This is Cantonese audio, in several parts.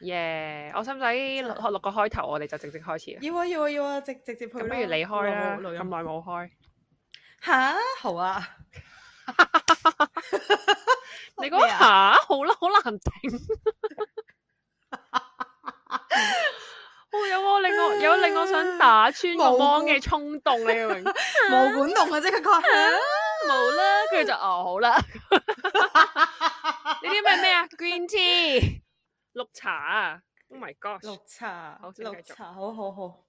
耶！我使唔使錄錄個開頭，我哋就直接開始啦？要啊要啊要啊，直直接去咁啦。不如你開啦，冇女咁人耐冇開。吓好啊！你咩嗰啊下好啦，好難 頂。我哦有我令我有令我想打穿個冇芒故嘅衝動，你明唔 明？毛管動啊，即刻講冇啦，跟住就哦好 啦。呢啲咩咩啊？Green tea，綠茶啊！Oh my god！綠茶，好請繼綠續茶，好好好。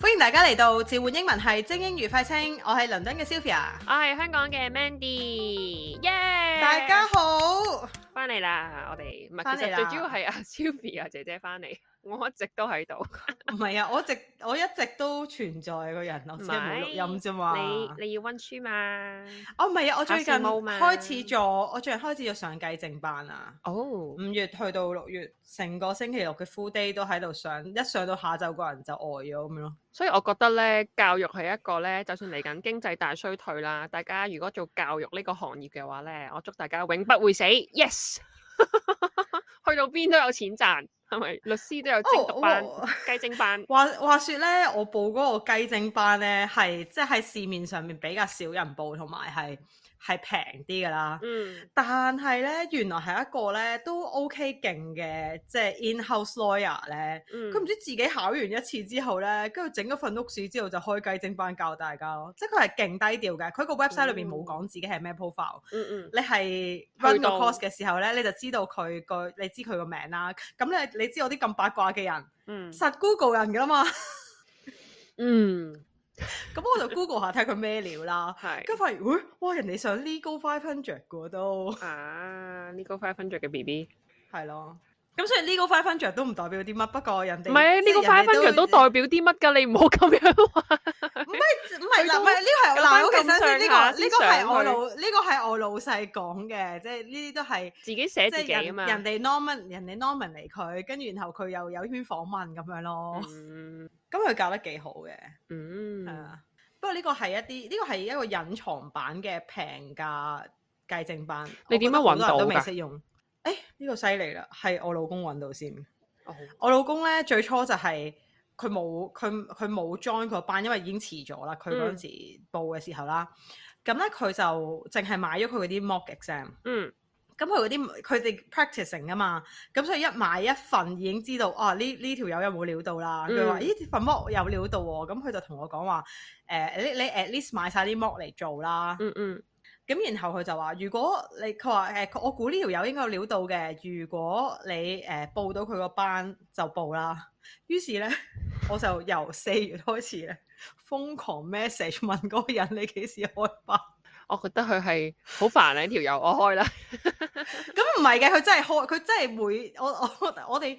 歡迎大家嚟到召喚英文系精英愉快清，我係倫敦嘅 Sylvia，我係香港嘅 Mandy，耶！大家好。翻嚟啦，我哋唔係返其嚟實啦最主要係阿 Sylvia 姐姐翻嚟，我一直都喺度。唔係啊，我一直我一直都存在個人，我只係冇錄音啫嘛。你你要温書嘛？我唔係啊，我最近考試冇嘛開始咗，我最近開始咗上計正班啊。哦五，月去到六月，成個星期六嘅 full day 都喺度上，一上到下晝個人就呆咗咁樣咯。所以我覺得咧，教育係一個咧，就算嚟緊經濟大衰退啦，大家如果做教育呢個行業嘅話咧，我祝大家永不會死。Yes，去到邊都有錢賺，係咪？律師都有精讀班、哦雞精班。話話說咧，我報嗰個雞精班咧，係即係喺市面上面比較少人報，同埋係係平啲噶啦。嗯，但係咧，原來係一個咧都 OK 勁嘅，即係 in-house lawyer 咧。嗯佢唔知自己考完一次之後咧，跟住整咗份屋試之後就開雞精班教大家咯。即係佢係勁低調嘅，佢個 website 裏邊冇講自己係咩 profile。嗯嗯，你係 run 個到 course 嘅時候咧，你就知道佢個，你知佢個名啦。咁你你知我啲咁八卦嘅人，嗯實 Google 人噶啦嘛。 嗯，咁我就 Google 下睇佢咩料啦。係。跟住發現，喂，哇！人哋上 legal five hundred 嘅都啊，呢個 five hundred 嘅 B B，係咯。咁所以 legal five hundred 都唔代表啲乜，不過人哋唔係啊，即呢個係 five 人 hundred 哋都代表啲乜㗎？你唔 好咁樣話。唔係唔係佢啦，都唔係呢個係有嗱返，OK，咁首先呢上下個先呢個係上我去老呢個係我老細講嘅，即係呢啲都係。自己寫即自己係啊人嘛。人哋 Norman 人哋 Norman 嚟佢，跟住然後佢又有圈訪問咁樣咯，嗯咁佢、教得幾好嘅，係嗯，啊。不過呢個係一啲呢個係一個隱藏版嘅平價計證班，你點樣我覺得搵到好多人都未㗎識用？誒、呢、個犀利啦，係我老公揾到先。哦，我老公咧最初就係佢冇佢佢冇 join 個班，因為已經遲咗啦。佢嗰陣時報嘅時候啦，咁咧佢就淨係買咗佢嗰啲 mock exam。嗯咁佢嗰啲佢哋 practicing 噶嘛，咁所以一買一份已經知道啊呢呢條友有冇料到啦。佢話：嗯咦份 mock 有料到喎、咁佢就同我講話誒，你你 at least 買晒啲 mock 嚟做啦。嗯嗯，咁、然後佢就話：如果你佢話誒，我估呢條友應該有料到嘅。如果你誒、呃、報到佢個班就報啦。於是咧，我就由四月開始咧，瘋狂 message 問嗰個人你幾時開班。我覺得佢係好煩啊！呢條友我開啦，咁唔係嘅，佢真係開，佢真係會，我我我哋一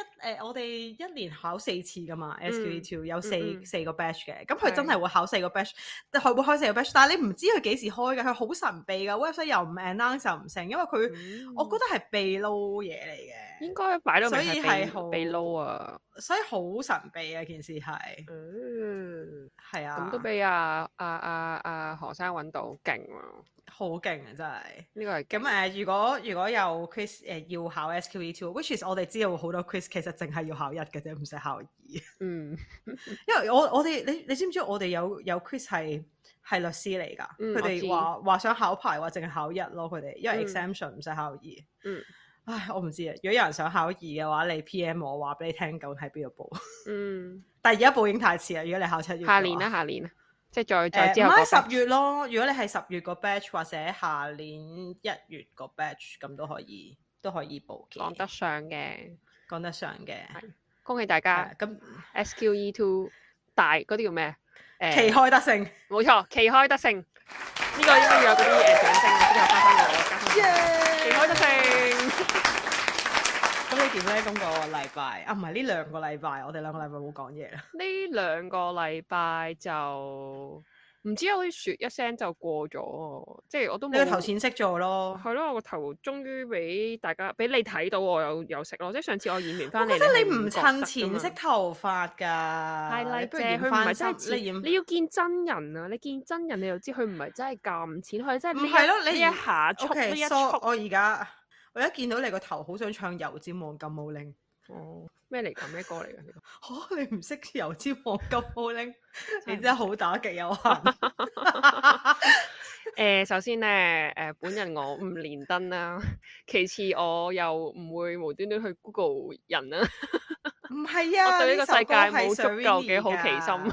誒、呃我哋一年考四次噶嘛，SQE Two 有四嗯嗯四個 batch 嘅，咁佢真係係會考四個 batch，佢會開四個 batch，但係你唔知佢幾時開嘅，佢好神秘噶，website 又唔 announce 又唔成，因為佢、我嗯覺得係秘撈嘢嚟應該擺到明所以係係被好被撈啊。嘅，所以好神秘啊件事係，嗯，係啊，咁都俾阿阿阿阿何生揾到，勁喎！好勁啊真係。呢個係咁誒、勁呃如果如果有 quiz 誒、呃要考 SQE Two，which is 我哋知道好多 quiz 其實淨係要考一嘅啫，唔使考二。 嗯因為我我哋你你知唔知我哋有有 quiz 係係律師嚟㗎？嗯佢我知哋話話想考牌話淨係考一咯，佢哋因為嗯 exemption 唔使考二。嗯唉，我唔知啊。如果有人想考二嘅話，你 PM 我話俾你聽，究竟喺邊度報？嗯，但係而家報已經太遲啦。如果你考七月嘅話，下年啦，下年啦，即係再誒再之唔後係嗰十個月咯。如果你係十月個 batch 或者下年一月個 batch，咁都可以都可以報嘅，講得上嘅，講得上嘅。係啊恭喜大家係啊咁 SQE E Two 大嗰啲叫咩？誒，旗開得勝，冇錯，旗開得勝。呢個應該要有嗰啲誒掌聲啊，之後翻返我交通。旗開得勝。咁你點咧？今個禮拜啊，唔係呢兩個禮拜，我哋兩個禮拜冇講嘢啦。呢兩個禮拜就唔唔知有啲雪一聲就過咗，即係我都你冇個頭淺色咗咯。係咯，我個頭終於俾大家俾你睇到我有有食咯，即係上次我染完我翻嚟，覺得你係唔覺襯得㗎嘛淺色頭髮㗎，哦係啦，你不如姐染佢唔係翻真深係似，你染你要見真人啊！你見真人你就知佢唔係真係咁淺，佢係真係唔呢係一咯你呢一下速呢 OK，一 so 速我而家我一見到你個頭，好想唱《油尖旺禁舞令》哦咩嚟㗎？咩歌嚟㗎？呢個嚇你唔識《油尖旺禁舞令》，真你係真係好打 極有限。誒、呃首先咧，誒、本人我唔連登啦，其次我又唔會無端端去 Google 人啦，唔係啊，我對呢個首世界歌係冇足夠嘅 Serrini 好奇心㗎。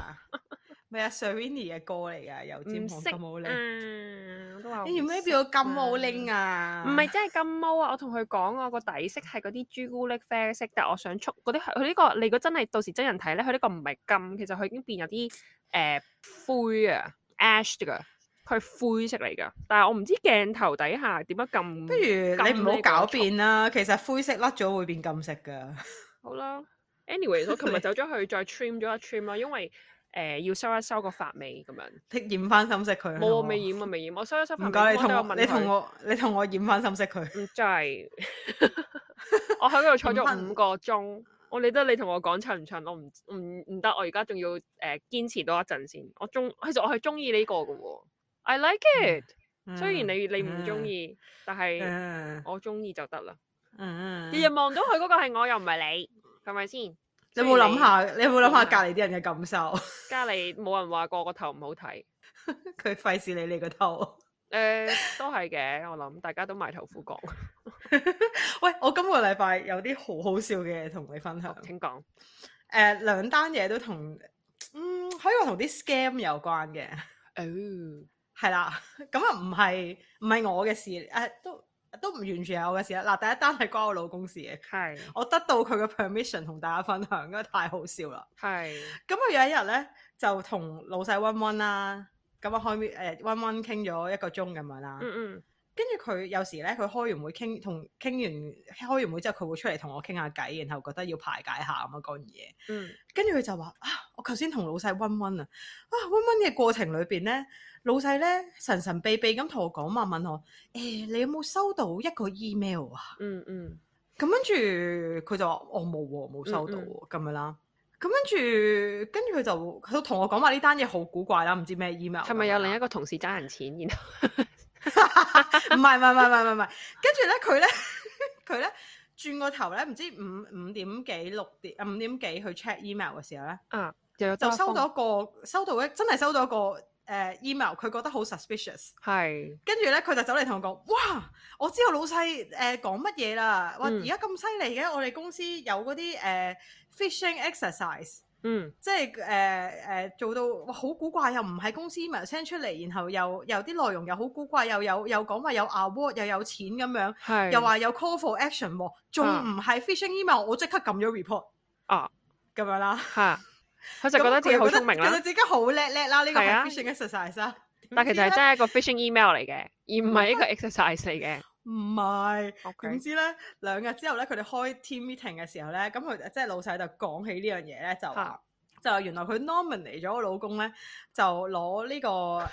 咪啊 s e r e n i 嘅歌嚟㗎，《油唔尖旺識 禁舞令》。啊，我都話你唔做咩識變到禁舞令啊？唔係真係咁毛啊！我同佢講我個底色係嗰啲朱古力啡色，但我想速嗰啲佢呢個你如果真係到時真人睇咧，佢呢個唔係金，其實佢已經變有啲誒、呃灰啊 ash 㗎，佢係灰色嚟㗎。但係我唔知鏡頭底下點樣咁。不如你唔好狡辯啦，其實灰色甩咗會變金色㗎。 好啦，anyway，我琴日走咗去再 trim 咗一 trim 啦，因為誒、呃要收一收個髮尾咁樣。你染翻深色佢啊。冇好啊，冇未染啊，未染。我收一收唔髮該，尾，你我都同有我問你同佢我你同我染翻深色佢。唔真係， 我喺嗰度坐咗五五個鐘，我理得你同我講襯唔襯，我唔唔唔得，我而家仲要誒、呃、堅持多一陣先。我中其實我係中意呢個嘅喎，I like it、雖然你你唔中意，但係嗯，我中意就得啦。嗯日日望到佢嗰個係我，又唔係你，係咪先？你有雖冇然諗下？你有冇諗下嗯隔離啲人嘅感受？隔離冇人話過個頭唔好睇？ 佢費事你你個頭。 誒、都係嘅，我諗大家都埋頭苦講。喂，我今個禮拜有啲好好笑嘅嘢同你分享。請講。誒兩單嘢都同，嗯，可以話同啲 scam 有關嘅。誒係啦，咁啊唔係唔係我嘅事，誒、都都唔完全係我嘅事啦。嗱，第一單係關我老公事嘅，係我得到佢嘅 permission 同大家分享，因為太好笑啦。係咁佢有一日咧就同老細温温啦，咁啊開面誒温温傾咗一個鐘咁樣啦。嗯嗯跟住佢有時咧，佢開完會傾同傾完開完會之後，佢會出嚟同我傾下偈，然後覺得要排解下咁樣講嘢。嗯跟住佢就話啊，我頭先同老細温温啊，啊温温嘅過程裏邊咧，老細咧神神秘秘咁同我講嘛，問我誒、你有冇收到一個 email 啊？嗯嗯咁跟住佢就話我冇喎，冇收到嗯喎咁樣啦。咁跟住跟住佢就佢同我講話呢單嘢好古怪啦，唔知咩 email 係咪有咁樣啊啦另一個同事爭人錢，然 後唔係唔係唔係唔係唔係，跟住咧佢咧 佢咧轉個頭咧，唔知五五點幾六點啊五點幾去 check email 嘅時候咧，啊又有就得收封到一個收到一真係收到一個誒、呃 email，佢覺得好 suspicious，係跟住咧佢就走嚟同我講：哇！我知道老細誒講乜嘢啦，哇！嗯而家咁犀利嘅，我哋公司有嗰啲誒 phishing exercise。嗯即係誒誒做到哇好古怪，又唔喺公司 email send 出嚟，然後又又啲內容又好古怪，又有又講話有 award 又有錢咁樣，係又話有 call for action 喎，仲唔係 phishing email？我即刻撳咗 report 啊咁樣啦，嚇，佢就覺得自己好聰明咁佢又覺得啦，自己好叻叻啦，呢個係係啊 phishing exercise 啦。但其實點係真知呢嗯係一個 phishing email 嚟嘅，而唔係一個 exercise 嚟嘅。唔係。 OK，點知咧兩日之後咧，佢哋開 team meeting 嘅時候咧，咁佢即係老細就講起呢樣嘢咧，就話嚇就話原來佢 nominate 咗我老公咧，就攞呢、個誒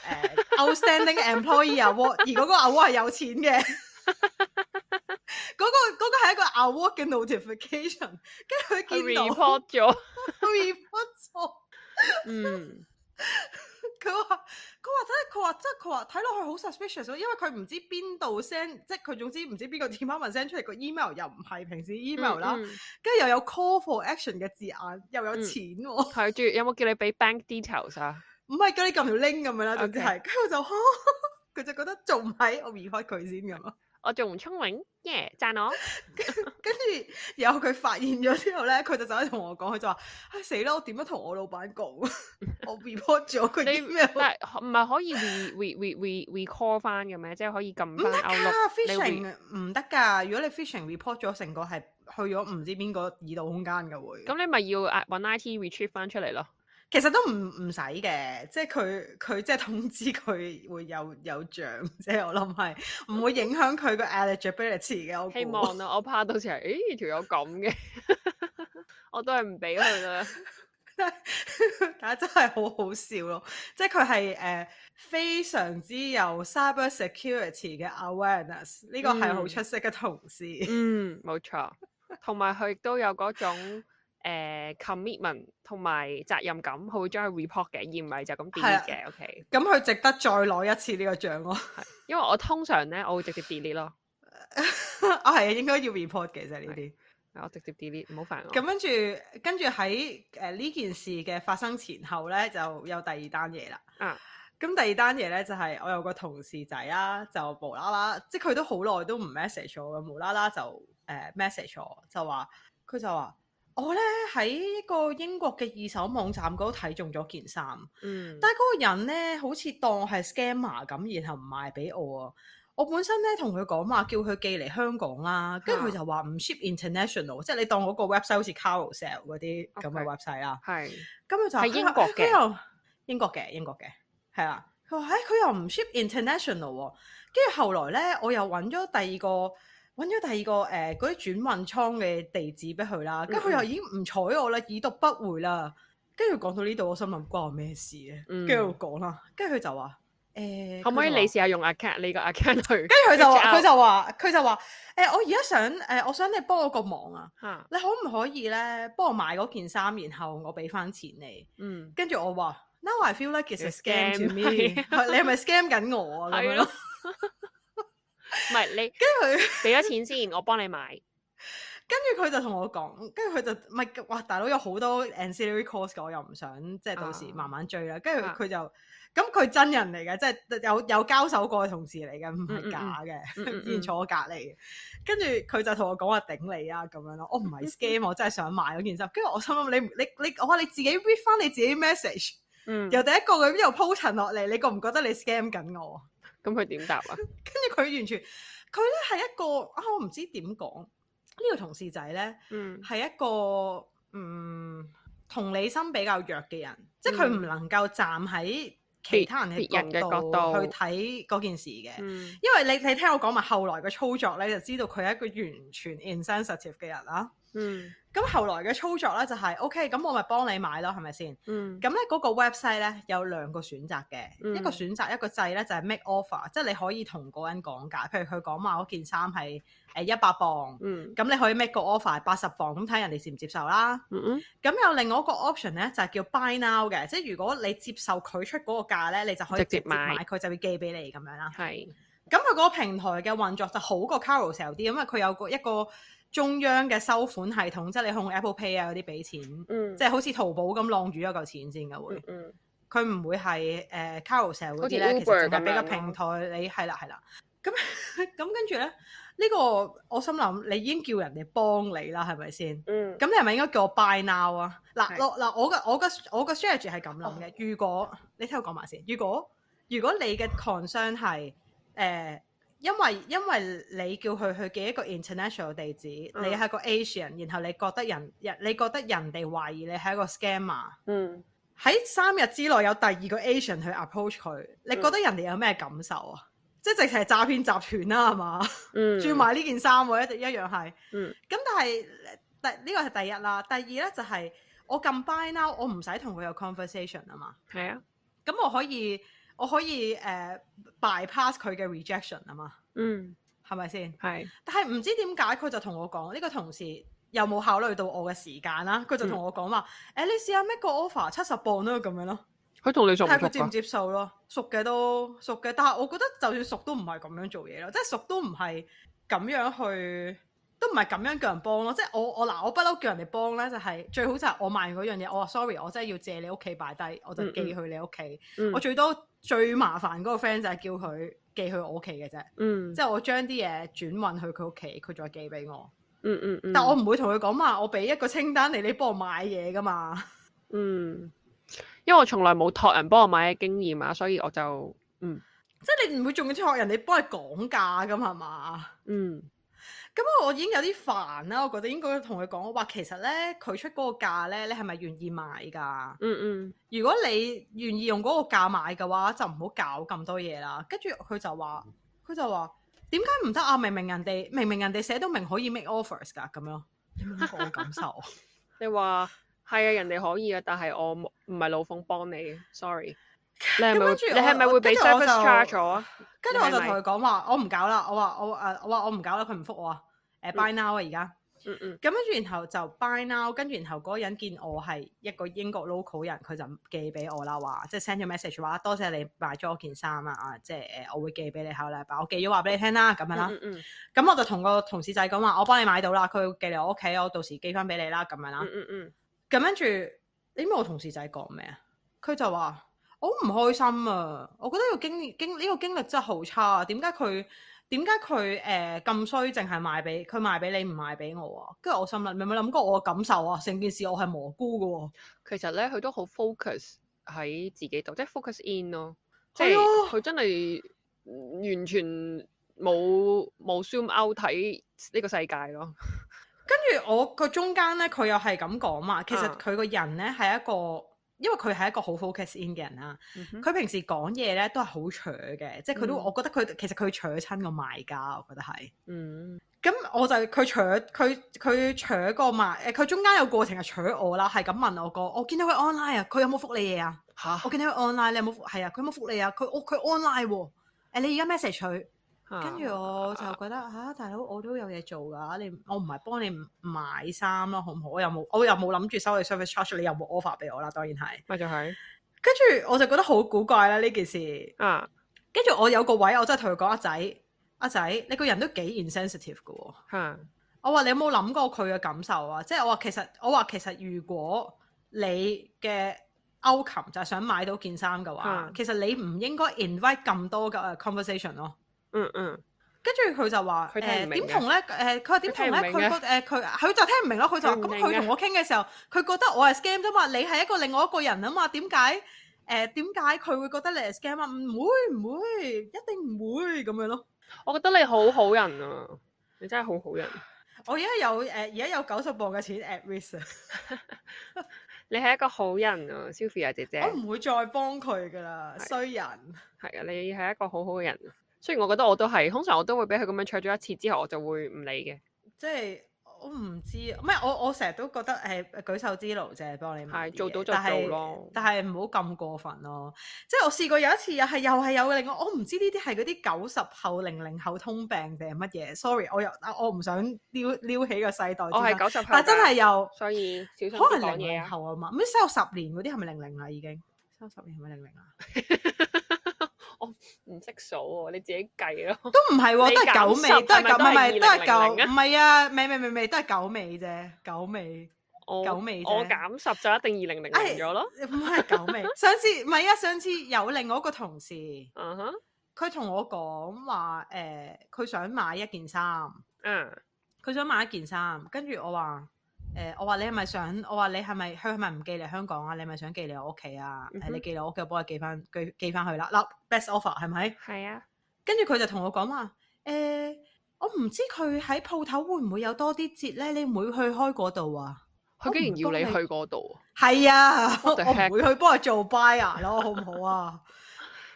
outstanding employee award，而嗰個 award 係有錢 嘅。嗰、個嗰、個係一個 award 嘅 notification，跟住佢佢見到 report 咗，佢 report 咗，嗯 佢話佢話真係佢話真係佢話睇落去好 suspicious 咯，因為佢唔知邊度 send，即係佢總之唔知邊個 department send 出嚟個 email 又唔係平時 email 啦。嗯嗯跟住又有 call for action 嘅字眼，又有嗯錢喎、係住有冇叫你俾 bank details 啊？唔係叫你撳條 link 咁樣啦，總之 OK 係，跟住我就 佢就覺得仲唔係我 report 佢先咁 咯。我仲唔聰明耶，讚我跟住然後佢發現咗之後咧，佢就走嚟同我講，佢就話：唉死啦！我點樣同我老闆講？ 我 report 咗佢你啲咩？但係唔係可以 re re re re recall 翻嘅咩？即係可以撳唔得翻 Outlook 㗎你，phishing 唔得㗎。如果你 phishing report 咗，成個係去咗唔知邊個耳度空間㗎會。咁你咪要啊揾 IT retrieve 翻出嚟咯。其實都唔唔使嘅，即係佢佢即係通知佢會有有獎啫，我諗係唔會影響佢個 eligibility 嘅。我希估 望 啦，我怕到時係，咦條友咁嘅，我都係唔俾佢啦。但係真係好好笑咯，即係佢係誒非常之有 cyber security 嘅 awareness，呢個係好嗯出色嘅同事。嗯，冇錯，同埋佢亦都有嗰種、呃、commitment 同埋責任感，佢會將佢 report 嘅，而唔係就咁啊 delete 嘅。OK，咁佢值得再攞一次呢個獎咯。因為我通常咧，我會直接 delete 咯， 啊係啊，應該要 report 嘅啫呢啲。我直接 delete，唔好煩我。咁跟住，跟住喺誒呢件事嘅發生前後咧，就有第二單嘢啦。啊，咁第二單嘢咧就係、我有個同事仔啦，就無啦啦，即係佢都好耐都唔 message 我嘅，無啦啦就誒、message 我，就話佢就話我咧喺一個英國嘅二手網站嗰度睇中咗件衫，嗯，但係嗰個人咧好似當我係 scammer 咁，然後唔賣俾我啊。我本身咧同佢講話，叫佢寄嚟香港啦，跟住佢啊就話唔 ship international，即係你當嗰個 website 好似 Carousell 嗰啲咁 OK 嘅 website 啊啦。係咁佢就係話英國嘅佢又英國嘅英國嘅係啦。佢話：唉，佢又唔 ship international 喎。跟住後來咧，我又揾咗第二個揾咗第二個誒嗰啲轉運倉嘅地址俾佢啦。跟住佢又嗯已經唔睬我啦，已讀不回啦。跟住講到呢度，我心諗關我咩事啊？嗯跟住我講啦，跟住佢就話：誒、可唔可以佢就話你試下用 account 你個 account 去？跟住佢就話， reach 佢就話，佢就話，誒、我而家想，誒、我想你幫我個忙啊，嚇，你可唔可以咧幫我買嗰件衫，然後我俾翻錢你？嗯，跟住我話，Now I feel like it's a It's scam scam，to me，係啊係你係咪 scam 緊我啊？咁樣係咯咯，，唔係你跟住佢，俾咗錢先，我幫你買。跟住佢就同我講，跟住佢就唔係，哇！大佬有好多 ancillary course 嘅，我又唔想即係到時啊慢慢追啦。跟住啊佢就咁，佢真人嚟嘅，即係有有交手過嘅同事嚟嘅，唔嗯嗯係嗯假嘅。嗯嗯之前坐我隔離，跟住佢就同我講話頂你啊咁樣咯，我 唔係 scam，我真係想買嗰件衫。跟住我心諗你你你，我話你自己 read 翻你自己 message，嗯，由第一個佢邊度鋪陳落嚟，你覺唔覺得你 scam 緊我？啊咁佢點答啊？跟住佢完全佢咧係一個啊，我唔知點講呢個同事仔咧 嗯係一個嗯同理心比較弱嘅人，即係佢唔嗯能夠站喺其他人別人嘅嘅角角度度去睇嗰件事嘅。嗯因為你你聽我講埋後來嘅操作咧，就知道佢係一個完全 insensitive 嘅人啦。嗯咁後來嘅操作咧就係、OK，咁我咪幫你買咯，係咪先？嗯，咁咧嗰個 website 咧有兩個選擇嘅，嗯一個選擇一個掣咧就係、make offer，即係你可以同嗰個人講價，譬如佢講話嗰件衫係誒一百磅，嗯咁你可以 make 個 offer 八十磅，咁睇人哋接唔接受啦。嗯嗯咁有另外一個 option 咧就係、叫 buy now 嘅，即係如果你接受佢出嗰個價咧，你就可以直接直接買，買佢就會寄俾你咁樣啦。係咁佢嗰個平台嘅運作就好過 Carousell 啲，因為佢有個一個中央嘅收款系統，即係你控 Apple Pay 啊嗰啲俾錢，嗯即係好似淘寶咁晾住咗嚿錢先嘅會。嗯嗯佢唔會係誒、呃 Carousel 嗰好啲似咧，其 Uber 實淨係俾咁樣個咯平台你係啦係啦。咁咁跟住咧，呢、呢個我心諗你已經叫人哋幫你啦，係咪先？嗯咁你係咪應該叫我 buy now 啊？係嗱，哦落嗱我嘅我嘅我嘅 strategy 係咁諗嘅。如果你聽我講埋先，如果如果你嘅 concern 係誒、呃因為因為你叫佢去寄一個 international 地址，嗯你係個 Asian，然後你覺得人人你覺得人哋懷疑你係一個 scammer。嗯，喺三日之內有第二個 agent 去 approach 佢，你覺得人哋有咩感受啊？即係直情係詐騙集團啦，係嘛？嗯仲要買呢件衫喎，一定一樣係。嗯咁但係第呢個係第一啦，第二咧就係、我撳 buy now，我唔使同佢有 conversation 啊嘛。係啊，咁我可以我可以誒、呃 bypass 佢嘅 rejection 啊嘛，嗯係咪先？係但係唔知點解佢就同我講，呢、個同事又冇考慮到我嘅時間啦，佢就同我講話：誒、你試下 make 個 offer 七十磅啦，咁樣咯。佢同你熟唔睇佢熟啊接唔噶？接受咯，熟嘅都熟嘅，但係我覺得就算熟都唔係咁樣做嘢咯，即係熟都唔係咁樣去，都唔係咁樣叫人幫咯。即係我我嗱，我不嬲叫人哋幫咧，就係、最好就係我賣嗰樣嘢，我話 sorry，我真係要借你屋企擺低，我就嗯嗯寄去你屋企。嗯我最多最麻煩嗰個 friend 就係叫佢寄去我屋企嘅啫，嗯即係我將啲嘢轉運去佢屋企，佢再寄俾我。嗯嗯嗯，但我唔會同佢講話，我俾一個清單你，你幫我買嘢噶嘛。 嗯，因為我從來冇托人幫我買嘅經驗啊，所以我就即係你唔會仲要學人哋幫你講價噶嘛，係嘛？嗯咁我已經有啲煩啦，我覺得應該同佢講，我話其實咧佢出嗰個價咧，你係咪願意買㗎？嗯如果你願意用嗰個價買嘅話，就唔好搞咁多嘢啦。跟住佢就話，佢就話點解唔得啊？明明人哋明明人哋寫到明可以 make offers 㗎咁樣咯。你明唔明我嘅感受？嗯，你話係啊，人哋可以啊，但係我冇唔係老鳳幫你，sorry。你係咪咁會跟住你係咪我會俾跟住我 service 就 charge 我啊？跟住我你係就咪同佢講話，我唔搞啦，我話我誒我話我唔搞啦，佢唔覆我啊，誒 buy now 啊而家，嗯嗯，咁跟住然後就 buy now，跟住然後嗰個人見我係一個英國 local 人，佢就寄俾我啦，話即係 send 咗 message 話多謝你買咗我件衫啊，啊即係誒我會寄俾你下個禮拜，我寄咗話俾你聽啦，咁樣啦，嗯嗯咁我就同個同事仔講話，我幫你買到啦，佢會寄嚟我屋企，我到時寄翻俾你啦，咁樣啦嗯，嗯嗯咁跟住你知唔知我同事仔講咩啊？佢就話我好唔開心啊！我覺得個經經呢、個經歷真係好差啊！點解佢點解佢誒咁衰，淨係賣俾佢賣俾你，唔賣俾我啊？跟住我心諗，你有冇諗過我嘅感受啊？成件事我係蘑菇嘅喎、其實咧佢都好 focus 喺自己度，即係 focus in 咯，即係係啊佢真係完全冇冇 zoom out 睇呢個世界咯。跟住我個中間咧，佢又係咁講嘛。其實啊佢個人咧係一個，因為佢係一個好 focus in 嘅人啦。嗯哼佢平時講嘢咧都係好扯嘅，即係佢都，嗯我覺得佢其實佢扯親個賣家，我覺得係。嗯咁我就佢搶佢佢搶個埋誒，佢中間有過程係搶我啦，係咁問我個，我見到佢 online 啊，佢有冇覆你嘢啊？吓我見到佢 online，你有冇覆係啊？佢有冇覆你啊？佢我佢 online 喎、誒你而家 message 佢，跟住我就覺得嚇、啊大佬我都有嘢做㗎，你我唔係幫你買衫咯，好唔好？我又冇我又冇諗住收你 service charge，你又冇 offer 俾我啦，當然係。咪就係跟住我就覺得好古怪啦呢件事。啊跟住我有個位，我真係同佢講阿仔，阿仔你個人都幾 insensitive 㗎喎。吓我話你有冇諗過佢嘅感受啊？即係我話其實我話其實如果你嘅 outcome 就係想買到件衫嘅話，嗯其實你唔應該 invite 咁多嘅呃 conversation 咯。嗯嗯跟住佢就話佢聽誒唔明點嘅同咧誒佢話點同咧佢聽唔佢明嘅個誒佢佢就聽唔明咯。佢就話佢唔咁明佢嘅同我傾嘅時候，佢覺得我係 scam 啫嘛，你係一個另外一個人啊嘛，點解誒點解佢會覺得你係 scam 啊？唔會唔會，一定唔會咁樣咯。我覺得你好好人啊，你真係好好人。我而家有誒呃而家有九十磅嘅錢 at risk 啊。你係一個好人啊，Sylvia 姐姐，我唔會再幫佢噶啦，係衰人。係啊，你係一個好好嘅人。雖然我覺得我都係，通常我都會俾佢咁樣搶咗一次之後，我就會唔理嘅。即係我唔知，唔係我我成日都覺得係舉手之勞啫，幫你買係啲做到嘢就但係做咯但係唔好咁過分咯。即係我試過有一次又係又係有另外，我唔知呢啲係嗰啲九十後零零後通病定係乜嘢？Sorry，我又啊我唔想撩撩起個世代之我係爭，九十後㗎，但係真係又所以小心啲可講能零嘢零啊。後啊嘛，唔知收十年嗰啲係咪零零啊啦已經？收十年係咪零零啊？我唔識數喎，你自己計咯。都唔係喎，你都係九九尾，十都係係咪九，唔都係係唔係2000都係九，啊唔係啊，未未未未都係九尾啫，九尾。我九尾啫我減十就一定二零零哎零咗咯。唔係九 尾。上次唔係啊，上次有另外一個同事，嗯哼，佢同我講話誒，呃佢、想買一件衫，嗯佢想買一件衫，跟住我話誒、呃我話你係咪想？我話你係咪佢係咪唔寄嚟香港啊？你係咪想寄嚟我屋企啊？誒、嗯哼你寄嚟我屋企，我幫你寄翻寄寄翻去啦。嗱，best offer 係咪？係啊，跟住佢就同我講話誒，我唔知佢喺鋪頭會唔會有多啲折咧？你唔會去開嗰度啊？佢竟然要你去嗰度，係啊，我 What the 唔 heck？會去幫佢做 buyer 咯，好唔好啊？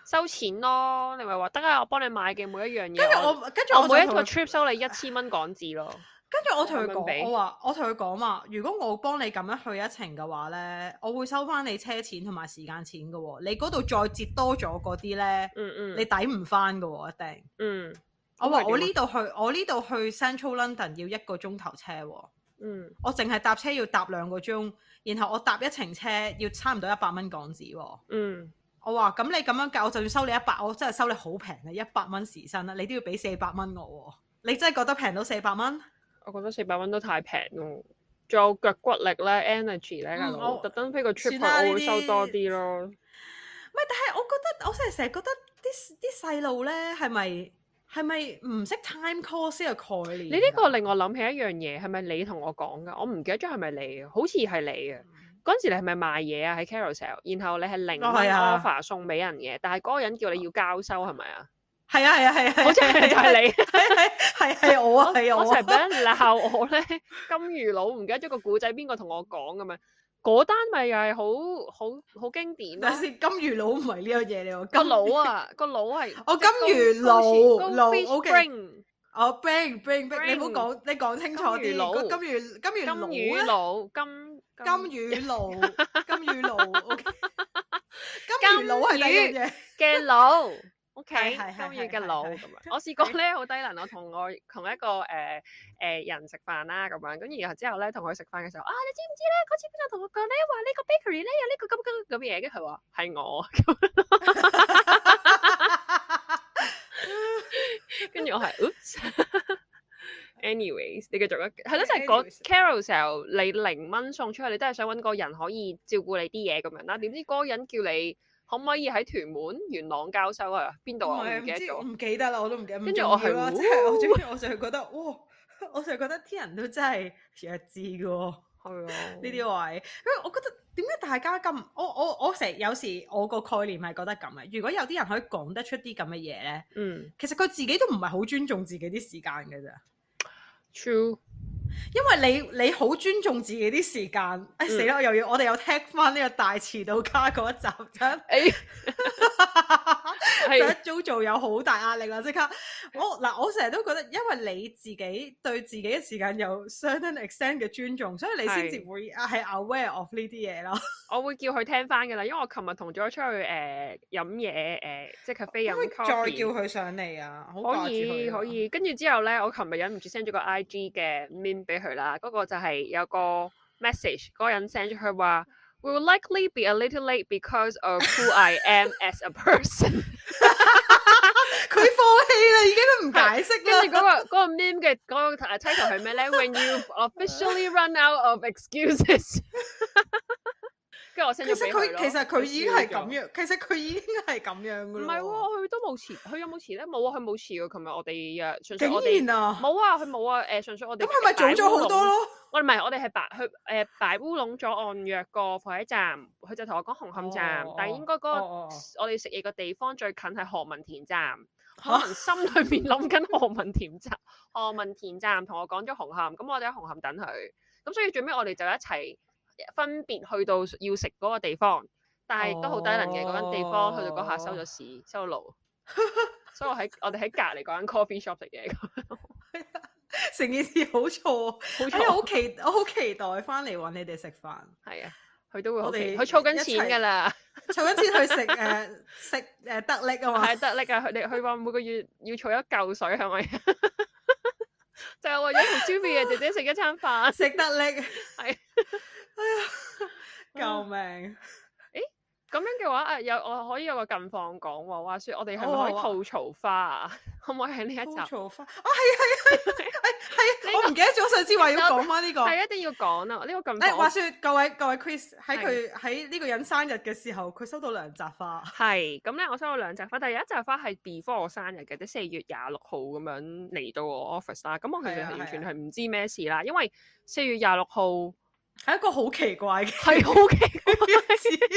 收錢咯。你咪話得啊，我幫你買嘅每一樣嘢。 跟住我，跟住我我每一就同個佢 trip 收你一千蚊港紙咯。跟住我同佢咁樣俾講，我話我同佢講話，如果我幫你咁樣去一程嘅話咧，我會收翻你車錢同埋時間錢嘅喎、你嗰度再折多咗嗰啲咧，嗯嗯，你抵唔翻嘅喎，一定。嗯我咁話佢我點啊呢度去，我呢度去 Central London 要一個鐘頭車喎、嗯，我淨係搭車要搭兩個鐘，然後我搭一程車要差唔多一百蚊港紙喎、嗯，我話咁你咁樣計，我就算收你一百，我真係收你好平啊，一百蚊時薪啦，你都要俾四百蚊我喎、你真係覺得平到四百蚊？我覺得四百蚊都太平咯。仲有腳骨力咧、energy 咧，嗯大佬我特登飛個 trip 算啦去，我會呢收啲多啲咯。唔係，但係我覺得我成日成日覺得啲啲細路咧係咪係咪唔識 time cost 呢個概念㗎？你呢個令我諗起一樣嘢，係咪你同我講噶？我唔記得咗係咪你啊，好似係你啊。嗰陣時你係咪賣嘢啊？喺 Carousel，然後你係零蚊哦係啊 offer 送俾人嘅，但係嗰個人叫你要交收係咪 啊？係啊係啊係啊，好似係就係你，係係我啊係我成日啊我俾啊，人鬧我咧，金魚佬唔記得咗個古仔邊個同我講咁樣，嗰單咪又係好好好經典 咯但。是金魚佬唔係呢樣嘢嚟喎，個金佬啊，個佬係我金魚佬佬 o OK k 金哦 bring bring bring，你唔 Bring 好講你講清楚金魚啲，佬個金魚金魚佬魚咧佬金金魚露，啊金魚露，OK，金魚露係第一樣嘢。嘅腦，OK，係金係魚係係嘅係腦係咁樣。我試過咧好低能，我同我同一個誒誒、呃呃人食飯啦咁樣，咁然後之後咧同佢食飯嘅時候，啊你知唔知咧？嗰次邊個同我講咧話呢個 bakery 咧有呢個咁咁咁嘅嘢，跟住佢話係我，跟住我係 oops。Anyways，你繼續啦，係咯，即係嗰 Anyways carousel 你零蚊送出去，你都係想揾個人可以照顧你啲嘢咁樣啦。點知嗰個人叫你可唔可以喺屯門元朗交收啊？邊度唔啊？我係唔記唔得知，我咗。唔記得啦，我都唔記得。跟住我係係啦，即係我最我就係覺得，哇！ 我就係覺得啲人都真係弱智嘅喎，呢係啊，啲位，因為我覺得點解大家咁，我我我成日有時我個概念係覺得咁嘅。如果有啲人可以講得出啲咁嘅嘢咧，嗯其實佢自己都唔係好尊重自己啲時間嘅咋。 ，true，因為你你好尊重自己啲時間，嗯哎死啦！我又要我哋又聽翻呢個大遲到家嗰一集，真 誒第一哎係 Jojo 有好大壓力啦！即刻我嗱，我成日都覺得，因為你自己對自己嘅時間有 certain extent 嘅尊重，所以你先至係會啊係 aware of 呢啲嘢咯。我會叫佢聽翻㗎啦，因為我琴日同咗出去誒、呃、飲嘢誒、呃即係 cafe 可唔可飲以再 coffee。叫佢上嚟啊！好可掛住以佢啊可，以，跟住之後咧，我琴日忍唔住 send 咗個 IG 嘅 min 俾佢啦，嗰、個就係有個 message，嗰個人 send 咗佢話，We will likely be a little late because of who I am as a person。佢放棄啦，已經佢唔解釋啦。跟住嗰個嗰個 meme 嘅嗰個 title 係咩咧？When you officially run out of excuses，跟住我 send 其咗實俾佢佢咯其實佢已經係咁笑咗樣，其實佢已經係咁樣唔噶咯。係喎，佢都冇遲，佢有冇遲咧？冇啊，佢冇遲喎。琴日我哋啊，純粹我竟哋然啊！冇啊，佢冇啊。誒，純粹我哋咁佢擺咪早咗烏好多龍。咯？我哋唔係，我哋係擺去誒擺烏龍咗按約個火車站，佢就同我講紅磡站，哦但係應該嗰、個、哦哦哦我哋食嘢嘅地方最近係何文田站。可能心裏面諗緊何文田站，何文田站同我講咗紅磡，咁我哋喺紅磡等佢，咁所以最尾我哋就一齊分別去到要食嗰個地方，但係都好低能嘅嗰間地方，去到嗰下收哦咗市，收咗路，所以我喺我哋喺隔離嗰間 coffee shop 食嘢，成件事好錯，好哎呀，嘈，好期我好期待翻嚟揾你哋食飯，係啊，佢都會好我奇，哋佢儲緊一錢齊㗎啦。湊緊錢去 食誒食誒得力啊嘛，係得力啊！佢哋佢話每個月要儲一嚿水係咪？ 就係為咗同 Juby 嘅姐姐食一餐飯。 食得力係，哎呀，救命！咁樣嘅話，誒有我可以有個近況講喎。話說我哋係咪可以好啊好啊吐槽花啊？ 可唔可以喺呢一吐集？槽翻啊， 係啊係啊係啊呢係個啊，我唔記得咗上次話要講翻呢個。係一定要講啊！呢個近誒，話況説各位各位 Chris 喺佢喺呢個人生日嘅時候，佢收到兩扎 花，係咁咧，我收到兩扎花，但係有一扎花係 before 我生日嘅，即係四月廿六號咁樣嚟到我 office 啦。咁我其實係啊係係完全啊係唔知咩事啦，因為四月廿六號係一個好奇怪嘅係好奇怪。日 子。因為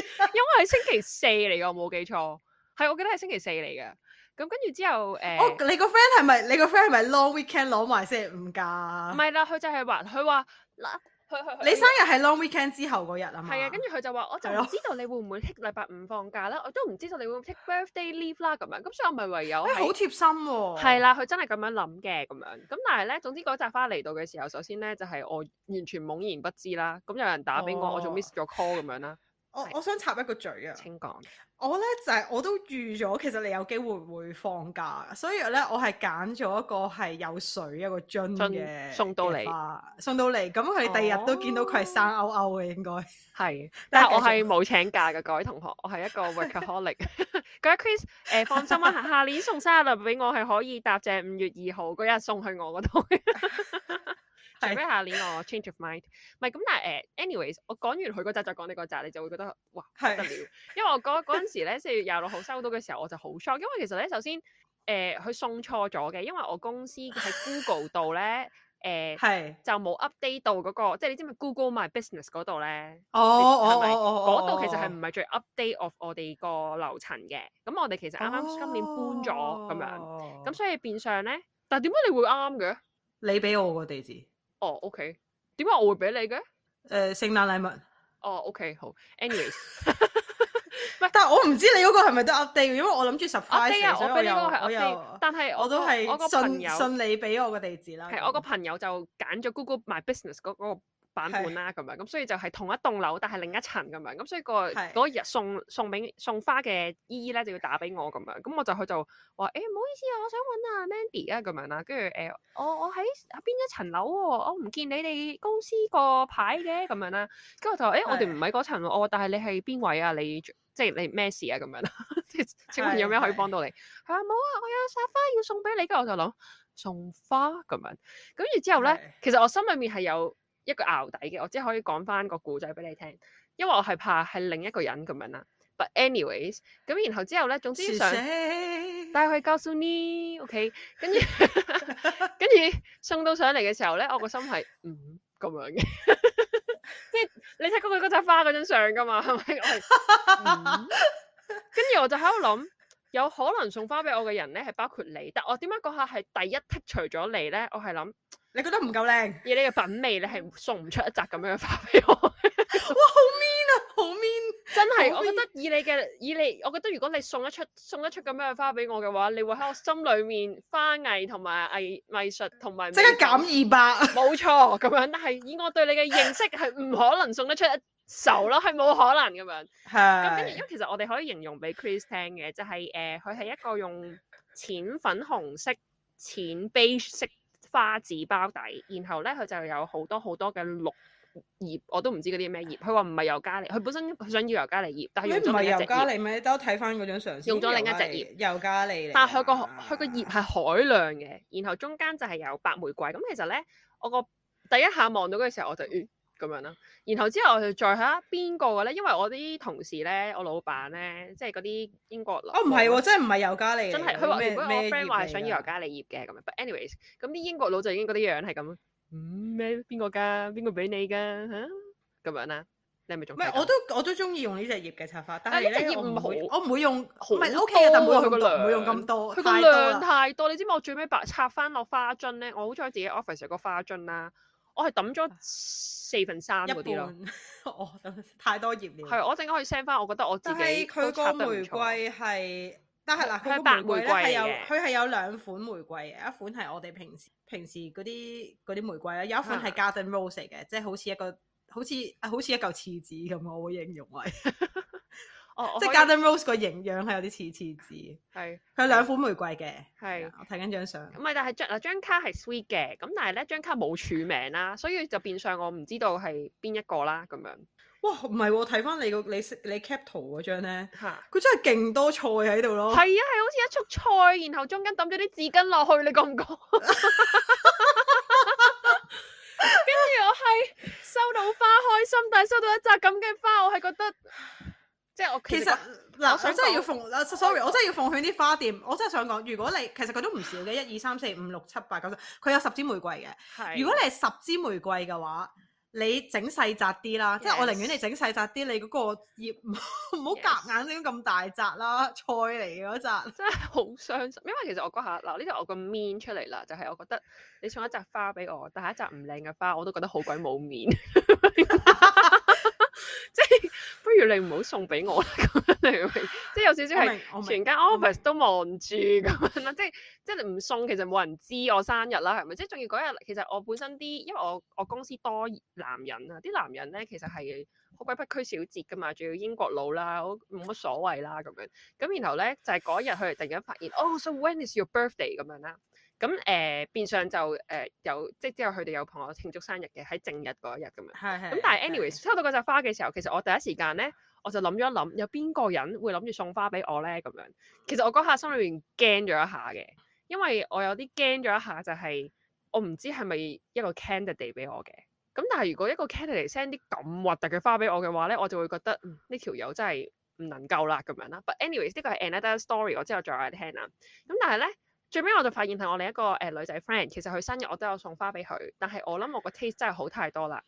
係星期四嚟嘅，我冇記錯，係我記得係星期四嚟嘅。咁跟住之後，誒、哦，你個 friend 係咪你個 friend 係咪 long weekend 攞埋星期五㗎唔？係啦，佢就係話，佢話嗱，佢佢啊你生日係 long weekend 之後嗰日啊嘛？係啊，跟住佢就話，我就係唔咯知道你會唔會 take 禮拜五放假啦，我都唔知道你會唔會 take birthday leave 啦，咁樣，咁所以我咪唯有哎好喺貼心喎。係，啦，佢真係咁樣諗嘅咁樣。咁但係咧，總之嗰扎花嚟到嘅時候，首先咧就係、我完全懵然不知啦。咁有人打俾我，我仲哦 miss 咗 call 咁樣啦。我係我想插一個嘴啊！請講。我咧就係、我都預咗，其實你有機會會放假，所以咧我係揀咗一個係有水一個樽樽嘅送到嘅嚟花，送到嚟。咁佢第二日都見到佢係生勾勾嘅，應該。係，但但係啊係我繼續係冇請假嘅，各位同學，我係一個 workaholic。各位 Chris，誒、放心 啦，下下年送生日禮物俾我係可以搭正五月二號嗰日送去我嗰度， 除非係下年我 change of mind。唔係咁，但係誒、anyways，我講完佢嗰集再講你嗰集，你就會覺得哇不得係了，因為我嗰嗰陣時咧四月廿六號收到嘅時候，我就好 shock，因為其實咧首先誒佢、送錯咗嘅，因為我公司喺 Google 度咧誒。係。就冇 update 到嗰、個，即係你知唔知 Google My Business 嗰度咧？哦哦係咪哦哦，嗰度其實係係唔係最 update of 我哋個流程嘅。咁我哋其實啱啱今年搬咗咁樣，樣咁所以變相咧，但係點解你會啱嘅？以哦你俾我個地址，誒、哦，OK，點解我會俾你嘅？呃、聖誕禮物，哦，OK，好，anyways， 但係我唔知你嗰個係咪都 update，因為我諗住 surprise 你 update 啊，所以我我俾你又嗰個係我 update，又但係我都個係我個朋信友信你俾我個地址啦。係我個咁朋友就揀咗 Google My Business 嗰、個版本啦，咁樣咁所以就係同一棟樓，但係另一層咁樣，咁所以個係嗰日送送俾送花嘅姨姨咧就要打俾我咁樣，咁我就佢就話誒唔好意思啊，我想揾啊 Mandy 啊咁樣啦，跟住誒我我喺邊一層樓喎，我唔見你哋公司個牌嘅咁樣啦，跟住我就誒我哋唔喺嗰層喎，我話但係你係邊位啊？你即係你咩事啊？咁樣啦， 即係請問有咩可以係幫到你？佢話冇啊，我有扎花要送俾你，跟住我就諗送花咁樣，咁然之後咧。其實我心裏面係有一個淆底嘅，我只可以講翻個故仔俾你聽，因為我係怕係另一個人咁樣啦。But anyways，咁然後之後咧，總之是想誰帶佢告訴你，OK，跟住 跟住送到上嚟嘅時候咧，我個心係嗯咁樣嘅， 即係你睇過佢嗰扎花嗰張相噶嘛，係咪？我係嗯跟住我就喺度諗，有可能送花俾我嘅人咧係包括你，但我點解嗰下係第一剔除咗你咧？我係諗。你覺得唔夠靚？以你嘅品味，你係送唔出一扎咁樣嘅花俾我。哇，好 mean 啊，好 mean！真係，好我覺得以你嘅以你，我覺得如果你送得出送得出咁樣嘅花俾我嘅話，你會喺我心裏面花藝同埋藝藝術同埋即刻美感減二百。冇錯咁樣。但係以我對你嘅認識，係唔可能送得出一手咯，係冇可能咁樣。咁跟住，因係為其實我哋可以形容俾 Chris 聽嘅，就係、誒，佢、係一個用淺粉紅色、淺 beige 色花紙包底，然後咧佢就有好多好多嘅綠葉，我都唔知嗰啲咩葉。佢話唔係尤加利，佢本身佢想要尤加利葉，但係你用唔咗係另一尤隻加葉。利咩？等我睇翻嗰張相先。用咗另一隻尤加利嚟㗎，但係佢個佢個葉係海量嘅，然後中間就係有白玫瑰。咁其實咧，我個第一下望到嘅時候，我就咦咁樣啦。然後之後我就再睇下邊個嘅咧，因為我啲同事咧，我老闆咧，即係嗰啲英國哦，唔係喎，真係唔係尤加利嚟㗎。真係佢話咩如果我咩 friend 話係葉嚟想㗎要尤加利葉嘅咁樣，but anyways，咁啲英國佬就已經嗰啲樣係咁，嗯咩邊個㗎？邊個俾你㗎？嚇咁樣啦，你係咪仲啊唔係，我都我都中意用呢隻葉嘅插花，但係但係呢隻咧葉我唔唔會，好我唔會用，好唔係 OK 嘅，但唔會多啊佢用個咁多，唔會用量咁多，佢個太多啦量太多，你知唔知我最尾白插翻落花樽咧？我好在自己 office 有個花樽啦，我係抌咗四分三啊一嗰啲咯。半， 我等太多葉了。係，我陣間可以 send 翻，我覺得我自但己係個佢個玫瑰係，但係嗱，佢係佢白個玫瑰玫咧瑰係有，嚟嘅佢係有兩款玫瑰嘅，一款係我哋平時平時嗰啲嗰啲玫瑰啦，有一啊款係 garden rose 嚟嘅，即係好似一個好似啊好似一嚿廁紙咁，我會形容為，哦，即係係 garden rose 個形樣係有啲似廁紙。係佢有兩款玫瑰嘅，係係啊。我睇緊張相。唔係，但係張嗱張卡係 sweet 嘅，咁但係咧張卡冇署名啦，所以就變相我唔知道係邊一個啦咁樣哇，唔係喎，睇翻你個你識你 cap 圖嗰張咧，嚇。佢真係勁多菜喺度咯係。啊，係好似一束菜，然後中間抌咗啲紙巾落去，你覺唔覺？跟住我係收到花開心，但係收到一扎咁嘅花，我係覺得即係我其實實嗱，我想我真係要講奉嗱，sorry，我真係要奉勸啲花店，我真係想講，如果你其實佢都唔少嘅，一二三四五六七八九十，佢有十支玫瑰嘅。係如果你係十支玫瑰嘅話，你整細扎啲啦，即係我 Yes 寧願你整細扎啲，你嗰個葉唔好唔好 Yes 夾硬整咁大扎啦，菜嚟嘅嗰扎。真係好傷心，因為其實我嗰下嗱呢度我個面出嚟啦，就係、我覺得你送一扎花俾我，但係一扎唔靚嘅花，我都覺得好鬼冇面。 即係不如你唔好送俾我啦，咁樣你明唔明？即係有少少我係。明，我明全。間我明 office 都望住咁樣啦，即係即係你唔送，其實冇人知我生日啦，係咪？即係仲要嗰日，其實我本身啲，因為我我公司多男人啊，啲男人咧其實係好鬼不拘小節噶嘛，仲要英國佬啦，好冇乜所謂啦咁樣。咁然後咧就係嗰日佢哋突然間發現，哦、s o when is your birthday 咁樣啦。咁誒、呃、變相就誒、呃有即係之後佢哋有朋友慶祝生日嘅喺正日嗰一日咁樣。係係。咁但係係 anyways，收到嗰扎花嘅時候，其實我第一時間咧，我就諗咗一諗，有邊個人會諗住送花俾我咧？咁樣，其實我嗰下心裏邊驚咗一下嘅，因為我有啲驚咗一下，就係我唔知係咪一個 candidate 俾我嘅。咁但係如果一個 candidate send 啲咁核突嘅花俾我嘅話咧，我就會覺得嗯呢條友真係唔能夠啦咁樣啦。But anyways，呢個係 another story，我之後再話你聽啦。咁但係咧。最尾我就發現係我另一個誒、呃女仔 friend，其實佢生日我都有送花俾佢，但係我諗我個 taste 真係好太多啦。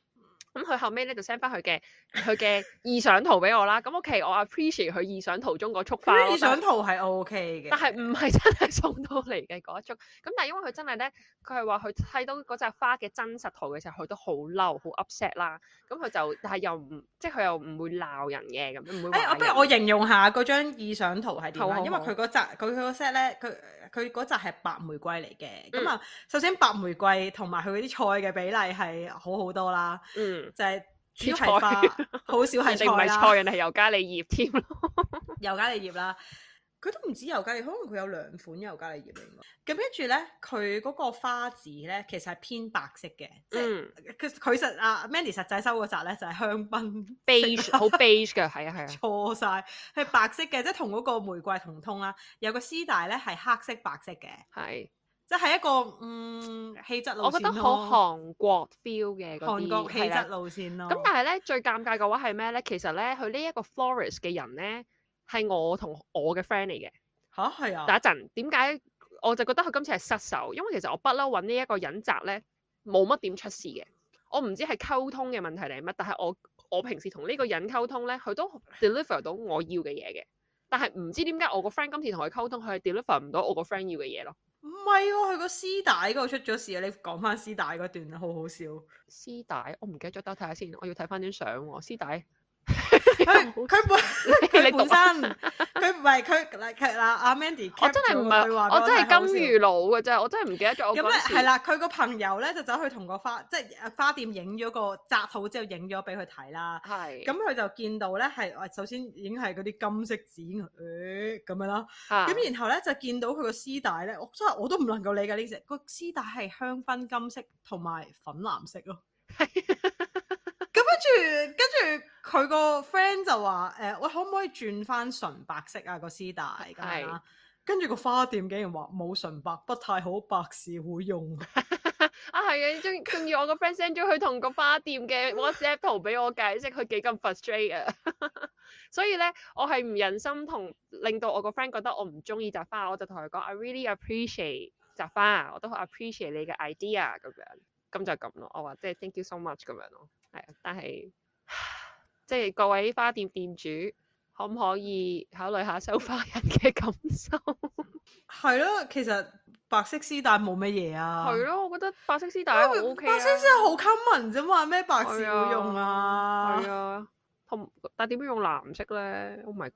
咁佢後尾咧就 send 翻佢嘅佢嘅意想圖俾我啦。咁 OK，我 appreciate 佢意想圖中嗰束花佢咯。啲意想圖係 OK 嘅，但係唔係真係送到嚟嘅嗰一束。咁但係因為佢真係咧，佢係話佢睇到嗰隻花嘅真實圖嘅時候，佢都好嬲，好 upset 啦。咁佢就但係又唔即係佢又唔會鬧人嘅，咁唔會話哎誒，我不如人我形容下嗰張意想圖係點好啦好，因為好佢嗰扎佢佢嗰 set 咧，佢佢嗰集係白玫瑰嚟嘅。嗯咁啊、首先白玫瑰同埋佢嗰啲菜嘅比例係好好多啦，嗯，就係主啲要係菜花，好 少人係哋唔菜係啦。菜，人啊哋係尤加利葉添咯。油加利葉啦，佢都唔止油加利，可能佢有兩款油加利葉嚟㗎。咁跟住咧，佢嗰個花字咧，其實係偏白色嘅， 即係嗯佢佢實啊 Mandy 實際收嗰集咧就係香檳，beige 好 beige 嘅，係啊係啊，錯晒，係白色嘅，即係同嗰個玫瑰同通啦。有個絲帶咧係黑色白色嘅，係。即係一個嗯氣質路我覺得線好咯，韓國 feel 嘅嗰韓啲國氣係啦質路線咯。咁但係咧最尷尬嘅話係咩咧？其實咧佢呢一個 florist 嘅人咧係我同我嘅 friend 嚟嘅。嚇係打啊，一陣點解我就覺得佢今次係失手？因為其實我不嬲揾呢一個隱宅咧，冇乜點出事嘅。我唔知係溝通嘅問題定係乜，但係我我平時同呢個人溝通咧，佢都 deliver 到我要嘅嘢嘅。但係唔知點解我個 friend 今次同佢溝通，佢係 deliver 唔到我個 friend 要嘅嘢咯。唔係喎，佢個絲帶嗰度出咗事啊！你講翻絲帶嗰段好 好笑。絲帶我唔記得咗，等我睇下先，我要睇翻張相喎。絲 帶佢佢 本你佢讀本啊身佢唔係佢嗱佢嗱阿 Mandy，我真係唔係，我真係金魚佬嘅啫，我真係唔記得咗我咁咧嗰係時。啦，佢個朋友咧就走去同個花即係呃花店影咗個紮好之後影咗俾佢睇啦。係咁佢就見到咧係我首先已經係嗰啲金色紙誒咁樣啦，嚇咁然後咧就見到佢個絲帶咧，我真係我都唔能夠理解呢只個絲帶係香檳金色同埋粉藍色 咯。咁跟住跟住佢個 friend 就話誒、喂可唔可以轉翻純白色啊個絲帶咁樣啦？跟住個花店竟然話冇純白不太好，白事會用。啊，係啊，仲仲要我個 friend send 咗佢同個花店嘅 WhatsApp 圖俾我解釋佢幾咁 frustrate 啊！ 所以咧，我係唔忍心同令到我個 friend 覺得我唔中意摘花，我就同佢講，I really appreciate 摘花，我都好 appreciate 你嘅 idea 咁樣，咁就咁咯。我話即係 thank you so much 咁樣咯，係啊，但係 即係各位花店店主，可唔可以考慮下收花人嘅感受？係咯，其實白色絲帶冇乜嘢啊。係咯，我覺得白色絲帶因為我啊 OK 白色絲帶啊好 common 啫嘛，咩白事會用啊？係啊，同但點樣用藍色咧？Oh my 理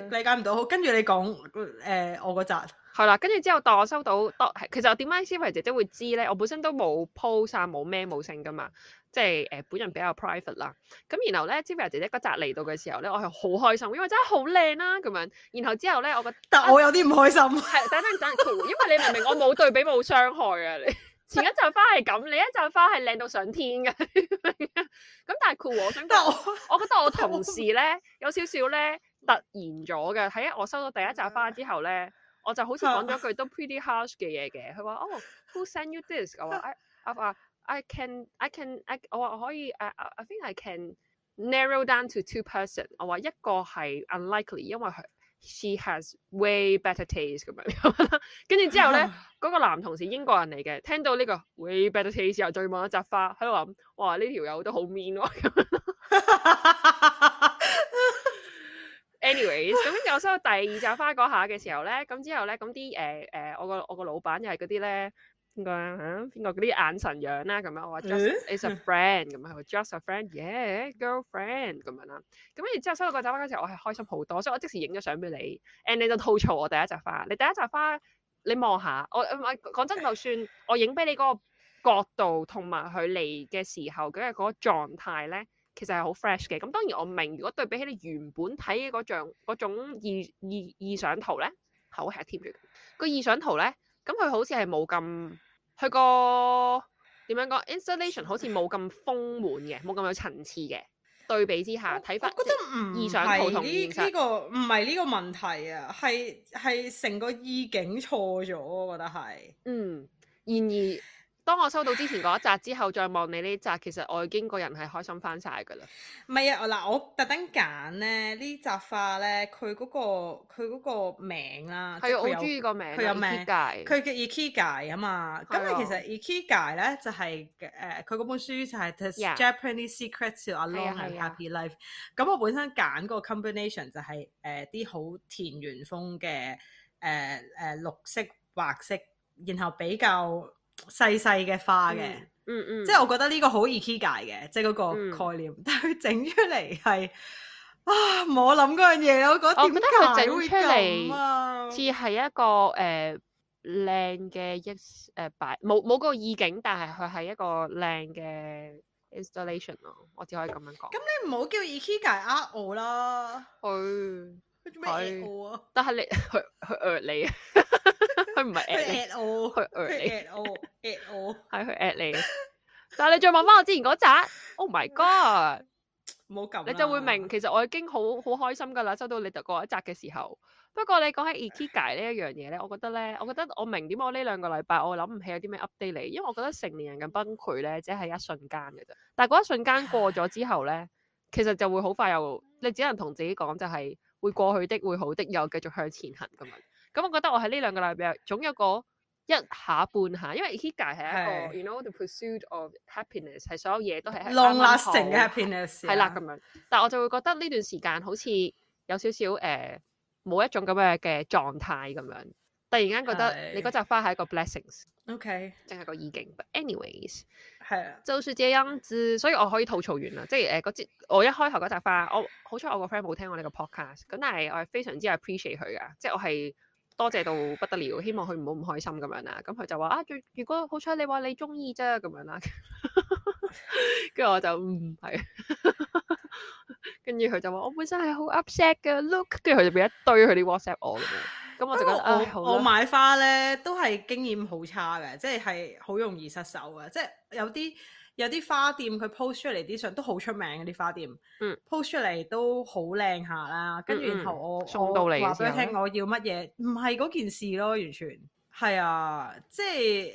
god！理解唔到，跟哦住你講誒、我嗰扎係啦，跟住之後當我收到，當其實我點解 s i r 姐姐會知咧？我本身都冇 post 啊，冇咩冇性噶嘛，即係誒、呃本人比較 private 啦。咁然後咧 s i r 姐姐嗰集嚟到嘅時候咧，我係好開心，因為真係好靚啦咁樣。然後之後咧，我覺得但我有啲唔 開心。係等等等，因為你明唔明我冇對比冇傷害啊？你前一扎花係咁，你一扎花係靚到上天嘅，你明唔明啊咁但係 cool，我想講但我我覺得我同事咧有少少咧突然咗嘅，喺我收到第一扎花之後咧，我就好似講咗句都 pretty harsh 嘅嘢嘅。佢話：哦、w h o sent you this？我話：I 我話 I can I can I 我話我可以誒、I- I think I can narrow down to two person。我話一個係 unlikely，因為佢 she has way better taste 咁樣。跟住之後 咧。嗰個男同事英國人嚟嘅，聽到呢、個 way better taste 又再望一扎花，喺度諗：哇！呢條友都好 mean 喎、anyways，咁跟住我收到第二扎花嗰下嘅時候咧，咁之後咧，咁啲誒誒，我個我個老闆又係嗰啲咧，邊個啊？嚇邊個嗰啲眼神樣啦，咁樣我話 just is a friend 咁樣，佢話 just a friend，yeah，girlfriend 咁樣啦。咁跟住之後收到嗰扎花嘅時候，我係開心好多，所以我即時影咗相俾你，and 你就吐槽我第一扎花，你第一扎花你望下，我唔係講真，就算我影俾你嗰個角度同埋佢嚟嘅時候嘅嗰個狀態咧。其實係好 fresh 嘅。咁當然我明，如果對比起你原本睇嘅嗰張嗰種意意意想圖咧，口吃添住個意想圖咧，咁佢好似係冇咁佢個點樣講 installation 好似冇咁豐滿嘅，冇咁有層次嘅。對比之下，睇法我覺得唔意想圖同係現呢呢實個唔係呢個問題啊，係係成個意境錯咗，我覺得係。嗯。然而，當我收到之前嗰一扎之後，再望你呢扎，其實我已經個人係開心翻晒㗎啦。唔係啊，嗱，我特登揀咧呢扎花咧，佢嗰、個佢嗰個名啦，即係啊，我好佢有中意個名啊，佢有名界，佢嘅 Ikigai 啊嘛，咁係啊你其實 Ikigai 咧就係誒佢嗰本書就係 The Yeah Japanese Secret to a 係啊 Long and 係啊 Happy Life。咁我本身揀嗰個 combination 就係誒啲好田園風嘅誒誒綠色白色，然後比較細細嘅花嘅，嗯嗯，即係我覺得呢個好 Ikigai 嘅，即係嗰個嗯概念。 但係佢整出嚟係啊，冇諗嗰樣嘢，我覺得我點覺得佢解整會出嚟咁啊？似係一個誒、呃靚嘅益誒擺冇冇個意境，但係佢係一個靚嘅 installation 咯，我只可以咁樣講。咁你唔好叫 IKEA 呃我啦，佢佢做咩呃我 啊？但係你佢佢呃你，佢唔係呃你，佢 at 我，佢呃你佢 at 我，at 我，係佢 at 你。但係你再問翻我之前嗰集，Oh my god！唔好咁啦。你就會明，其實我已經好好開心㗎啦，收到你讀嗰一集嘅時候。不過你講起 IKEA 呢一樣嘢咧，我覺得咧，我覺得我明點解我呢兩個禮拜我諗唔起有啲咩 update 你，因為我覺得成年人嘅崩潰咧，只係一瞬間嘅啫。但係嗰一瞬間過咗之 後咧，其實就會好快又，你只能同自己講就係、會過去的，會好的，又繼續向前行咁樣。咁我覺得我喺呢兩個禮拜總有個一下半下，因為 IKEA 係係一個 you know the pursuit of happiness 係所有嘢都係啱啱 long lasting 嘅好 happiness 係啦啊咁樣。但我就會覺得呢段時間好似有少少誒冇一種咁樣嘅狀態咁樣，突然間覺得係你嗰扎花係一個 blessings， ，OK，淨係個意境。But anyways，係啊，就是這樣子，所以我可以吐槽完啦。即係誒嗰支我一開頭嗰扎花，我好彩我個 friend 冇聽我呢個 podcast，咁但啊係我係非常之 appreciate 佢噶，即係我係。多謝到不得了，希望佢唔好唔開心咁樣啦。咁佢就話啊，最如果好彩你話你中意啫咁樣啦， 跟住我就嗯係，跟住佢就話我本身係好 upset 嘅，look，跟住佢就俾一堆佢啲 WhatsApp 我咁樣，咁我就不覺過得唉哦我好我啦，嗯買花咧都係經驗好差嘅，即係係好容易失手嘅，即係有啲有啲花店佢 post 出嚟啲相都好出名嘅啲花店，嗯，post 出嚟都好靚下啦，跟住嗯嗯然後我送到嚟啊嘅我話俾時候佢聽我要乜嘢，唔係嗰件事咯，完全係啊，即係。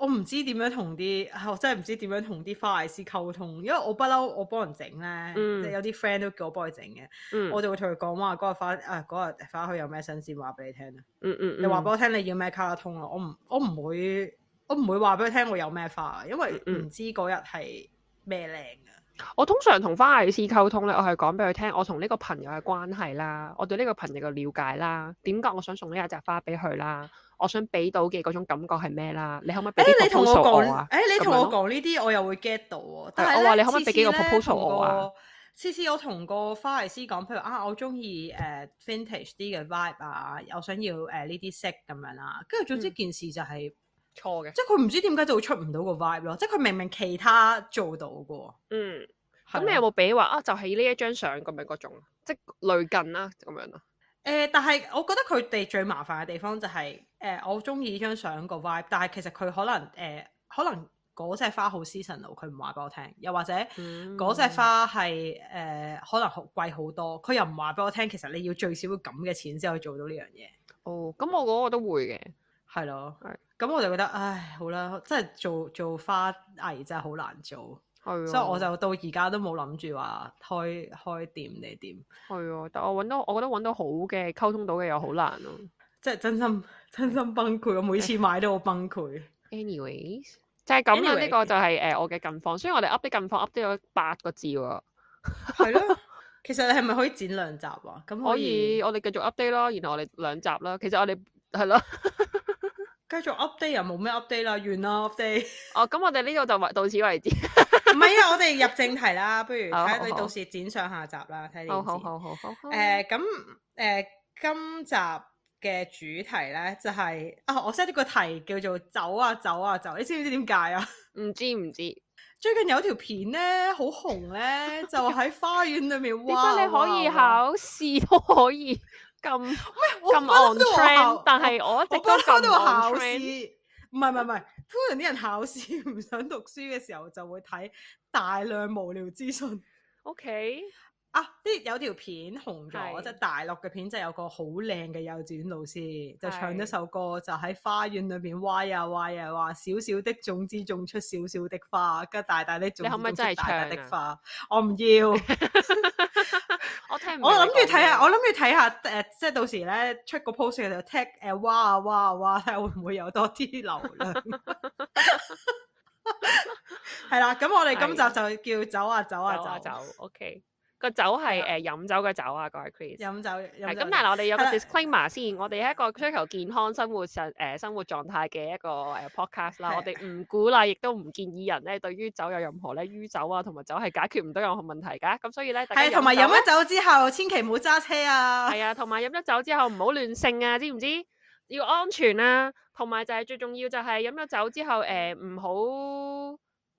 我唔知點樣同啲，啊我真係唔知點樣同啲花藝師溝通，因為我不嬲，我幫人整咧，嗯即係有啲 friend 都叫我幫佢整嘅，嗯我就會同佢講話嗰日花啊嗰日花墟有咩新鮮話俾你聽啊。嗯嗯，你話俾嗯我聽你要咩卡通啊咯，我唔我唔會我唔會話俾佢聽我有咩花，因為嗯唔知嗰日係咩靚啊我通常同花藝師溝通咧，我係講俾佢聽，我同呢個朋友嘅關係啦，我對呢個朋友嘅了解啦，點解我想送呢一扎花俾佢啦，我想俾到嘅嗰種感覺係咩啦，你可唔可以俾嘅。誒、啲你同我 proposal 我講，啊？誒咁你同我樣咯講呢啲，我又會 get 到喎。但係我咧話你可唔可以俾幾個次次咧 proposal 我啊同個？次次我同個花藝師講，譬如啊，我中意誒 vintage 啲嘅 vibe 啊，我想要誒呢啲色咁樣啦。跟住總之嗯件事就係、錯嘅，即係佢唔知點解就會出唔到個 vibe 咯。即係佢明明其他做到嘅喎。嗯，係咁你咯有冇俾話啊？就係呢一張相咁樣嗰種，啊即係類近啦咁樣啊咯。誒、呃但係我覺得佢哋最麻煩嘅地方就係、誒、我中意張相個 vibe，但係其實佢可能誒、呃可能嗰隻花好 seasonal，佢唔話俾我聽，又或者嗯嗰隻花係誒、呃可能好貴好多，佢又唔話俾我聽，其實你要最少要咁嘅錢先可以做到呢樣嘢，哦，咁我嗰個都會嘅，係咯係。咁我就覺得，唉，好啦，真係做做花藝真係好難做，係所以啊我就到而家都冇諗住話開開店定點，係啊，但我揾到，我覺得揾到好嘅溝通到嘅又好難咯。即係真心 真心崩潰，我每次買都好崩潰。 Anyways，就係咁啦，呢 Anyway 個就係誒我嘅近況。雖然我哋 up 啲近況 up 咗八個字喎，係咯，其實你係咪可以剪兩集啊？咁可可以以我哋繼續 update 咯，然後我哋兩集啦。其實我哋係咯， 繼續 update 又冇咩 update 啦，完 啦 update。哦咁我哋呢個就為到此為止。 唔係啊，我哋入正題啦，不如睇好下好你好到時剪上下集啦，睇你好好好好好好。誒咁誒，今集嘅主題咧就係、啊，我 set 咗個題叫做走啊走啊走，你知唔知點解啊？ 唔知唔知，點最近有條片咧好紅咧，就喺花園裏面哇！解你可以哇哇考試都可以 咁我咁不嬲 on 都話 trend，考但係 我一直我都不嬲咁都話 on 考 trend。試，唔係唔係唔係，通常啲人考試唔想讀書嘅時候就會睇大量無聊資訊 O K，啊！啲有條片紅係咗，即係大陸嘅片，就有個好靚嘅幼稚園老師就唱係咗首歌，就喺花園裏邊歪啊歪啊話，小小的種子種出小小的花，跟住大大的種你可唔子可以種真係出大大唱啊的花。我唔要，我聽唔明我諗你講住睇下，咩我諗住睇下誒，即係到時咧出個 post 嘅時候 tag 誒哇啊哇啊哇，睇下會唔會有多啲流 量。係啦，咁我哋今集就叫走啊走走啊啊走酒，，OK。個酒係係啦誒飲酒嘅酒啊，各位 Chris。飲酒飲係酒咁，但係我哋有個係啦 disclaimer 先，我哋係一個追求健康生活上誒、呃生活狀態嘅一個誒 podcast 啦。係我哋唔鼓勵，亦都唔建議人咧對於酒有任何咧酗酒啊，同埋酒係解決唔到任何問題㗎。咁所以咧，大家係同埋飲咗咗酒之後，千祈唔好揸車啊！係啊，同埋飲咗酒之後唔好亂性啊，知唔知？要安全啦、同埋就係最重要就係飲咗酒之後，誒唔好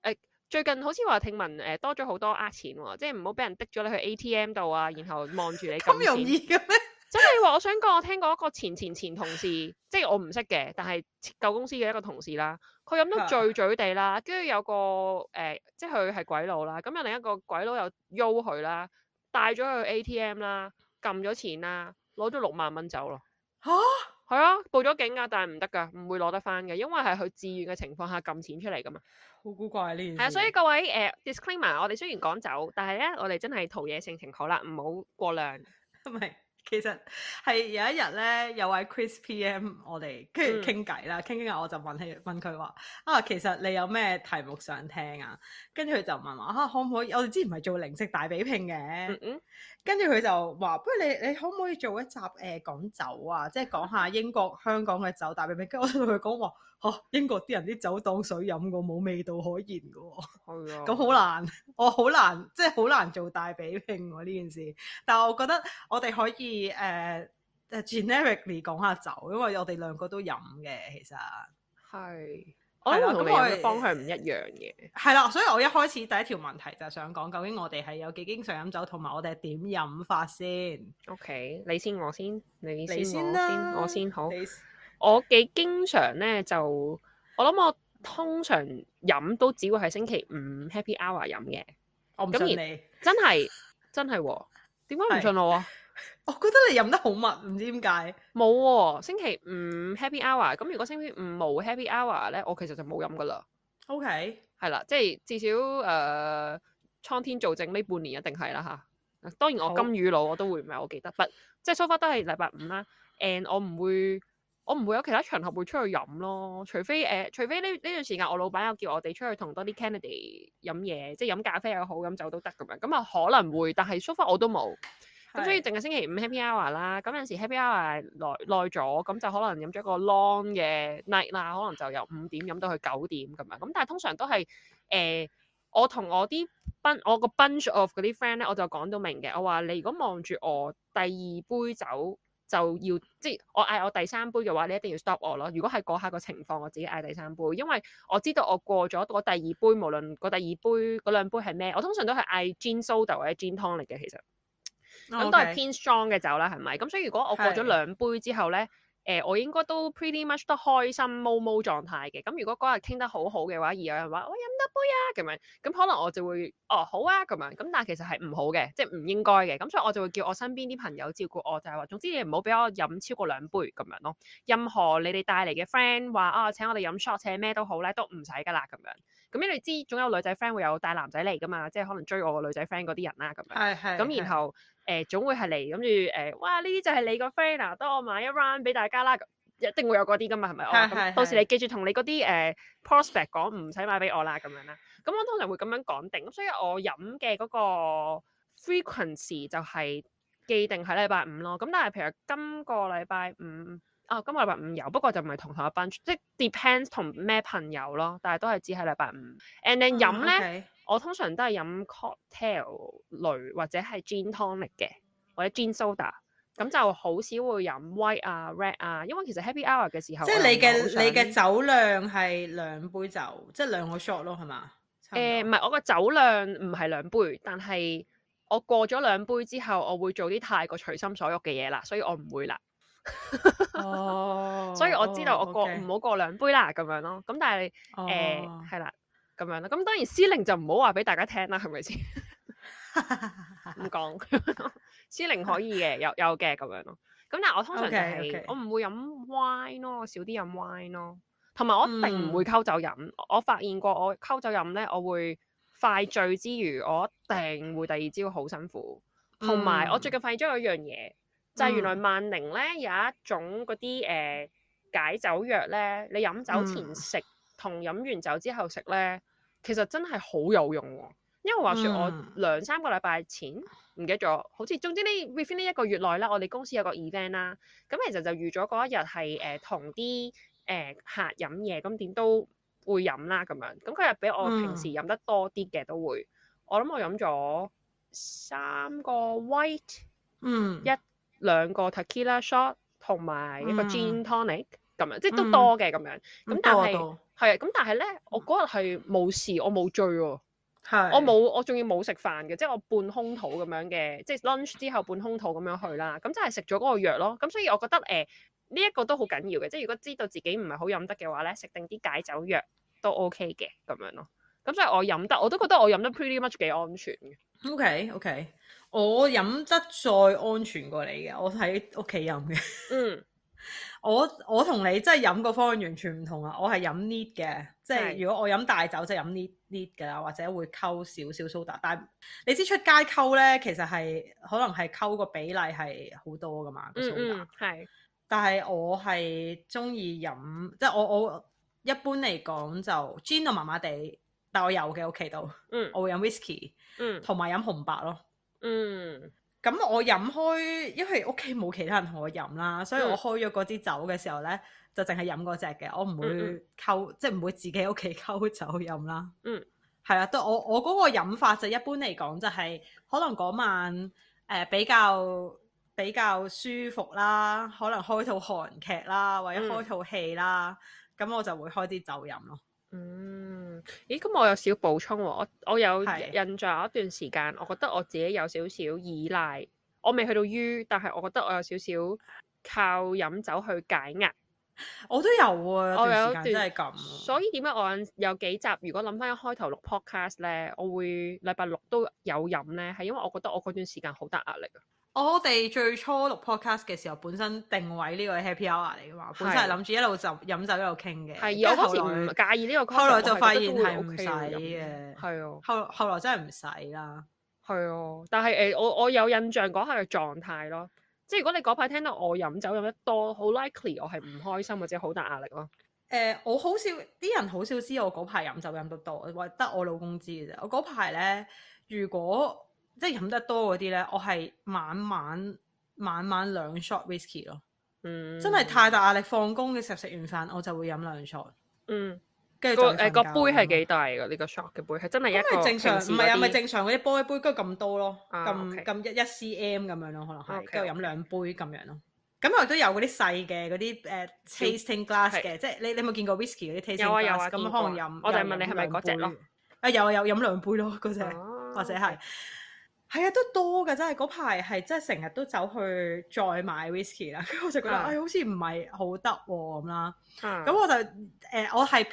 誒最近好似話聽聞誒、多咗好多呃錢喎，即係唔好俾人滴咗你去 ATM 度啊，然後望住你撳咁容錢易嘅咩？真係喎！我想講，我聽過一個前前前同事，即係我唔識嘅，但係舊公司嘅一個同事啦，佢飲到嚇醉醉地啦，跟住有個誒、呃即係佢係鬼佬啦，咁有另一個鬼佬又邀佢啦，帶咗佢去 ATM 啦，撳咗錢啦，攞咗六萬蚊走咯。嚇係啊，報咗警㗎，但係唔得㗎，唔會攞得翻嘅，因為係佢自願嘅情況下撳錢出嚟㗎嘛。好古怪呢件事。係啊，所以各位誒、呃 disclaimer，我哋雖然講酒，但係咧我哋真係陶冶性情好啦，唔好過量。唔係，其實係有一日咧，有位 Chris PM 我哋跟嗯住傾偈啦，傾傾下我就問佢問佢話啊，其實你有咩題目想聽啊？跟住佢就問話啊，可唔可以？我哋之前唔係做零食大比拼嗯嘅，嗯，跟住佢就話，不如你你可唔可以做一集誒、呃、講酒啊？即係 講下英國香港嘅酒大比拼。跟住我就同佢講話嚇，英國啲人啲酒當水飲嘅，冇味道可言嘅喎。係啊。咁好難，我好難，即係好難做大比拼喎呢件事。但係我覺得我哋可以誒、呃、generically 講下酒，因為我哋兩個都飲嘅，其實係，我係啦諗同哦咁你我有嘅哋方向唔一樣嘅。係啦。所以我一開始第一條問題就係想講，究竟我哋係有幾經常飲酒，同埋我哋係點飲法先？ OK，你先我先，你你先我先，啦，我先好。你我幾經常咧就，我諗我通常飲都只會係星期五 Happy Hour 飲嘅，我唔咁信而你，真係 真係喎。點解唔係信我啊？我覺得你飲得好密，唔知點解。冇喎，星期五 Happy Hour，咁如果星期五冇 Happy Hour 咧，我其實就冇飲噶啦。 OK，係啦，即係至少誒、呃，蒼天做證呢半年一定係啦嚇。啊當然我好金魚佬我都會唔係好記得，不即係 so far 都係禮拜五啦。and 我唔會我唔會有其他場合會出去飲咯，除非誒、呃除非呢呢段時間我老闆有叫我哋出去同多啲 Kennedy 飲嘢，即係飲咖啡又好，飲酒都得咁樣。咁啊可能會，但係 so far 我都冇。咁所以係淨係星期五 happy hour 啦，咁有陣時 happy hour 耐耐咗，咁就可能飲咗個 long 嘅 night 啦，可能就由五點飲到去九點咁樣。咁但係通常都係誒、呃我同我啲賓我個 bunch of 嗰啲 friend 咧，我就講到明嘅，我話你如果望住我第二杯酒就要，即係我嗌我第三杯嘅話，你一定要 stop 我咯。如果係嗰下個情況，我自己嗌第三杯，因為我知道我過咗嗰第二杯，無論嗰第二杯嗰兩杯係咩，我通常都係嗌 gin soda 或者 gin tonic 嘅，其實。咁都係哦 OK 偏 strong 嘅酒啦，係咪？咁所以如果我過咗係兩杯之後咧，誒、我應該都 pretty much 都開心毛毛狀態嘅。咁如果嗰日傾得好好嘅話，而有人話我飲多杯啊咁樣，咁可能我就會哦好啊咁樣。咁但係其實係唔好嘅，即係唔應該嘅。咁所以我就會叫我身邊啲朋友照顧我，就係、話總之你唔好俾我飲超過兩杯咁樣咯。任何你哋帶嚟嘅 friend 話啊請我哋飲 shot 請咩都好咧，都唔使㗎啦咁樣。咁因為你知總有女仔 friend 會有帶男仔嚟㗎嘛，即係可能追我個女仔 friend 嗰啲人啦咁樣。係係咁然係後誒、呃、總會係嚟，跟住誒，哇呢啲就係你個 friend 啊，當我買一 round 俾大家啦，咁一定會有嗰啲噶嘛，係咪？我話係咁係到時係你記住同你嗰啲誒 prospect 講，唔使買俾我啦，咁樣啦。咁我通常會咁樣講定，咁所以我飲嘅嗰個 frequency 就係既定喺禮拜五咯。咁但係譬如今個禮拜五。啊，今個禮拜五有，不過就唔係同同一班，即係 depends 同咩朋友咯，但係都係只係禮拜五。And 嗯 then 飲咧，咧，我通常都係飲 cocktail 類或者係 gin tonic 嘅，或者 gin soda。咁就好少會飲 white 啊、red 啊，因為其實 happy hour 嘅時候，即我又係你唔係好嘅你嘅想酒量係兩杯酒，即係兩個 shot 咯，係嘛？差唔多呃誒唔係我個酒量唔係兩杯，但係我過咗兩杯之後，我會做啲太過隨心所欲嘅嘢啦，所以我唔會啦。 哦，所以我知道我過哦唔好過兩杯啦咁樣咯。咁但係呃，OK，哦誒係啦咁樣啦。咁當然司令就唔好話俾大家聽啦，係咪先？嗯唔講，司令可以嘅，有有嘅咁樣咯。咁但係我通常就係 OK，OK 我唔會飲 wine 咯，我少啲飲 wine 咯。同埋我一定唔會嗯溝酒飲。我我發現過我溝酒飲咧，我會快醉之餘，我一定會第二朝好辛苦。同埋我最近發現咗有一樣嘢，就係、原來嗯萬寧咧有一種嗰啲誒解酒藥咧，你飲酒前嗯食同飲完酒之後食咧，其實真係好有用喎、因為話說我嗯兩三個禮拜前唔記得咗，好似總之呢 within 呢一個月內啦，我哋公司有個 event 啦，咁其實就預咗嗰一日係誒同啲誒客飲嘢，咁點都會飲啦咁樣。咁佢又比我平嗯時飲得多啲嘅都會，我諗我飲咗三個 white 嗯一兩個 tequila shot。同埋一個嗯 gin tonic 咁樣，即係都嗯多嘅咁樣。咁但多係到係啊，咁但係咧，我嗰日係冇事，我冇醉喎，係我冇，我仲要冇食飯嘅，即係我半空肚咁樣嘅，即係 lunch 之後半空肚咁樣去啦。咁就係食咗嗰個藥咯。咁所以我覺得誒呢一個都好緊要嘅，即係如果知道自己唔係好飲得嘅話咧，食定啲解酒藥都 OK 嘅咁樣咯。咁所以我飲得，我都覺得我飲得 pretty much 幾安全嘅。 O K O K，我飲得再安全過你嘅，我喺屋企飲嘅。嗯，我我同你真係飲個方向完全唔同啊！我係飲 neat 嘅，即係係如果我飲大酒就飲 neat neat 噶啦，或者會溝少少蘇打。但係你知出街溝咧，其實係可能係溝個比例係好多噶嘛個嗯蘇打。嗯，係，但係我係中意飲，即係我我一般嚟講就 gin 就麻麻地，但我有嘅屋企度，嗯我會飲 whisky 嗯同埋飲紅白咯。嗯咁我飲開，因為屋企冇其他人同我飲啦，所以嗯我開咗嗰支酒嘅時候咧，就淨係飲嗰只嘅，我唔會嗯溝，即係唔會自己屋企溝酒飲啦。嗯，係啦，都我我嗰個飲法就一般嚟講就係、可能嗰晚誒、呃比較比較舒服啦，可能開套韓劇啦，或者嗯開套戲啦，咁、我就會開支酒飲咯。嗯，咦？咁我有少補充喎，我我有係印象有一段時間，我覺得我自己有少少依賴，我未去到於，但係我覺得我有少少靠飲酒去解壓。我都有喎，有我有段一時間真段係咁。所以點解我有有幾集，如果諗翻一開頭錄 podcast 咧，我會禮拜六都有飲咧，係因為我覺得我嗰段時間好大壓力啊。我哋最初錄 podcast 嘅時候，本身定位呢個係 happy hour 嚟噶嘛，本身係係諗住一路就飲酒一路傾嘅。係，我嗰時唔跟住後來介意呢個 concept，後來就發發現現係唔唔使嘅係啊。後後來真係唔使啦。係啊，但係誒、我我有印象嗰下嘅狀態咯。即係如果你嗰排聽到我飲酒飲得多，好 likely 我係唔開心或者好大壓力咯。誒、呃我好少啲人好少知我嗰排飲酒飲得多，或得我老公知嘅啫。我嗰排咧，如果即係飲得多嗰啲咧，我係晚晚晚晚兩 shot whisky 咯，嗯，真係太大壓力。放工嘅時候食完飯，我就會飲兩 shot，嗯跟住就個會誒個瞓杯係覺咁樣幾大㗎？呢、個 shot 嘅杯係真係一咁個咪正常，平時唔係啊，嗰咪啲正常嗰啲玻璃杯，跟住咁多咯，啊，OK 咁咁一一 cm 咁樣咯，可能 OK，係，跟住 OK 飲兩杯咁樣咯。咁我都有嗰啲細嘅嗰啲誒 tasting glass 係嘅，即係你你有冇見過 whisky 嗰啲 tasting 有啊有 glass？啊咁可見過啊能飲，我就係又問你飲係咪兩嗰隻咯杯？啊有啊有飲兩杯咯嗰隻，哦或者係係啊都多㗎真係嗰排係真係成日都走去再買 whisky 啦，跟住我就覺得哎啊唉好似唔係好得喎咁啦。啊咁我就誒、呃我係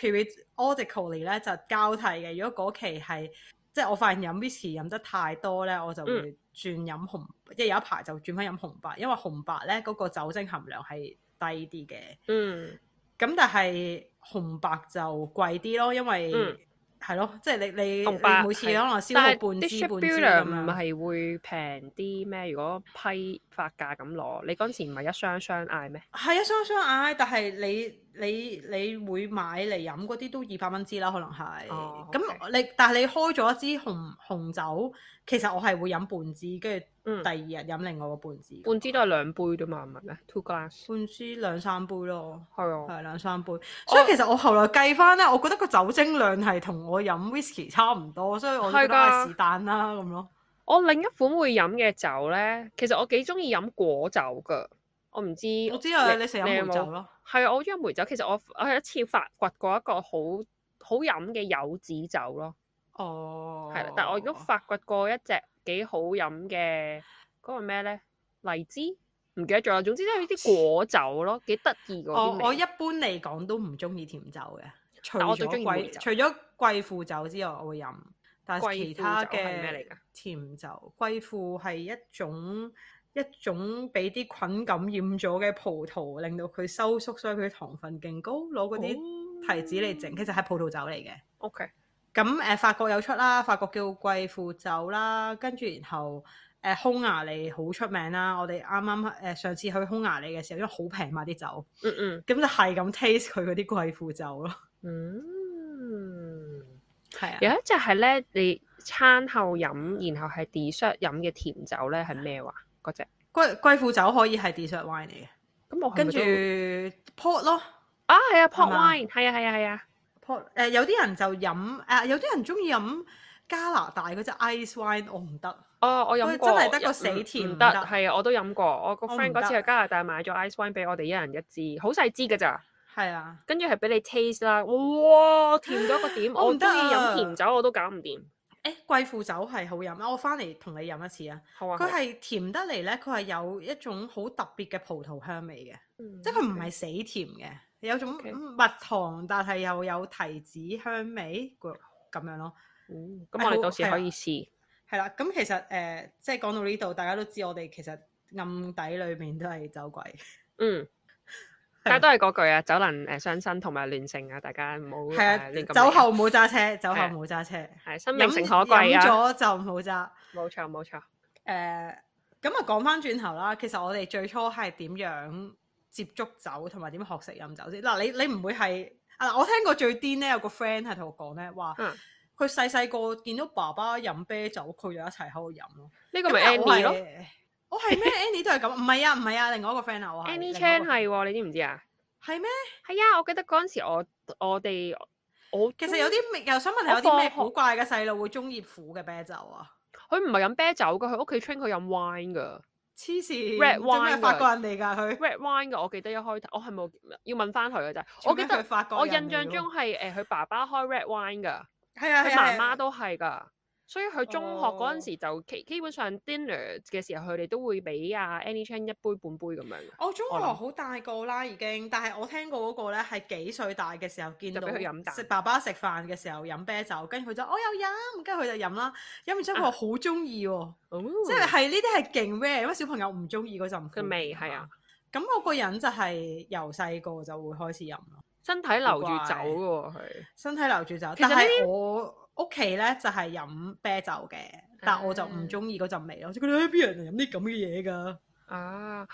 periodically 咧就交替嘅。如果嗰期係即係我發現飲 whisky 飲得太多咧，我就嗯會轉飲紅，即係有一排就轉翻飲紅白，因為紅白咧嗰、個酒精含量係低啲嘅。嗯咁但係紅白就貴啲咯，因為嗯係咯，即係你你紅白你每次可係能消但係耗半支半支 distributor 咁唔樣。係會平啲咩？如果批發價咁攞，你嗰陣時唔係一箱箱嗌咩？係啊，雙雙嗌，但係你你你會買嚟飲嗰啲都二百蚊支啦，可能係。哦咁、你但係你開咗一支紅紅酒，其實我係會飲半支，跟住嗯第，二日飲另外個半支。半支都係兩杯啫嘛，唔係咩？Two glass 半支兩三杯咯，係啊，係兩三杯。所以其實我後來計翻咧，我覺得個酒精量係同我飲 whisky 差唔多，所以我就覺係得㗎唉是但啦咁咯。我另一款會飲嘅酒咧，其實我幾中意飲果酒噶。我唔知，我知啊，你成日你飲有紅酒冇咯，係啊，我中意梅酒。其實我我有一次發掘過一個好好飲嘅柚子酒咯，哦，係啦、但我亦都發掘過一隻幾好飲嘅嗰個咩咧荔枝，唔記得咗啦。總之即係啲果酒咯，幾得意嗰我啲哦我味。一般嚟講都唔中意甜酒嘅，除但我咗最鍾意梅貴酒除咗貴婦酒之外，我會飲。但係貴其婦他酒係咩嚟嘅㗎甜酒，貴婦係一種一種俾啲菌感染咗嘅葡萄，令到佢收縮，所以佢糖分勁高，攞嗰啲哦提子嚟整，其實係葡萄酒嚟嘅。 O K，咁誒、呃法國有出啦，法國叫貴婦酒啦，跟住然後誒、呃匈牙利好出名啦。我哋啱啱誒上次去匈牙利嘅時候，因為好平嘛啲酒。嗯嗯咁就係咁 taste 佢嗰啲貴婦酒咯。嗯。係有，一隻係咧，你餐後飲，然後係 dessert 飲嘅甜酒咧，係咩話？嗰隻貴貴婦酒可以係 dessert wine 嚟嘅，咁啊我係咪跟住都 port 咯啊，係啊係，port 嘛 wine，係啊，係啊，係啊， port 誒、有啲人就飲誒、有啲人中意飲加拿大嗰只 ice wine 我唔得，哦，我飲佢過，真係得個飲死唔甜唔唔得，得係啊，我都飲過。我個我唔 friend 嗰次得去加拿大買咗 ice wine 俾我哋一人一支，好細支㗎咋，係啊，跟住係俾你 taste 啦。哇，甜到一個點，我我唔得中意飲啊甜酒我都搞唔掂。誒貴婦酒係好飲啊！我翻嚟同你飲一次啊！好啊，佢係甜得嚟咧，佢係有一種好特別嘅葡萄香味嘅，即即係佢唔係死甜嘅，有種 OK 嗯蜜糖，但係又有提子香味嗰咁樣咯。嗯咁我哋到時可以試。係啦，咁其實誒、呃即係講到呢度，大家都知我哋其實暗底裏面都係走鬼。嗯，但係都係嗰句啊，酒能誒傷身同埋亂性啊，大家唔好誒係啊，亂咁酒嚟後唔好揸車，酒後係啊唔好揸車。係生命飲誠可貴飲啊，咗就唔好揸。冇錯冇錯。誒、咁啊講翻轉頭啦，其實我哋最初係點樣接觸酒同埋點樣學識飲酒先？嗱，你你唔會係啊？我聽過最癲咧，有個 friend 係同我講咧話，嗯佢細細個見到爸爸飲啤酒，佢就一齊喺度飲咯。呢個咁咪但係我 Annie 咯係。我係咩？Annie 都係咁，唔係啊，唔係啊，另外一個 friend 啊，我係，Annie 另外一 Chan 個係喎，你知唔知啊？係咩？係啊，我記得嗰陣時我我哋我其實有啲咩又想問係有嗯我啲放咩學古怪嘅細路會中意苦嘅啤酒啊？佢唔係飲啤酒噶，佢屋企 train 佢飲 wine 噶黐線 Red 做咩 wine 法㗎國人嚟㗎佢？ ，red wine 噶。我記得一開頭，我係冇要問翻佢嘅咋。做我咩記得佢法國我人印嚟象㗎中係誒佢爸爸開 red wine 噶，係啊，佢係媽啊哦係啊媽都係噶。所以佢中學嗰陣時就基基本上 dinner 嘅時候，佢哋都會俾阿 Annie Chan 一杯半杯咁樣㗎我中我學諗好大個啦，已經，但係我聽過嗰個咧係幾歲大嘅時候見就到俾佢飲啖食爸爸食飯嘅時候飲啤酒，跟住佢就我有飲，跟住佢就飲啦，飲完之啊後佢話好中意喎，即係係呢啲係勁 rare，因為小朋友唔中意嗰陣嘅味係啊。，咁我個人就係由細個就會開始飲咯，身體留住酒好怪㗎喎佢。身體留住酒。其實但呢係我屋企咧就係飲啤酒嘅，但我就啊唔中意嗰陣味咯，我就覺得哎邊有人飲啲咁嘅嘢㗎，啊，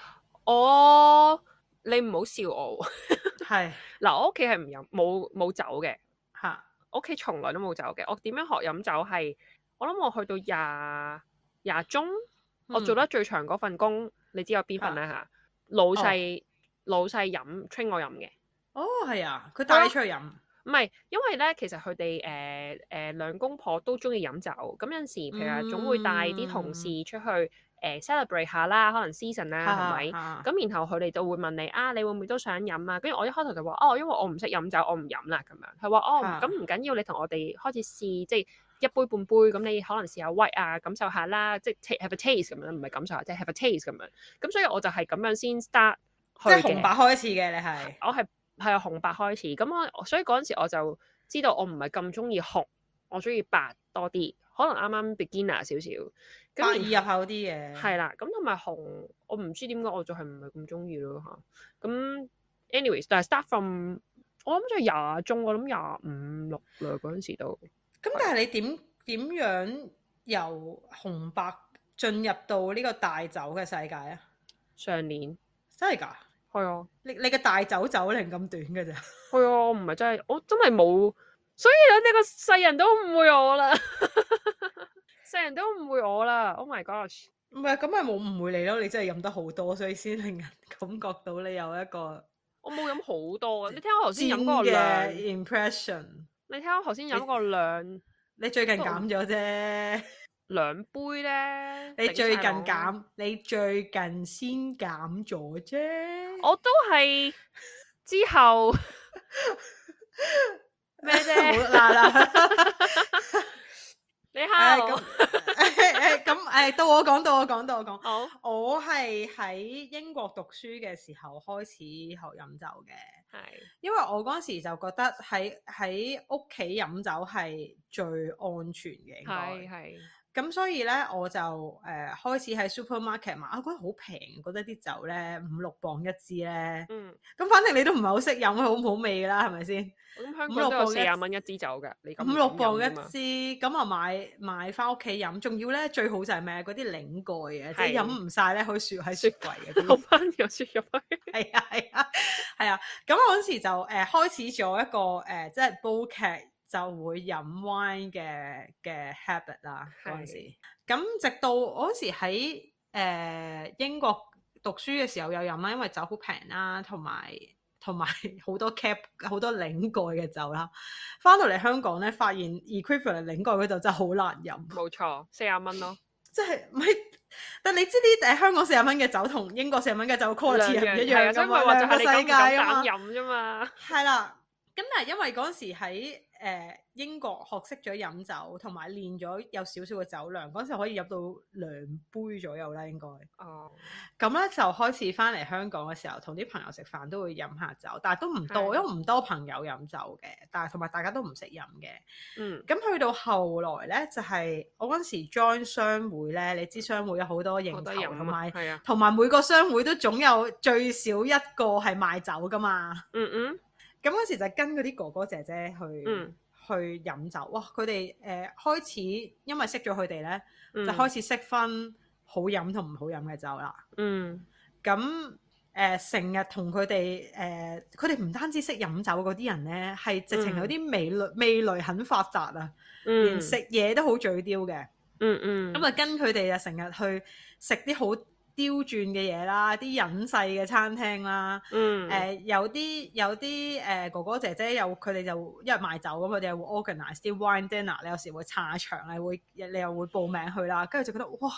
我你唔好笑我喎 係嗱，我屋企係唔飲冇冇酒嘅。嚇我屋企從來都冇酒嘅。我點樣學飲酒係？我諗我去到廿廿中，我做嗯得最長嗰份工，你知有邊份啦嚇？老細、老細飲 train 我飲嘅，哦係啊，佢帶你出去飲。唔係因為咧，其實佢哋誒誒兩公婆都中意飲酒，咁有陣時譬如話總會帶啲同事出去誒、呃 celebrate 下啦，可能 season 啊啦，啊係咪？咪咁然後佢哋就會問你啊，你會唔會都想飲啊？跟住我一開頭就話哦，因為我唔識飲酒，我唔飲啦咁樣。佢話哦，啊咁唔緊要，你同我哋開始試，即係一杯半杯咁，你可能試下威啊，感受下啦，即係 ta- have a taste 咁樣，唔係感受下，即係 have a taste 咁樣。咁所以我就係咁樣先 start 去即係紅白嘅。開始嘅，你係我係係啊紅白開始，咁我所以嗰陣時我就知道我唔係咁中意紅，我中意白多啲，可能啱啱 beginner 少少。咁百然二入口啲嘅，係啦，咁同埋紅，我唔知點解我就係唔係咁中意咯嚇。咁 anyways，但係 start from 我諗就廿中，我諗廿五六啦嗰陣時都。咁但係你點點樣由紅白進入到呢個大酒嘅世界啊？上年真係㗎？係啊你你嘅大酒酒齡咁短嘅咋？係啊，我唔係真係，我真係冇，所以你哋個世人都誤會我啦，世人都誤會我啦。Oh my gosh！唔係咁咪啊冇誤會你咯，你真係飲得好多，所以先令人感覺到你有一個我冇飲好多啊！你聽我頭先飲尖嗰個嘅量， impression。你聽我頭先飲嗰個量你最近減咗啫，兩杯咧，你頂最近晒籠啦減，你最近先減咗啫。我都係之後咩冇啫？啦啦。你 唉蝦我咁唉咁 誒，到我講，到我講，到我講。好我係喺英國讀書嘅時候開始學飲酒嘅，係因為我嗰陣時就覺得喺喺屋企飲酒係最安全嘅，應係該。係咁所以咧，我就誒、呃、開始喺 supermarket 買，啊覺得好平，覺得啲酒咧五六磅一支咧。嗯，咁反正你都唔係好識飲，好唔好味㗎啦，係咪先？咁香五港六都有磅四一廿蚊一支酒㗎，你咁五六咁磅飲㗎嘛一支，咁啊買買翻屋企飲，仲要咧最好就係咩嗰啲檸蓋嘅，即係係飲唔晒咧可以雪喺雪櫃 嘅嗰留啲。翻條雪入去，係啊係啊係啊！咁我嗰時就誒、呃、開始咗一個誒、呃即係煲劇就會飲 wine 嘅嘅 habit 啦。嗰陣時，咁直到我嗰時喺誒、呃英國讀書嘅時候有飲啦，因為酒好平啦，同埋同埋 好多 cap 好多領蓋嘅酒啦。翻到嚟香港咧，發現 equivalent 領蓋嗰酒真係好難飲，冇錯，四廿蚊 咯，即係唔係？但你知啲誒香港四十蚊嘅酒同英國四十蚊嘅酒 quality 係唔一係啊樣所㗎以咪嘛，話就兩個係世你夠唔界啊嘛夠膽。飲啫嘛。係啦，咁但係因為嗰陣時喺誒、呃英國學識咗飲酒，同埋練咗有少少嘅酒量，嗰陣時可以飲到兩杯左右啦，應該。哦，咁咧就開始翻嚟香港嘅時候，同啲朋友食飯都會飲下酒，但係都唔多，係因為唔多朋友飲酒嘅，但係同埋大家都唔識飲嘅。嗯，咁去到後來咧，就係、我嗰陣時 join 商會咧，你知商會有好多好應多酬飲同啊，埋。係啊，同埋每個商會都總有最少一個係賣酒噶嘛，嗯嗯。咁嗰時就跟嗰啲哥哥姐姐去、嗯去飲酒，哇！佢哋誒開始因為識咗佢哋咧，就就開始識分好飲同唔好飲嘅酒啦。嗯咁誒成日同佢哋誒，佢哋唔單止識飲酒嗰啲人咧，係直情有啲味蕾味蕾很發達啊，連嗯食嘢都好嘴刁嘅。嗯嗯咁啊，跟佢哋啊，成日去食啲好刁鑽嘅嘢啦，啲隱世嘅餐廳啦。誒、嗯有啲有啲誒、哥哥姐姐又佢哋就因為賣酒咁，佢哋又會 organise 啲 wine dinner，你有時會撐場，你會你又會報名去啦，跟住就覺得哇，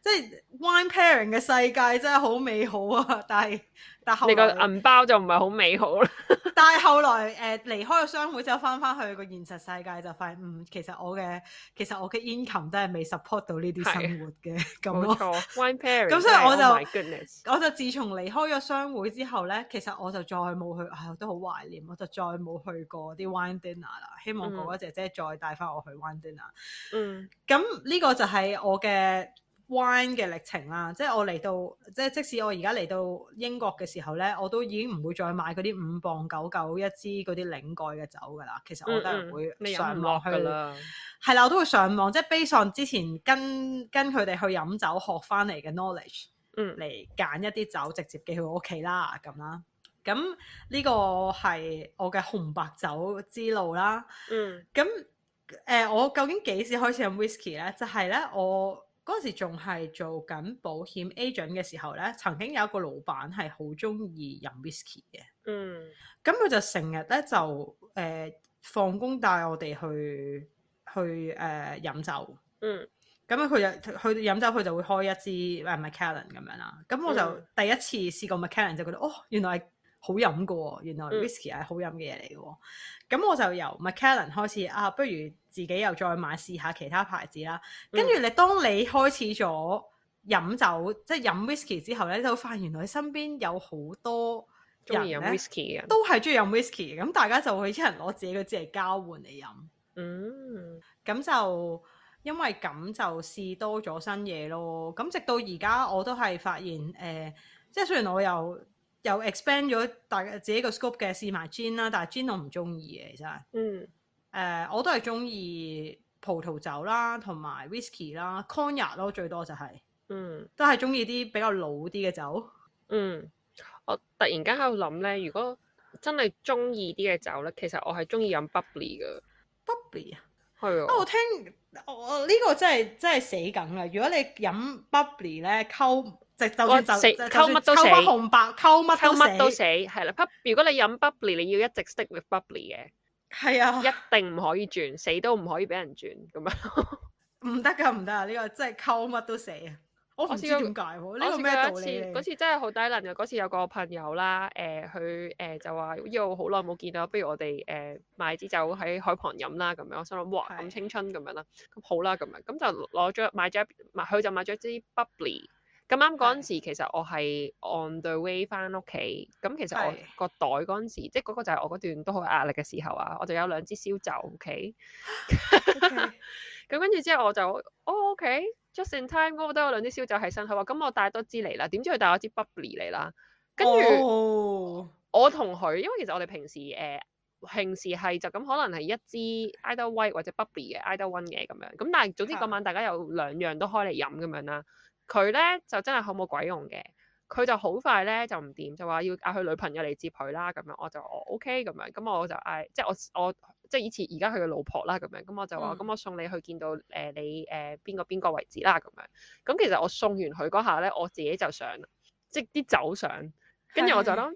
即係 wine pairing 嘅世界真係好美好啊！但係但後你個來銀包就唔係好美好啦。但係後來誒、呃離開咗商會之後，翻翻去個現實世界就發現，嗯，其實我嘅其實我嘅 income 都係未 support 到呢啲係生活嘅咁冇咯。錯，wine pairing 咁所以我就 oh my goodness，我就自從離開咗商會之後咧，其實我就再冇去，唉、我都好懷念，我就再冇去過啲 wine dinner 啦。希望哥哥姐姐再帶翻我去 wine dinner。嗯咁呢個就係我嘅 wine 嘅歷程啦。即係我嚟到，即係即使我而家嚟到英國嘅時候咧，我都已經唔會再買嗰啲五磅九九一支嗰啲領蓋嘅酒㗎啦。其實我都嗯係嗯會你飲上唔落網去㗎啦。係啦，我都會上網，即係 base on 之前跟跟佢哋去飲酒學翻嚟嘅 knowledge。嗯嚟揀一啲酒，直接寄去我屋企啦，咁啦。咁呢個係我嘅紅白酒之路啦。嗯咁誒、呃我究竟幾時開始飲 whisky 咧？就係、呢，咧，我嗰陣時仲係做緊保險 agent 嘅時候咧，曾經有一個老闆係好中意飲 whisky 嘅。嗯咁佢就成日咧就誒、呃放工帶我哋去去誒、呃、飲酒。嗯咁佢就佢飲酒，佢就會開一支誒 Macallan 咁樣啦。咁我就嗯第一次試過 Macallan 就覺得哦，原來係好飲嘅喎，原來嗯 whisky 係好飲嘅嘢嚟嘅喎。咁我就由 Macallan 開始啊，不如自己又再買試下其他牌子啦。嗯跟住你當你開始咗飲酒，即係飲 whisky 之後咧，你就會發現原來你身邊有好多中意飲人呢 whisky 嘅人。都係中意飲 whisky 嘅，咁大家就會一人攞自己嘅支嚟交換嚟飲。嗯咁就因為咁就試多咗新嘢咯。咁直到而家我都係發現誒、呃即係雖然我又又 expand 咗大家自己個 scope 嘅試埋 gin 啦，但係 gin 我唔中意嘅，其實誒、嗯呃我都係中意葡萄酒啦，同埋 whisky 啦 c o n a c 咯，最多就係、嗯都係中意啲比較老啲嘅酒。嗯，我突然間喺度諗咧，如果真係中意啲嘅酒咧，其實我係中意飲 bubbly 嘅， Bubbly 啊，係啊我啊，聽我我呢、個真係真係死梗啦！如果你飲 bubbly 咧，溝就就哇算就死就就溝算乜都溝死翻紅白，溝乜溝乜都都死，係啦。pub 如果你飲 bubbly，你要一直 stick with bubbly 嘅。係啊，一定唔可以轉，死都唔可以俾人轉咁啊樣。唔得噶，唔得啊！呢、個真係溝乜都死啊！我唔我知試過點解喎，呢個我咩道試過理一次，嗰嚟？次真係好低能嘅。嗰次有個朋友啦，誒佢誒就話：，因為我好耐冇見啦，不如我哋誒、呃、買支酒喺海旁飲啦咁樣。我心諗哇，係咁青春咁樣啦，咁好啦咁樣，咁就攞咗買咗一買，佢就買咗支 bubbly。咁啱嗰陣係時，其實我係 on the way 翻屋企，咁其實係我個袋嗰陣時，即係嗰個就係我嗰段都好壓力嘅時候啊，我就有兩支燒酒，OK。 OK，咁跟住之後我就哦 OK，just、in time，我覺得有兩支燒酒喺身，佢話咁我帶多支嚟啦，點知佢帶我支 bubbly 嚟啦，跟哦住住我同佢，因為其實我哋平時誒、呃平時係就咁可能係一支 either white 或者 bubbly 嘅 either one 嘅咁樣，咁但係總之嚇嗰晚大家有兩樣都開嚟飲咁樣啦，佢咧就真係好冇鬼用嘅。佢就好快咧就唔掂，就話要嗌佢女朋友嚟接佢啦，咁樣我就我 OK 咁樣，咁我就嗌即係我我即係以前而家佢嘅老婆啦咁樣，咁我就話嗯咁、我送你去見到誒、呃你誒邊個邊個為止啦咁樣，咁其實我送完佢 嗰下咧，我自己就想即係啲酒上，跟住我就諗，哦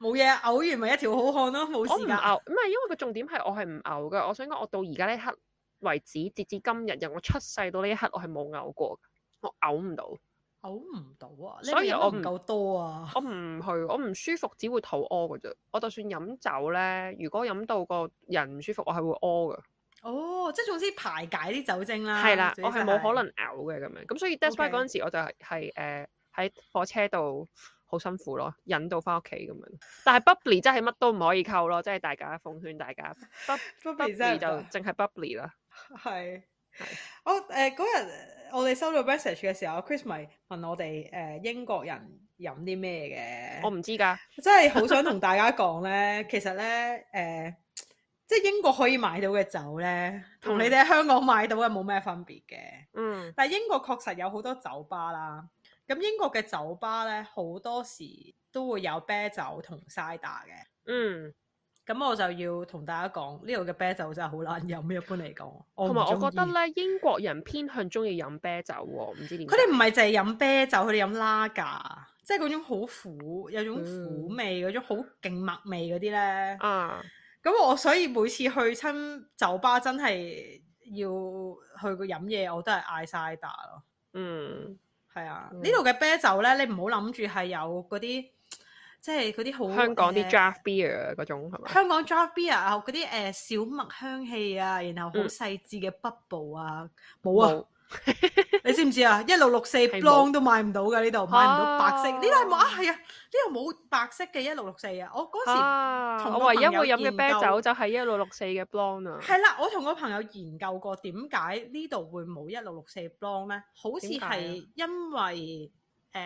冇嘢，嘔完咪一條好漢咯，冇我唔事㗎。嘔，唔係因為個重點係我係唔嘔噶。我想講，我到而家呢一刻為止，截至今日，由我出世到呢一刻，我係冇嘔過㗎，我嘔唔到，嘔唔到啊！所以你咪飲我得唔唔夠多啊！我唔去，我唔舒服，只會肚屙噶啫。我就算飲酒咧，如果飲到個人唔舒服，我係會屙噶。哦，即係總之排解啲酒精啦。係啦，總我之係就冇可能嘔嘅咁樣。咁所以 that's why OK 嗰陣時我就係係誒喺火車度好辛苦咯，引到翻屋企咁樣。但係 bubbly 真係乜都唔可以溝咯，即係大家奉勸大家 Bubbly 真 bubbly 就係就淨係 bubbly 啦。係我誒嗰日我哋收到 message 嘅時候，Chris 咪問我哋誒、呃英國人飲啲咩嘅？我唔知㗎，真係好想同大家講咧，其實咧誒、呃即係英國可以買到嘅酒咧，同你哋喺香港買到嘅冇咩分別嘅。嗯但係英國確實有好多酒吧啦，咁英國嘅酒吧咧好多時都會有啤酒同 cider 嘅。嗯。咁我就要同大家講，呢度嘅啤酒真係好難飲，一般嚟講。同埋我覺得咧。咧，英國人偏向中意飲啤酒喎，唔知點解。佢哋唔係淨係飲啤酒，佢哋飲拉噶，即係嗰種好苦，有種苦嗯味，嗰、種好勁麥味嗰啲咧。啊，咁我所以每次去親酒吧，真係要去個飲嘢，我都係嗌 cider 咯。嗯，係啊，嗯呢度嘅啤酒咧，你唔好諗住係有嗰啲，即係嗰啲好香港啲呃 draft beer 啊嗰種係咪？香港 draft beer 啊，嗰啲誒小麥香氣啊，然後好嗯細緻嘅 bubble 啊，冇啊。冇，你知唔知啊？一六六四冇 blong 都買唔到㗎呢度，買唔到白色。呢度係冇啊，啊係啊，呢度冇白色嘅一六六四啊。我嗰時啊，同個我唯一朋友會飲嘅研啤究酒就係一六六四嘅 blonde 啊。係啦，我同個朋友研究過點解呢度會冇一六六四 blong 咧？好似點解啊係因為誒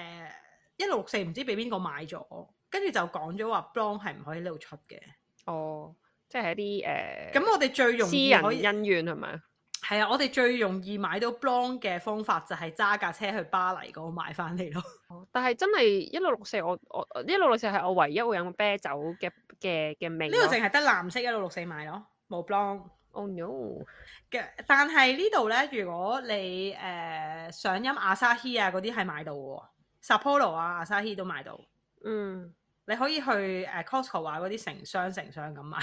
一六六四唔知俾邊個買咗，跟住就講咗話 blong 係唔可以呢度出嘅。哦，即係一啲誒，咁我哋最容私易可以人恩怨係咪？係啊，我哋最容易買到 blong 嘅方法就係揸架車去巴黎嗰度買翻嚟咯。哦但係真係一六六四，我我一六六四係我唯一會飲嘅啤酒嘅嘅嘅味呢咯。度淨係得藍色一六六四買咯，冇 blong。 Oh no！嘅，但係呢度咧，如果你誒、呃想飲阿沙希啊嗰啲係買到嘅喎，Sapporo 啊、阿沙希都買到，嗯你可以去誒、呃 Costco 啊嗰啲成箱成箱咁買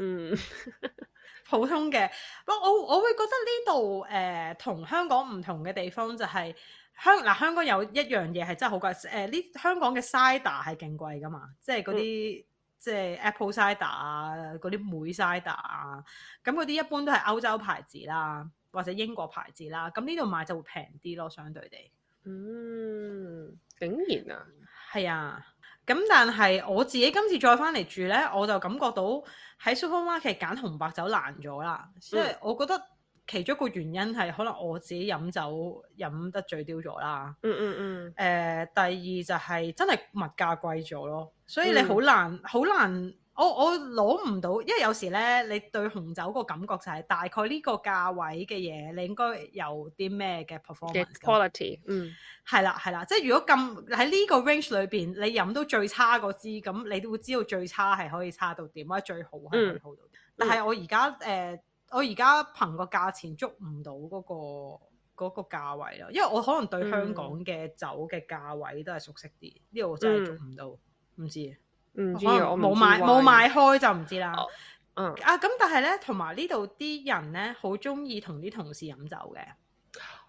嗯，普通嘅。不過我我會覺得呢度誒同香港唔同嘅地方就係、香嗱、香港有一樣嘢係真係好貴誒呢、香港嘅 cider 係勁貴㗎嘛，即係嗰啲即係 apple cider 啊，嗰啲梅 cider 啊，咁嗰啲一般都係歐洲牌子啦，或者英國牌子啦，咁呢度買就會平啲咯，相對地嗯，竟然啊！係啊。咁但係我自己今次再翻嚟住呢，我就感覺到喺 supermarket 揀紅白酒難咗啦，所以嗯我覺得其中一個原因係可能我自己飲酒飲得醉刁咗啦。嗯嗯嗯誒、，第二就係真係物價貴咗咯，所以你嗯好難好、難，我我攞唔到，因為有時咧你對紅酒個感覺就係大概呢個價位嘅嘢，你應該有啲咩嘅嘅 performance 咁。 quality，嗯。係啦係啦，即係如果咁喺呢個 range 裏邊，你飲到最差嗰支，咁你都會知道最差係可以差到點，或者最好係可嗯以好到點。但係我而家誒，我而家憑個價錢捉唔到嗰、個嗰、個價位咯，因為我可能對香嗯港嘅酒嘅價位都係熟悉啲，呢度、我真係捉唔到，唔、知嗯唔知可能啊，我唔冇知買冇 why，買開就唔知啦。哦嗯，啊咁，但係咧，同埋呢度啲人咧，好中意同啲同事飲酒嘅。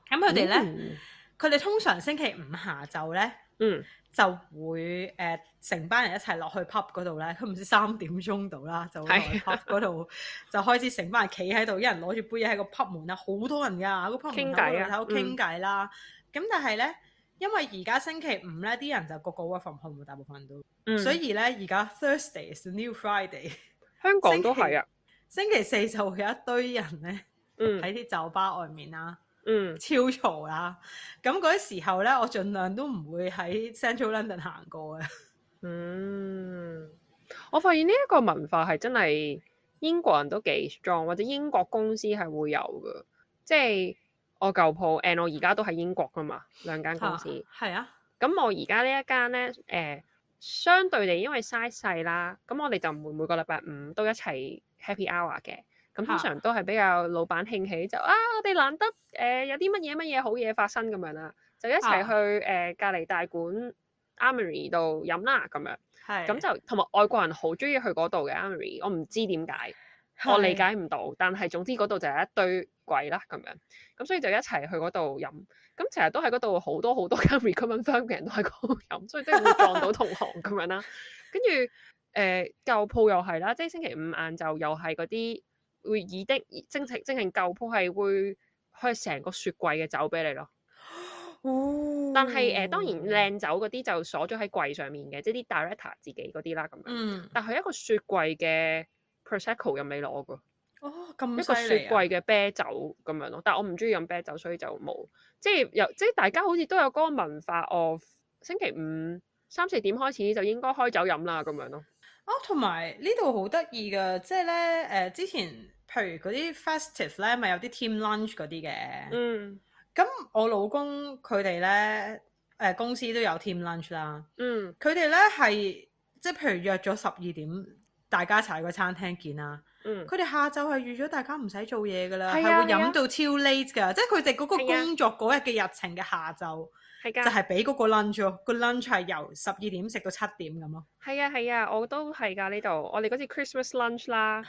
咁佢哋咧。佢哋通常星期五下晝咧嗯，就會誒、呃成班人一齊落去 pub 嗰度咧，佢唔知三點鐘到啦，就會落係去 pub 嗰度就開始成班人企喺度，一人攞住杯嘢喺個 pub 門啦，啊好多人㗎，喺個 pub 門傾口嗰偈度啊喺度傾偈啦。咁、但係咧，因為而家星期五咧，啲人就個個 work from home，大部分都，嗯所以咧而家 Thursday is the new Friday，香港都係啊，星期四就會有一堆人咧嗯喺啲酒吧外面啊啦。嗯超嘈啦。咁嗰啲時候咧，我盡量都唔會喺 Central London 行過嘅。嗯，我發現呢一個文化係真係英國人都幾 strong，或者英國公司係會有嘅，即係我舊鋪，and 我而家都喺英國噶嘛，兩間公司。嚇係啊，咁我而家呢一間咧，誒、相對地因為 size 細啦，咁我哋就唔會每個禮拜五都一齊 happy hour 嘅。咁通嚇常都係比較老闆興起就啊，我哋難得呃誒、有啲乜嘢乜嘢好嘢發生咁樣啦，就一齊呃嚇去誒、隔離大館 Amory 度飲啦咁樣。係咁就同埋外國人好中意去嗰度嘅 Amory，我唔知點解，我理解唔到。但係總之嗰度就係一堆鬼啦咁樣，咁所以就一齊去嗰度飲。咁成日都喺嗰度好多好多 間 recruitment firm 嘅人都喺嗰度飲，所以都會撞到同行咁樣啦。跟住誒舊鋪又係啦，即係星期五晏晝又係嗰啲會以的精情精情舊鋪係會開成個雪櫃嘅酒俾你咯。哦但係誒、呃當然，靚酒嗰啲就鎖咗喺櫃上面嘅，即係啲 director 自己嗰啲啦咁樣。嗯，但係一個雪櫃嘅 prosecco 任你攞噶，哦一咁個犀利雪啊！櫃嘅啤酒咁樣咯。但係我唔中意飲啤酒，所以就冇。即係又即係大家好似都有嗰個文化哦。星期五三四點開始就應該開酒飲啦咁樣咯。啊，同埋呢度好得意噶，即係咧誒，之前譬如嗰啲 festive 咧，咪有啲 team lunch 嗰啲嘅。嗯咁我老公佢哋咧誒公司都有 team lunch 啦，嗯佢哋咧係即係譬如約咗十二點，大家一齊喺個餐廳見啦。嗯，佢哋下晝係預咗大家唔使做嘢噶啦，係係啊會係飲啊到超 late 噶，即係佢哋嗰個係啊工作嗰日嘅日程嘅下晝。係就㗎。係俾嗰個 lunch 咯，個 lunch 係由十二點食到七點咁咯。係啊係啊，我都係㗎呢度。我哋嗰次 Christmas lunch 啦，誒、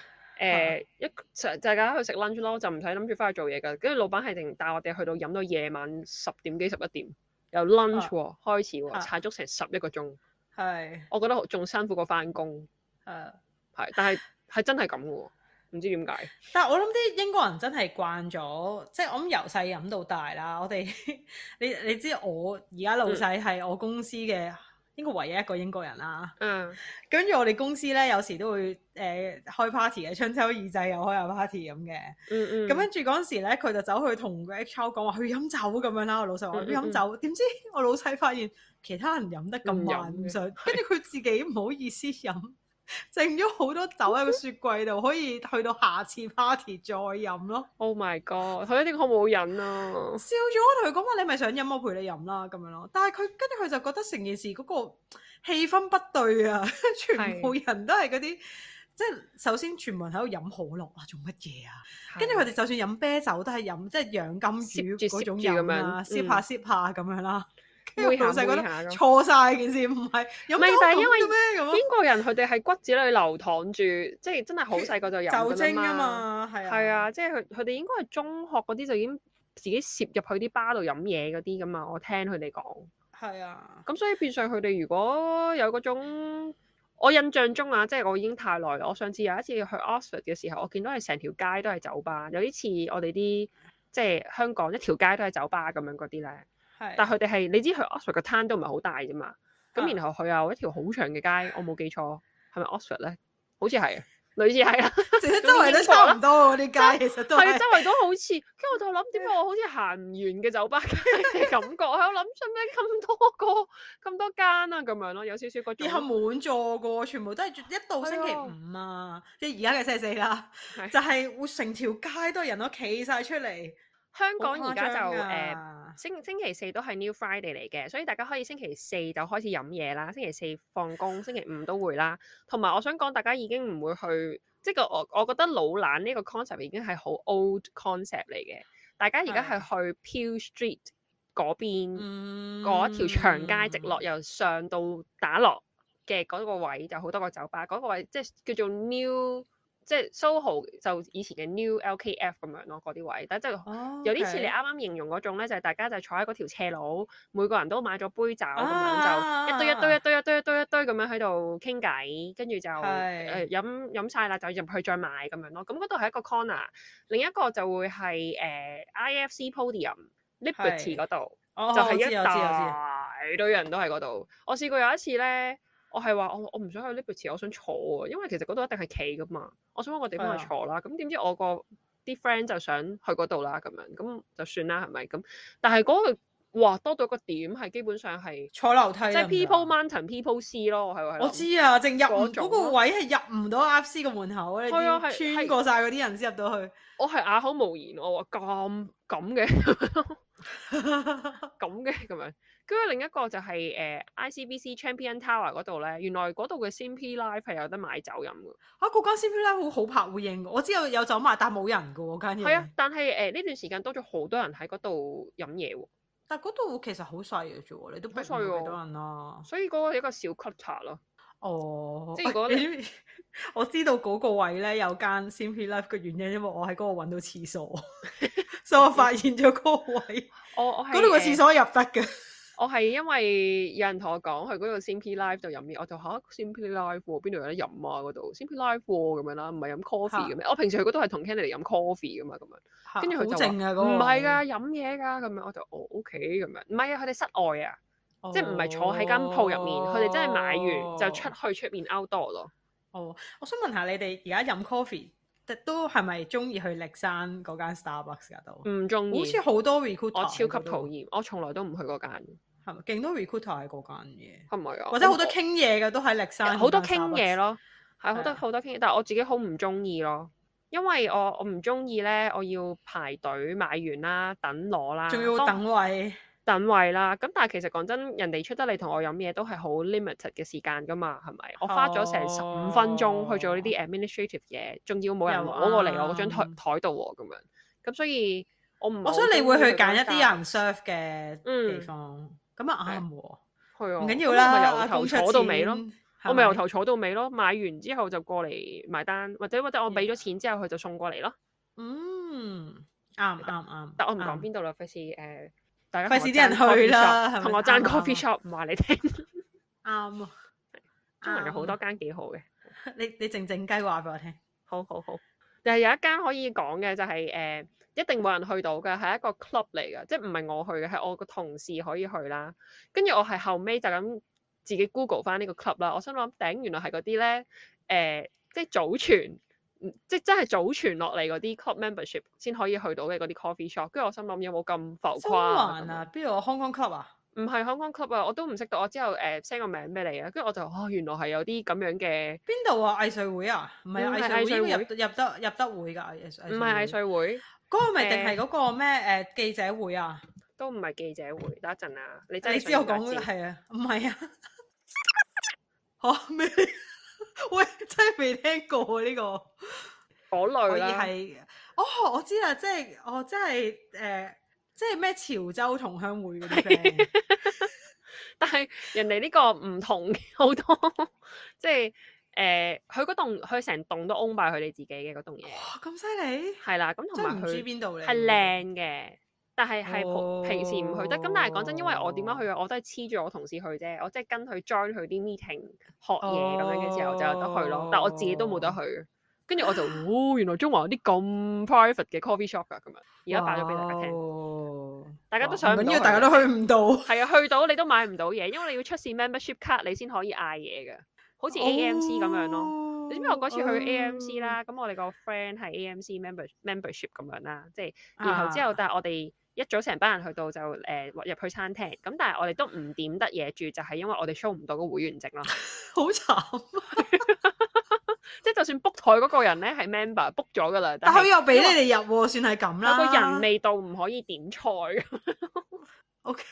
一就大家去食 lunch 咯，就唔使諗住翻去做嘢㗎。跟住老闆係定帶我哋去到飲到夜晚十點幾十一點，由 lunch 啊喎、開始喎、啊踩足成十一個鐘，係，我覺得好仲辛苦過翻工，誒，係，但係係真係咁嘅喎，唔知點解。但係我諗啲英國人真係慣咗，即係我諗由細飲到大啦。我哋 你你知我而家老嗯細係我公司嘅應該唯一一個英國人啦。嗯跟住我哋公司咧有時都會誒、呃、開 party 嘅，春秋二祭又開下 party 咁嘅。嗯嗯，咁跟住嗰陣時咧，佢就走去同個 HR 講話去飲酒咁樣啦。我老細話嗯嗯去飲酒，點知我老細發現其他人飲得咁唔飲慢，唔嘅想，跟住佢自己唔好意思飲，剩咗好多酒喺個雪櫃度，可以去到下次 party 再飲咯。 Oh my God，佢一定好冇癮啊！笑咗我同佢講話，你咪想飲，我陪你飲啦咁樣咯。但係佢跟住佢就覺得成件事嗰個氣氛不對啊， 全部人都係嗰啲。即係首先，全部人喺度飲可樂啊，做乜嘢啊？跟住佢哋就算飲啤酒都係飲即係養金魚攝住嗰種攝住咁飲樣嗯啦，攝下攝下咁樣啦。跟妹住老下細妹覺下得咁錯晒件事，唔係飲唔係酒但係咁因為嘅咩咁啊英國人佢哋係骨子裏流淌住，即係真係好細個就飲酒㗎精啦啊。嘛，係啊，係啊，即係佢佢哋應該係中學嗰啲就已經自己攝入去啲巴度飲嘢嗰啲噶嘛，我聽佢哋講。係啊，咁所以變相佢哋如果有嗰種，我印象中啊，即係我已經太耐啦。我上次有一次去 Oxford 嘅時候，我見到係成條街都係酒吧，有啲似我哋啲即係香港一條街都係酒吧咁樣嗰啲咧。係。但係佢哋係你知去 Oxford 個攤都唔係好大啫嘛，啊咁然後佢有一條好長嘅街，我冇記錯係咪 Oxford 咧？好似係，類似係啊。 其實周圍都差唔多喎啲街，其實都係係 周圍都好似，跟住我就諗點解我好似行唔完嘅酒吧街嘅感覺，我喺度諗做咩咁多個咁多間啊咁樣咯，有少少嗰種然後滿座嘅喎，全部都係一到星期五啊，即係而家嘅星期四啦，係就係會成條街都係人都企晒出嚟。香好港而家誇就張誒、呃啊星星期四都係 New Friday 嚟嘅，所以大家可以星期四就開始飲嘢啦，星期四放工，星期五都會啦。同埋我想講，大家已經唔會去，即係個我我覺得老懶呢個 concept 已經係好 old concept 嚟嘅，大家而家係去 Peel Street 嗰邊。嗯嗰條長街直落由上到打落嘅嗰個位就好多個酒吧，嗰、個位即係叫做 New，即係 SoHo 就以前嘅 New LKF 咁樣咯，嗰啲位，但係就嗯，有啲似你 OK 啱啱形容嗰種咧，就係、大家就坐喺嗰條斜路，每個人都買咗杯酒咁啊樣就一堆一堆一堆一堆一堆一堆咁樣喺度傾偈，跟住就誒、係呃、飲飲曬啦，就入去再買咁樣咯。咁嗰度係一個 corner，另一個就會係誒、呃 IFC Podium Liberty 係嗰度。哦就我係知一我知我知大堆人都喺嗰度。我試過有一次咧，我係話我我唔想去 Liberty，我想坐喎，因為其實嗰度一定係企噶嘛。我想揾個地方係啊去坐啦。咁點知我個啲 friend 就想去嗰度啦，咁樣咁就算啦，係咪咁？但係嗰、個哇多到一個點係基本上係坐樓梯即啊係唔 people 得 mountain people sea 咯，我係係我知啊，淨入唔嗰嗰種個咯位係入唔到 RFC 嘅門口啊，你係啊知係穿係過晒嗰啲人先入到去。 我係啞口無言，我話咁 咁嘅。咁嘅咁樣。跟住另一個就係、誒、ICBC Champion Tower 嗰度咧，原來嗰度嘅 Simply Life 係有得買酒飲嘅。啊，嗰間 CP 咧好好拍會應嘅，我知有有走啊埋，但冇人嘅喎間嘢。呃係啊，但係誒呢段時間多咗好多人喺嗰度飲嘢喎。但嗰度其實好細嘅啫喎，你都逼好唔到細幾喎多人啦。所以嗰個一個小 clutter 咯。哦， 即係如果喂你知唔知我知道嗰個位咧有間 Simply Life 嘅原因，因為我喺嗰度揾到廁所， 所以我發現咗嗰個位，哦我我係嗰度個誒廁所入得嘅。我係因為有人同我講去嗰度 Simply Life 度飲嘢，我就嚇 Simply Life 喎，邊度有得飲啊？嗰度 Simply Life 喎咁樣啦，唔係飲 coffee 嘅咩？我平時去嗰度係同 Candy 飲 coffee 噶嘛，咁樣跟住好佢就靜啊，嗰話唔係㗎，㗎，飲嘢㗎咁樣，我就哦 OK 咁樣，唔係啊，佢哋室外啊，即係唔係坐喺間鋪入面，佢哋真係買完就出哦去出面 outdoor 咯。哦，我想問下你哋而家飲 coffee 都係咪中意去歷山嗰間 Starbucks 㗎都？唔中好意，似好多 recruiter，我超級喺嗰討度，厭，我從來都唔去嗰間，係咪勁多 recruiter 喺嗰間嘢？係咪啊？或者好我多傾嘢嘅都喺歷山，好多傾嘢。咯，係好係多啊好多傾嘢，但係我自己好唔中意咯，因為我我唔中意咧，我要排隊買完啦，等攞啦，仲要當等位， 等位啦。咁但係其實講真，人哋出得嚟同我飲嘢都係好 limited 嘅時間噶嘛，係咪？我花咗成十五分鐘去做呢啲 administrative 嘢，仲要冇人哦又攞過嚟我嗰張台啱台度喎，咁樣。咁所以我唔係我好想你鍾會意去揀一嗰間啲人 serve 嘅嗯地方，咁啊啱喎，唔係啊，緊咁要我咪啦，阿由頭公出坐到尾咯。錢，我咪由係咪頭坐到尾咯，買完之後就過嚟埋單，或者或者我俾咗錢之後佢就送過嚟咯。嗯，啱啱啱，但我唔講啱邊度啦，費事誒大家嗯費同事我啲人爭 coffee 去啦 shop，係咪同我爭 啱啊 coffee shop 唔話你聽， 中啱啊，環有好啱啊多間幾好嘅，你你靜靜雞話俾我聽，好好好。但係有一間可以講嘅就係、誒、一定冇人去到嘅，係一個 club 嚟嘅，即係唔係我去嘅，係我個同事可以去啦。跟住我係後尾就咁自己 Google 翻呢個 club 啦，我心諗頂，原來係嗰啲咧誒，即係祖傳，嗯即係真係祖傳落嚟嗰啲 club membership 先可以去到嘅嗰啲 coffee shop。跟住我心諗有冇咁浮中誇啊？環咁樣啊，邊度啊 Hong Kong Club 啊？唔係香港 club 啊，我都唔識到。我之後誒 send 個名俾你啊，跟住我就哦，原來係有啲咁樣嘅，邊度啊？藝穗會啊？唔係唔係啊藝穗藝會穗應會該入得入得入得會㗎，藝穗唔係藝穗會穗會，嗰個咪定誒係嗰個咩誒記者會啊？都唔係記者會。等一陣啊，你真係你知我想講要打字係啊？唔係啊？嚇咩？ 喂，真係未聽過啊呢個。嗰可類以啦，係哦，我知啦，即係我真係誒，即係咩潮州同鄉會嗰 啲 friend， 但係人哋呢個唔同好多， 即係誒佢嗰棟佢成棟都 own 埋佢哋自己嘅嗰棟嘢，哇咁犀利，係啦，咁同真係埋唔知佢邊度嚟，係靚嘅。但係係哦普平時唔去得，咁但係講真，因為我點解去啊？我都係黐住我同事去啫，我即係跟佢 join 佢啲 meeting 學嘢咁樣嘅哦時候就有得去咯。但我自己都冇得去，跟住我就哦，原來中環有啲咁 private 嘅 coffee shop 㗎咁樣，而家爆咗俾大家聽。聽，大家都哦哇想唔唔緊到啊要，佢大家都去唔到，好係啊，去到你都買唔到嘢，因為你要出示 membership card 你先可以嗌嘢嘅，好似 AMC 咁樣咯。咯你知唔知我嗰次去哦嗯 AMC，啦，咁我哋個 friend 係 AMC member membership 咁樣啦，即係然後之後，啊但係我哋一早成班人去到就誒、呃入去餐廳，咁但係我哋都唔點得嘢住，就係、因為我哋 show 唔到個會員證咯。 好慘，即係就算 book 台嗰個人咧係 member book 咗噶啦，但佢係又俾你哋入喎，算係咁有啦，個人未到唔可以點菜。 ，OK，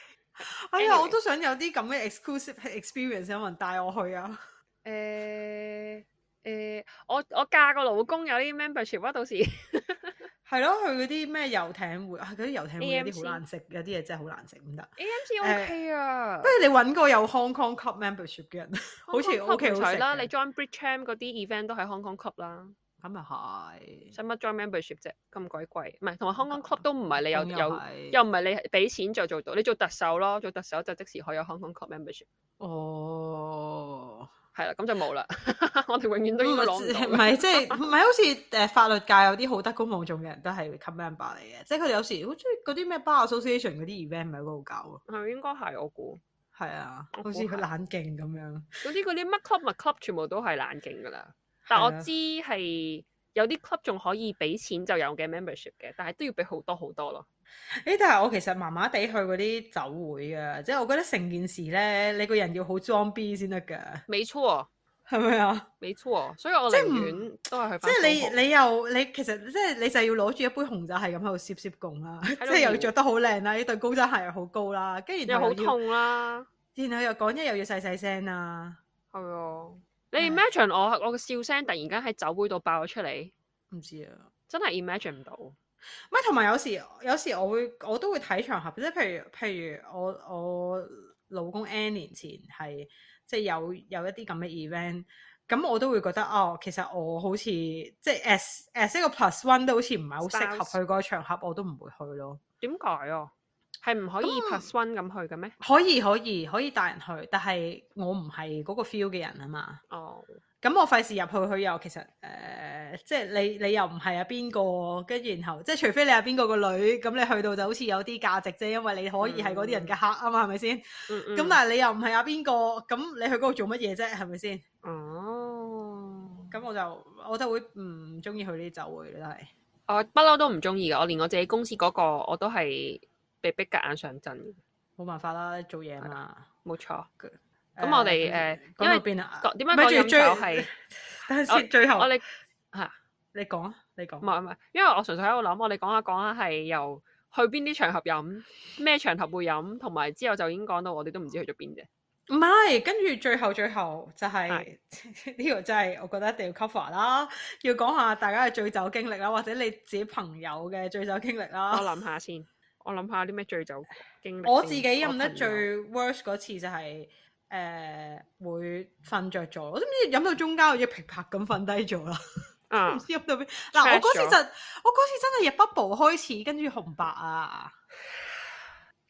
哎呀， Anyway 我都想有啲咁嘅 exclusive experience，有冇人帶我去啊？誒誒、我我嫁個老公有啲 membership 啊，到時係咯，去嗰啲咩遊艇會，啊嗰啲遊艇會有啲 AMC 好難食，有啲嘢真係好難食，唔得。 AMC 誒 OK 啊不。如你揾個有 Hong Kong Club membership 嘅人，好似 Hong Kong OK Club 唔好食使啦，嘅你 join Bridgeham 嗰啲 event 都係 Hong Kong Club 啦。咁又係，使乜 join membership 啫？咁鬼貴，唔係同埋香港咁 club 都唔係你有咁有，係又唔係你俾錢就做到，你做特首咯，做特首就即時可以有香港 club membership，哦，係啦，咁就冇啦， 我哋永遠唔都應該攞唔到係唔嘅。係即係唔係好似誒法律界有啲好德高望重嘅人都係 club member 嚟嘅，即係佢哋有時好中意嗰啲咩 bar association 嗰啲 event 咪喺嗰度搞咯，係應該係我估，係啊，我好似估佢係冷勁咁樣，總之嗰啲乜 club 乜 club 全部都係冷勁㗎啦。但我係啊知係有啲 club 仲可以俾錢就有嘅 membership 嘅，但係都要俾好多好多咯。誒，但係我其實麻麻地去嗰啲酒會啊，即係我覺得成件事咧，你個人要好裝逼先得㗎，冇錯，係咪啊？冇錯，所以我即係寧唔願都係去即翻。係你你又你其實即係你就要攞住一杯紅酒係咁喺度攝攝共啦，即度係又搖着得好靚啦，呢對高踭鞋又好高啦，跟住又然後好又要，痛啦。然後又講嘢又要細細聲啦，係啊，你唉 imagine 我我嘅笑聲突然間喺酒杯度爆咗出嚟，唔知啊，真係 imagine 唔到。唔係，同埋有時有時我會我都會睇場合，即係譬如譬如我我老公 N 年前係即係有有一啲咁嘅 event，咁我都會覺得哦，其實我好似即係 as as 一個 plus one 都好似唔係好適合 Spouse 去嗰個場合，我都唔會去咯。點解啊？係唔可以咁 plus one 咁去嘅咩？可以可以可以帶人去，但係我唔係嗰個 feel 嘅人啊嘛。哦，咁我費事入去，佢又其實誒、呃即係你你又唔係啊邊個，跟住然後即係除非你係邊個個女，咁你去到就好似有啲價值啫，因為你可以係嗰啲人嘅客啊嘛，係咪先？咁、嗯嗯但係你又唔係啊邊個，咁你去嗰度做乜嘢啫？係咪先？哦，咁我就我就會唔中意去呢啲酒會啦，係我不嬲都唔中意嘅，我連我自己公司嗰個我都係被逼夾硬上陣嘅，冇辦法啦，做嘢嘛。冇錯。咁我哋誒講因為到邊啊？講點解咪講住飲酒最係？ 等陣先，最後我哋你講啊，你唔講。係唔係，因為我純粹喺度諗，我哋講下講下係由去邊啲場合飲，咩場合會飲，同埋之後就已經講到我哋都唔知去咗邊啫。唔係，跟住最後最後就係、係 呢個真係我覺得一定要 cover 啦，要講下大家嘅醉酒經歷啦，或者你自己朋友嘅醉酒經歷我啦。諗下先，我諗下啲咩醉酒經歷。啊我自己飲得最我 worst 嗰次就係、誒、會瞓着咗，我都唔知飲到中間好似噼啪咁瞓低咗啦，朋友 唔啊，知飲到邊。嗱，我嗰次 Crash 咗就我嗰次真係入 bubble 開始，跟住紅白啊，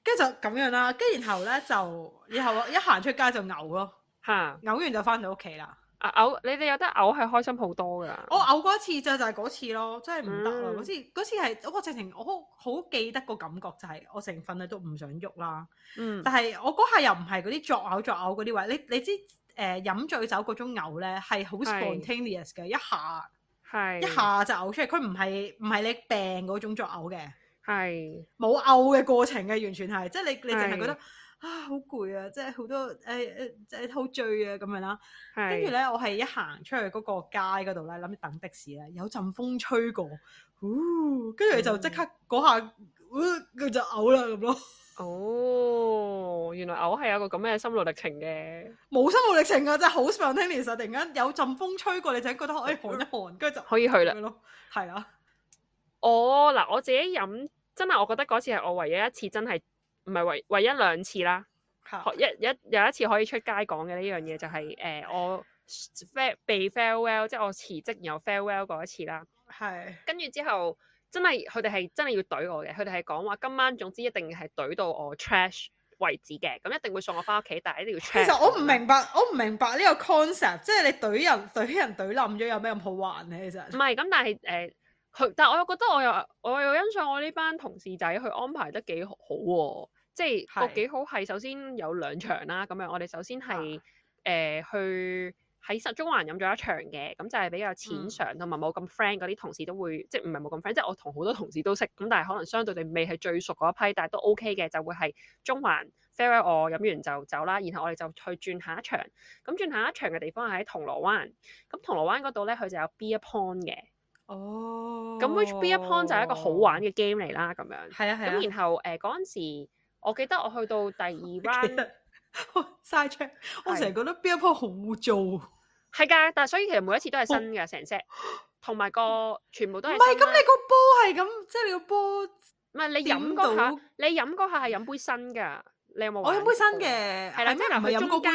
跟住就咁樣啦，跟住然後咧就然後一行出街就嘔咯，嚇嘔完就翻到屋企啦。啊嘔！你哋有得嘔係開心好多㗎。我嘔嗰一次就就係嗰次咯，真係唔得啦！嗯嗰次嗰次係我直情我好好記得個感覺就係我成瞓喺都唔想喐啦，嗯但係我嗰下又唔係嗰啲作嘔作嘔嗰啲位，你你知誒、呃、飲醉酒嗰種嘔咧係好係 spontaneous 嘅，一下係一下就嘔出嚟，佢唔係唔係你病嗰種作嘔嘅，係冇嘔嘅過程嘅，完全係即係你你淨係覺得係啊好攰啊，即係好多誒誒即係好醉啊咁樣啦。係。跟住咧，我係一行出去嗰個街嗰度咧，諗住等的士咧，有陣風吹過，呼跟住嗯就即刻嗰下，呼佢就嘔啦咁咯，哦，原來嘔係有個咁嘅心路歷程嘅，冇心冇力情啊，真係好 spontaneous 啊！突然間有陣風吹過，你就覺得哎寒一寒，跟住就可以去啦咁。樣咯，係啦，我嗱我自己飲，真係我覺得嗰次係我唯一一次真係唔係唯唯一兩次啦，嚇可一一有一次可以出街講嘅呢樣嘢就係、誒、我 fa- 被 farewell，即係我辭職然後 farewell 嗰一次啦。係跟住之後真係佢哋係真係要懟我嘅，佢哋係講話今晚總之一定係懟到我 trash 為止嘅，咁一定會送我翻屋企，但係一定要其 trash 咁樣啦。實我唔明白，我唔明白呢個 concept，即係你懟人懟人懟冧咗有咩咁好玩咧？其唔實係咁，但係誒，佢、但係我又覺得我又我又欣賞我呢班同事仔，佢安排得幾好喎、即係係個幾好係首先有兩場啦，咁樣我哋首先係誒、呃去喺實中環飲咗一場嘅，咁就係比較淺嗯嘗同埋冇咁 friend 嗰啲同事都會，即係唔係冇咁 friend，即係我同好多同事都識，咁但係可能相對地未係最熟嗰一批，但係都 OK 嘅，就會係中環 farewell 我飲完就走啦，然後我哋就去轉下一場，咁轉下一場嘅地方係喺銅鑼灣，咁銅鑼灣嗰度咧佢就有 beer pong 嘅。哦，咁 which beer pong 就係一個好玩嘅 game 嚟啦，咁樣。係哦啊係啊咁。然後誒嗰陣時，我記得我去到 第二 round 嘥 check，我係成日覺得 B 一鋪好污糟，唔係㗎，但係所以其實每一次都係新嘅成 set，同埋個全部都係哦係新咁啦你個波係咁，即係你個波，唔係你飲點嗰下到，你飲嗰下係飲杯新㗎，你有冇？我飲杯新。嘅，係啦即係唔係飲嗰杯，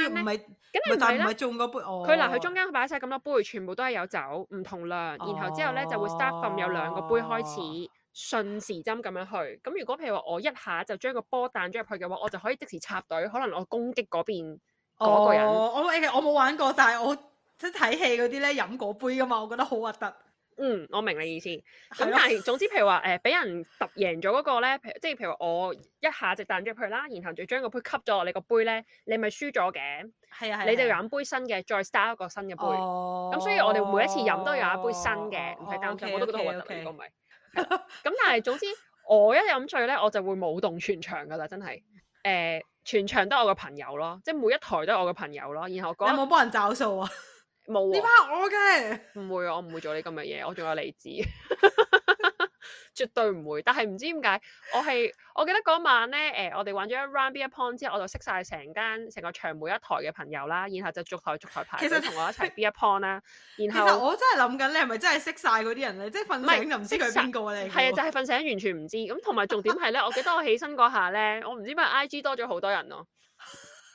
咁嗱佢中間梗係唔唔係唔係但係唔啦係。中嗰杯，哦，佢嗱，佢中間擺晒咁多杯，全部都係有酒，唔同量。然後之後咧就會 start from 有兩個杯開哦始，順時針咁樣去。咁如果譬如話我一下就將個波彈咗入去嘅話，我就可以即時插隊，可能我攻擊嗰邊嗰個人。哦我誒我冇玩過，但係我即係睇戲嗰啲咧飲嗰杯噶嘛，我覺得好核突，嗯，我明你意思。咁係但咯，係總之，譬如話呃誒，俾人揼贏咗嗰個咧，譬如即係譬如我一下就彈咗入去啦，然後就將個杯吸咗落你個杯咧，你咪輸咗嘅，係啊係啊，你就係啊飲杯新嘅，再 start 一個新嘅杯。哦，咁所以我哋每一次飲都有一杯新嘅，唔使擔心，我都覺得好核突啦，如果唔哦係。係啦咁但係總之，我一飲醉咧，我就會舞動全場噶啦，真係。誒，全場都係我嘅朋友咯，即係每一台都係我嘅朋友咯。然後你有嗰冇幫人找數啊？冇呢喎班係我嘅， 唔會啊，我唔會做呢咁嘅嘢，我仲有理智。 絕對唔會。但係唔知點解，我係我記得嗰晚咧，誒、我哋玩咗一 round B 一 point 之後，我就識晒成間成個場每一台嘅朋友啦，然後就逐台逐台排其隊實同我 一齊 B 一 point 啦，其然實後。啊我真係諗緊，你係咪真係識晒嗰啲人咧？即係唔瞓係醒就唔知佢係邊個啊你？係啊，就係、瞓醒完全唔知。咁同埋重點係咧，我記得我起身嗰下咧，我唔知點解 I G 多咗好多人 咯，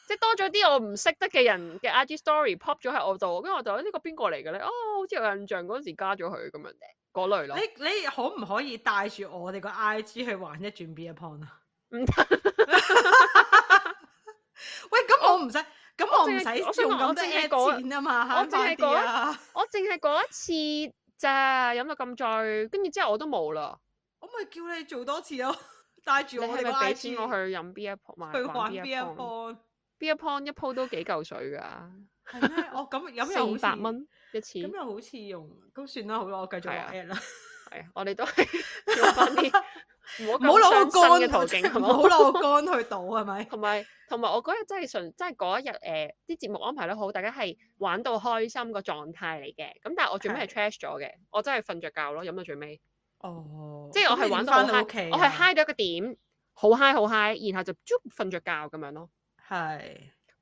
即係多咗啲我唔識得嘅人嘅 I G story pop 咗喺我度，跟住我就呢、個邊個嚟嘅咧？哦，好似有印象嗰陣時加咗佢咁樣嘅嗰類咯。你你可唔可以帶住我哋個 I G 去玩一轉 B 一 point 啊？唔得，喂，咁我唔使，咁我唔淨係我使想用講我咁多淨係嗰 a 錢啊嘛，我慳淨翻係啲啊我淨係嗰一次咋，飲到咁醉，跟住之後我都冇啦。我咪叫你做多次咯， 帶住你我哋係個咪俾 I 錢 G 我去飲 B 一 p 買去玩 B B 一 point？ p o n 一鋪都幾嚿水㗎，係咩？我咁咁又好四似百，蚊一次。咁又好似用，咁算啦，好啦，我繼續係啊玩 a 啦。係啊，我哋都 係用翻啲唔唔好攞個好咁傷身嘅途徑，肝啊好唔唔好好？攞個肝去賭係咪？同埋同埋，我嗰日真係純，真係嗰一日誒啲節目安排得好，大家係玩到開心個狀態嚟嘅。咁但係我最尾係 trash 咗嘅，我真係瞓着覺咯，飲到最尾，哦，即係我咁係你玩點到好返 high，屋企啊，我係 high 到一個點，好 high 好 high，然後就啾瞓着覺咁樣咯。係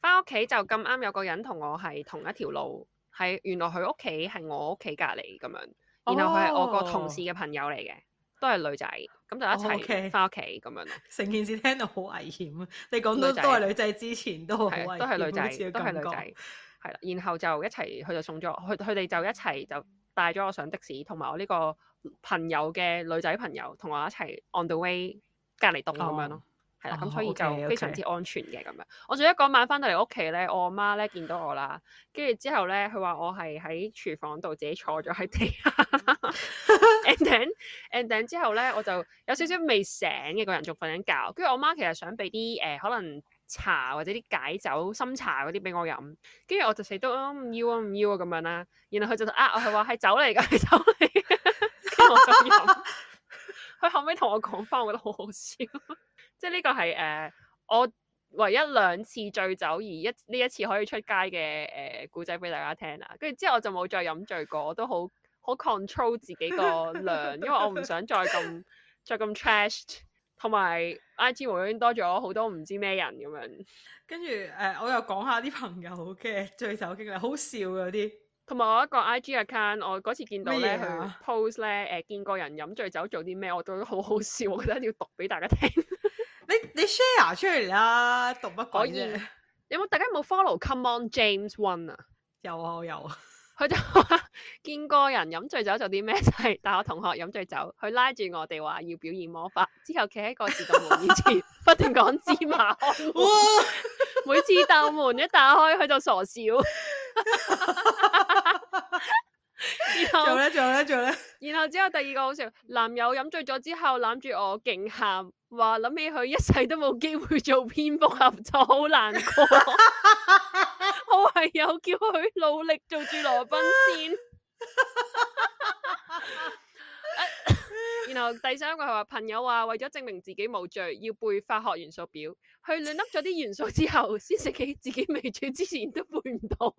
翻屋企就咁啱有個人同我係同一條路，係原來佢屋企係我屋企隔離咁樣，然後佢係我個同事嘅朋友嚟嘅，都係女仔，咁就哦一，OK 齊翻屋企咁樣咯。成件事聽到好危險啊！你講到女仔都係女仔之前都好危係啊險，都係女好似仔，個都係感女覺仔，係啦。然後就一齊，佢就送咗我，佢佢哋就一齊就帶咗我上的士，同埋我呢個朋友嘅女仔朋友同我一齊 on the way 隔離棟咁樣咯。係啦，咁哦所以就 OK，OK 非常之安全嘅咁樣。我仲一嗰晚翻到嚟屋企咧，我阿媽咧見到我啦，跟住之後咧，佢話我係喺廚房度自己坐咗喺地下，and then and then 之後咧，我就有少少未醒嘅個人仲瞓緊覺，跟住我媽其實想俾啲誒可能茶或者啲解酒、深茶嗰啲俾我飲，跟住我就死都啊唔要啊唔要啊咁樣啦，然後佢就呃我係話係酒嚟㗎，係酒嚟㗎，跟住我就飲。佢後尾同我講翻，我覺得好好笑， 即係呢個係誒、呃我唯一兩次醉酒而一呢一次可以出街嘅誒故仔俾大家聽啦。跟住之後我就冇再飲醉過，我都好好 control 自己個量，因為我唔想再咁再咁 trashed，同埋 IG 無端端多咗好多唔知咩人咁樣，跟住誒，呃我又講下啲朋友嘅醉酒經歷，好笑嗰啲。同埋我一個 IG account，我嗰次見到咧咩嘢佢啊 post 咧誒見過人飲醉酒做啲咩，我都好好笑，我覺得一定要讀俾大家聽。 你你 share 出嚟啦，讀乜可鬼以啫？有冇大家有冇 follow Come on James One 啊？有啊，我有啊。佢就話見過人飲醉酒做啲咩？就係、大學同學飲醉酒，佢拉住我哋話要表演魔法，之後企喺個自動門面 前，不斷講芝麻開門哇！每次竇門一打開，佢就傻 笑。然 做後，咧，做咧，做咧。然後之後第二個好笑，男友飲醉咗之後攬住我勁喊，話諗起佢一世都冇機會做蝙蝠俠，就好難過。 我唯有叫佢努力做住羅賓先。 然後第三個係話朋友話為咗證明自己冇罪，要背化學元素表。佢亂笠咗啲元素之後，先食起自己未醉之前都背唔到。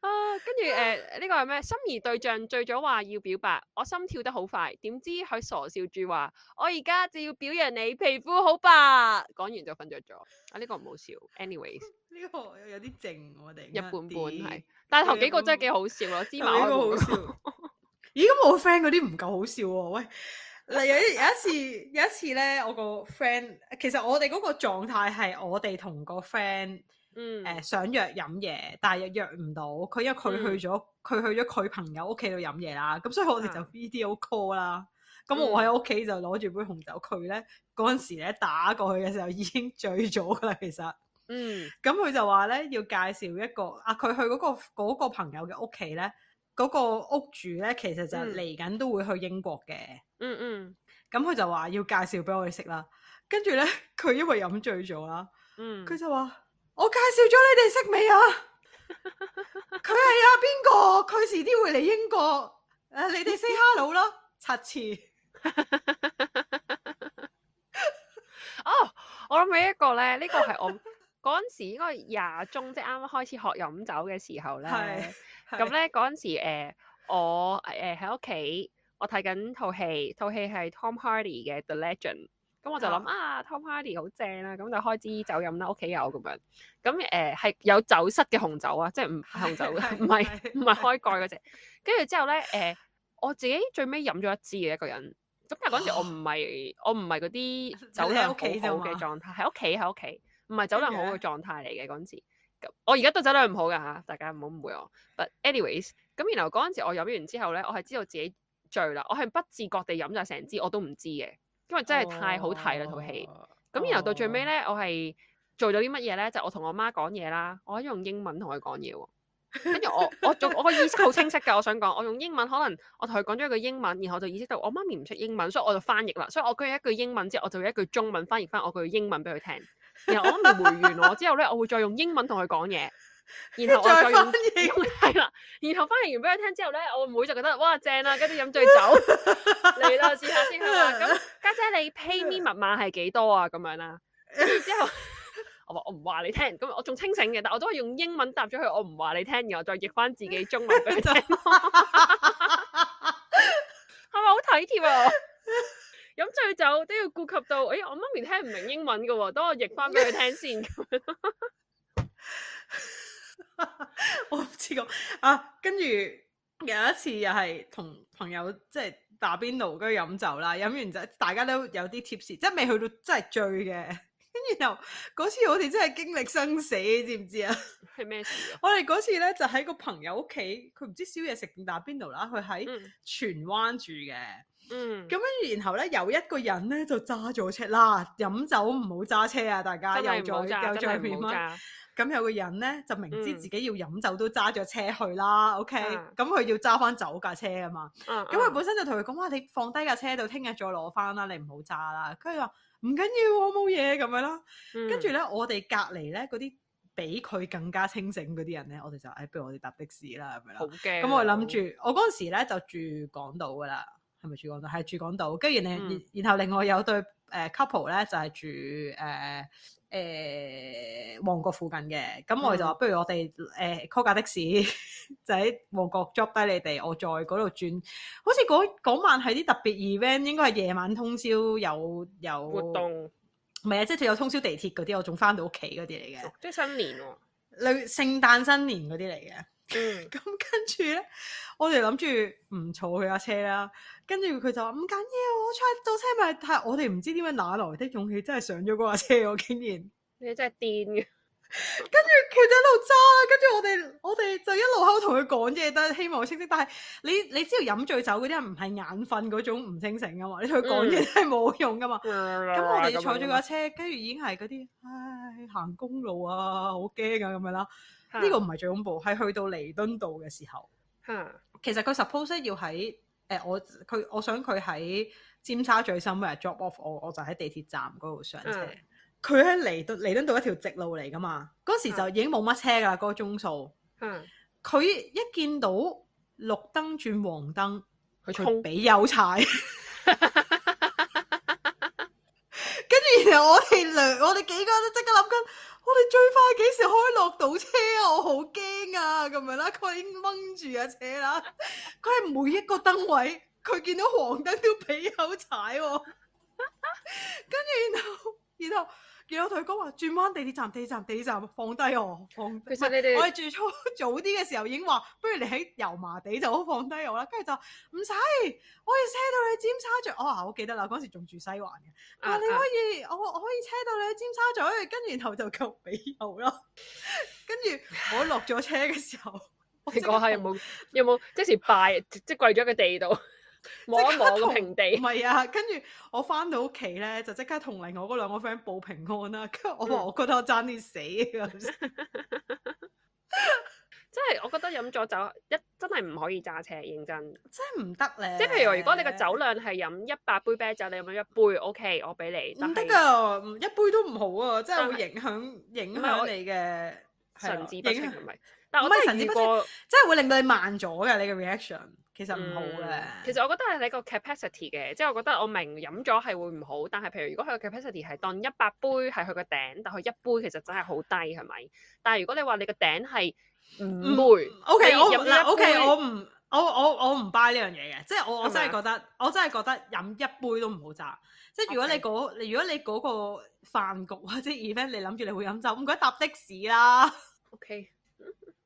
啊，跟住誒呢個係咩？心儀對象最早話要表白，我心跳得好快，點知佢傻笑住話：我而家就要表揚你皮膚好白。講完就瞓着咗。啊，呢、個唔好笑。Anyways，呢個有有啲靜，我哋一半半係。但係頭幾個真係幾好笑咯，芝麻呢個好開門笑。 咦，咁我 friend 嗰啲唔夠好笑喎、喂，嗱有一有一次有一次咧，我個 friend 其實我哋嗰個狀態係我哋同個 friend 嗯，誒想約飲嘢，但係約唔到，佢因為佢去咗佢、去咗佢朋友屋企度飲嘢啦，咁所以我哋就啊 video call 啦。咁我喺嗯屋企就攞住杯紅酒，佢咧嗰陣時咧打過去嘅時候已經醉咗噶啦，其實。嗯，咁佢就話咧要介紹一個啊，佢去嗰、個嗰個朋友嘅屋企咧，嗰、個屋主咧其實就嗯嚟緊都會去英國嘅。嗯嗯咁佢就話要介紹俾我哋識啦。跟住咧， 佢因為飲醉咗啦，嗯，佢就話：我介紹咗你哋識未 啊？佢係啊邊個？佢遲啲會嚟英國。誒、你哋 say hello 啦，七次。哦，我諗起一個咧， 呢、個係我嗰陣時應該係廿中，即係啱啱開始學飲酒嘅時候咧係，咁咧嗰陣時，誒、我誒喺屋企，我睇緊套戲，套戲係 Tom Hardy 嘅 The Legend。咁我就諗啊，Tom Hardy 好正啦，咁就開支酒飲啦，屋企有咁樣。咁誒係有酒室嘅紅酒啊，即係唔係紅酒，唔係唔 係開蓋嗰只。跟住之後咧，誒、我自己最尾飲咗一支嘅一個人。咁但係嗰陣時我唔係我唔係嗰啲酒量好 你喺屋企啫好嘛嘅狀態，喺屋企喺屋企，唔係酒量好跟嘅狀態嚟嘅嗰陣時。咁我而家都酒量唔好㗎嚇，大家唔好誤會我。But anyways，咁然後嗰陣時我飲完之後咧，我係知道自己醉啦，我係不自覺地飲晒成支，我都唔知嘅，因為真係太好睇啦套戲。哦。咁然後到最尾咧，我係做咗啲乜嘢咧？就我同我媽講嘢啦，我用英文同佢講嘢喎。跟住我我做我個意識好清晰㗎，我想講我用英文，可能我同佢講咗一句英文，然後我就意識到我媽咪唔識英文，所以我就翻譯啦。所以我講完一句英文之後，我就用一句中文翻譯翻我句英文俾佢聽。然後我媽咪回完我之後咧，我會再用英文同佢講嘢，然後我再再用翻譯， 係啦，然後翻譯完俾佢聽之後咧，我妹就覺得哇正啊啦，跟住飲 醉酒嚟啦，試下先佢話咁家姐你 pay me 密碼係幾多啊？咁樣啦，跟住之後 我話我唔話你聽，咁我仲清醒嘅，但我都係用英文答咗佢，我唔話你聽，然後再譯翻自己中文俾佢 聽，係咪好體貼啊？飲醉酒都要顧及到，誒、哎我媽咪聽唔明英文嘅喎，等我譯翻俾佢聽先。我唔知講啊，跟住有一次又係同朋友即係打邊爐，跟住飲酒啦，飲完就大家都有啲 t 士，即係未去到真係醉嘅。跟住然後嗰次我哋真係經歷生死，知唔知啊？ 係咩事啊？我哋嗰次咧就喺個朋友屋企，佢唔知宵夜食定打邊爐啦，佢喺嗯荃灣住嘅。嗯，咁跟住然後咧有一個人咧就揸咗車啦，飲酒唔好揸車啊！大家真又再係唔好揸，又真再係啊唔好 remind 揸。咁有個人咧就明知嗯自己要飲酒都揸咗車去啦，OK，啊咁佢、要揸翻酒架車啊嘛，咁咁佢、本身就同佢講話你放低架車度，聽日再攞翻啦，你唔好揸啦。佢話唔緊要，我冇嘢咁樣啦。嗯跟住咧，我哋隔離咧嗰啲比佢更加清醒嗰啲人咧，我哋就哎誒，不如我哋搭的士啦咁樣啦好。驚啊。咁我諗住，我嗰陣時咧就住港島噶啦，係咪住港島？係住港島，跟住然後嗯然後另外有對誒、呃 couple 咧就係、住誒誒、呃呃旺角附近嘅，咁我就話、嗯不如我哋誒、呃 call 架的士， 就喺旺角 drop 低你哋，我再嗰度轉。好似嗰嗰晚係啲特別 event，應該係夜晚通宵有有活，動，唔係啊，即係有通宵地鐵嗰啲，我仲翻到屋企嗰啲嚟嘅，即係新年喎。類聖誕新年嗰啲嚟嘅。嗯咁跟住咧，我哋諗住唔坐佢架車啦。跟住佢就話唔緊要，我坐到車咪睇。我哋唔知點解哪來的勇氣，真係上咗嗰架車。我竟然你真係癲嘅，佢就一路揸，跟住我哋我哋就一路喺度同佢講嘢，但係希望佢清晰。但係你你知道飲醉酒嗰啲人唔係眼瞓嗰種唔清醒噶嘛，你同佢講嘢都係冇用噶嘛。啊咁啊咁我哋坐咗架車，跟住已經係嗰啲唉行公路啊，好驚啊咁樣啦。呢個唔係最恐怖，係去到彌敦道嘅時候。嚇其實佢 suppose 要喺誒、呃我佢我想佢喺尖沙咀 somewhere drop off 我，我就喺地鐵站嗰度上車嗯。佢喺彌敦彌敦道一條直路嚟噶嘛，嗰時就已經冇乜車噶啦，嗰、個鐘數。嚇，佢一見到綠燈轉黃燈，佢佢衝俾油踩。跟住然後我哋兩我哋幾個都即刻諗緊，我哋最快幾時可以落到車啊？我好驚啊！咁樣啦，佢已經掹住架車啦，佢係每一個燈位，佢見到黃燈都俾油踩喎、跟住然後然後然後同佢講話轉彎地鐵站地鐵站地鐵站放低我放其低。實你哋我哋最初 早啲嘅時候已經話，不如你喺油麻地就好放低我啦。跟住就唔使，我可以車到你尖沙咀。我話我記得啦，嗰陣時仲住西環嘅。佢話啊你可以，我我可以車到你喺尖沙咀，跟住然後就夠俾油啦。 跟住我落咗車嘅時候，我你即刻講下有同冇有冇即時拜即即跪咗個地度望一望個平唔地，係啊，跟住我翻到屋企咧，就即刻同另外嗰兩個 friend 報平安啦。跟住我話嗯我覺得我爭啲死啊咁，即係我覺得飲咗酒一真係唔可以揸車，認真。真係唔得咧。即係譬如如果你個酒量係飲一百杯啤酒，你飲咗一杯，OK，我俾你。唔得㗎，噶，唔一杯都唔好啊，真係但係會影響影唔係我響你嘅係啊神志不清影響係咪？但我唔係真神係志遇不清過。真係會令到你慢咗嘅你嘅 reaction。其實唔好嘅嗯。其實我覺得係你個 capacity 嘅，即係我覺得我明飲咗係會唔好，但係譬如如果佢個 capacity 係當一百杯係佢個頂，但佢一杯其實真係好低係咪？但係如果你話你個頂係五杯， O K，你我飲唔一嗱，O K，杯我唔，我我我唔 buy 呢樣嘢嘅，即係我我係真咪啊係覺得，我真係覺得飲一杯都唔好揸。即係如果你嗰，你如果你嗰個飯局或者 event，你諗住你會飲酒，唔該搭的士啦， OK，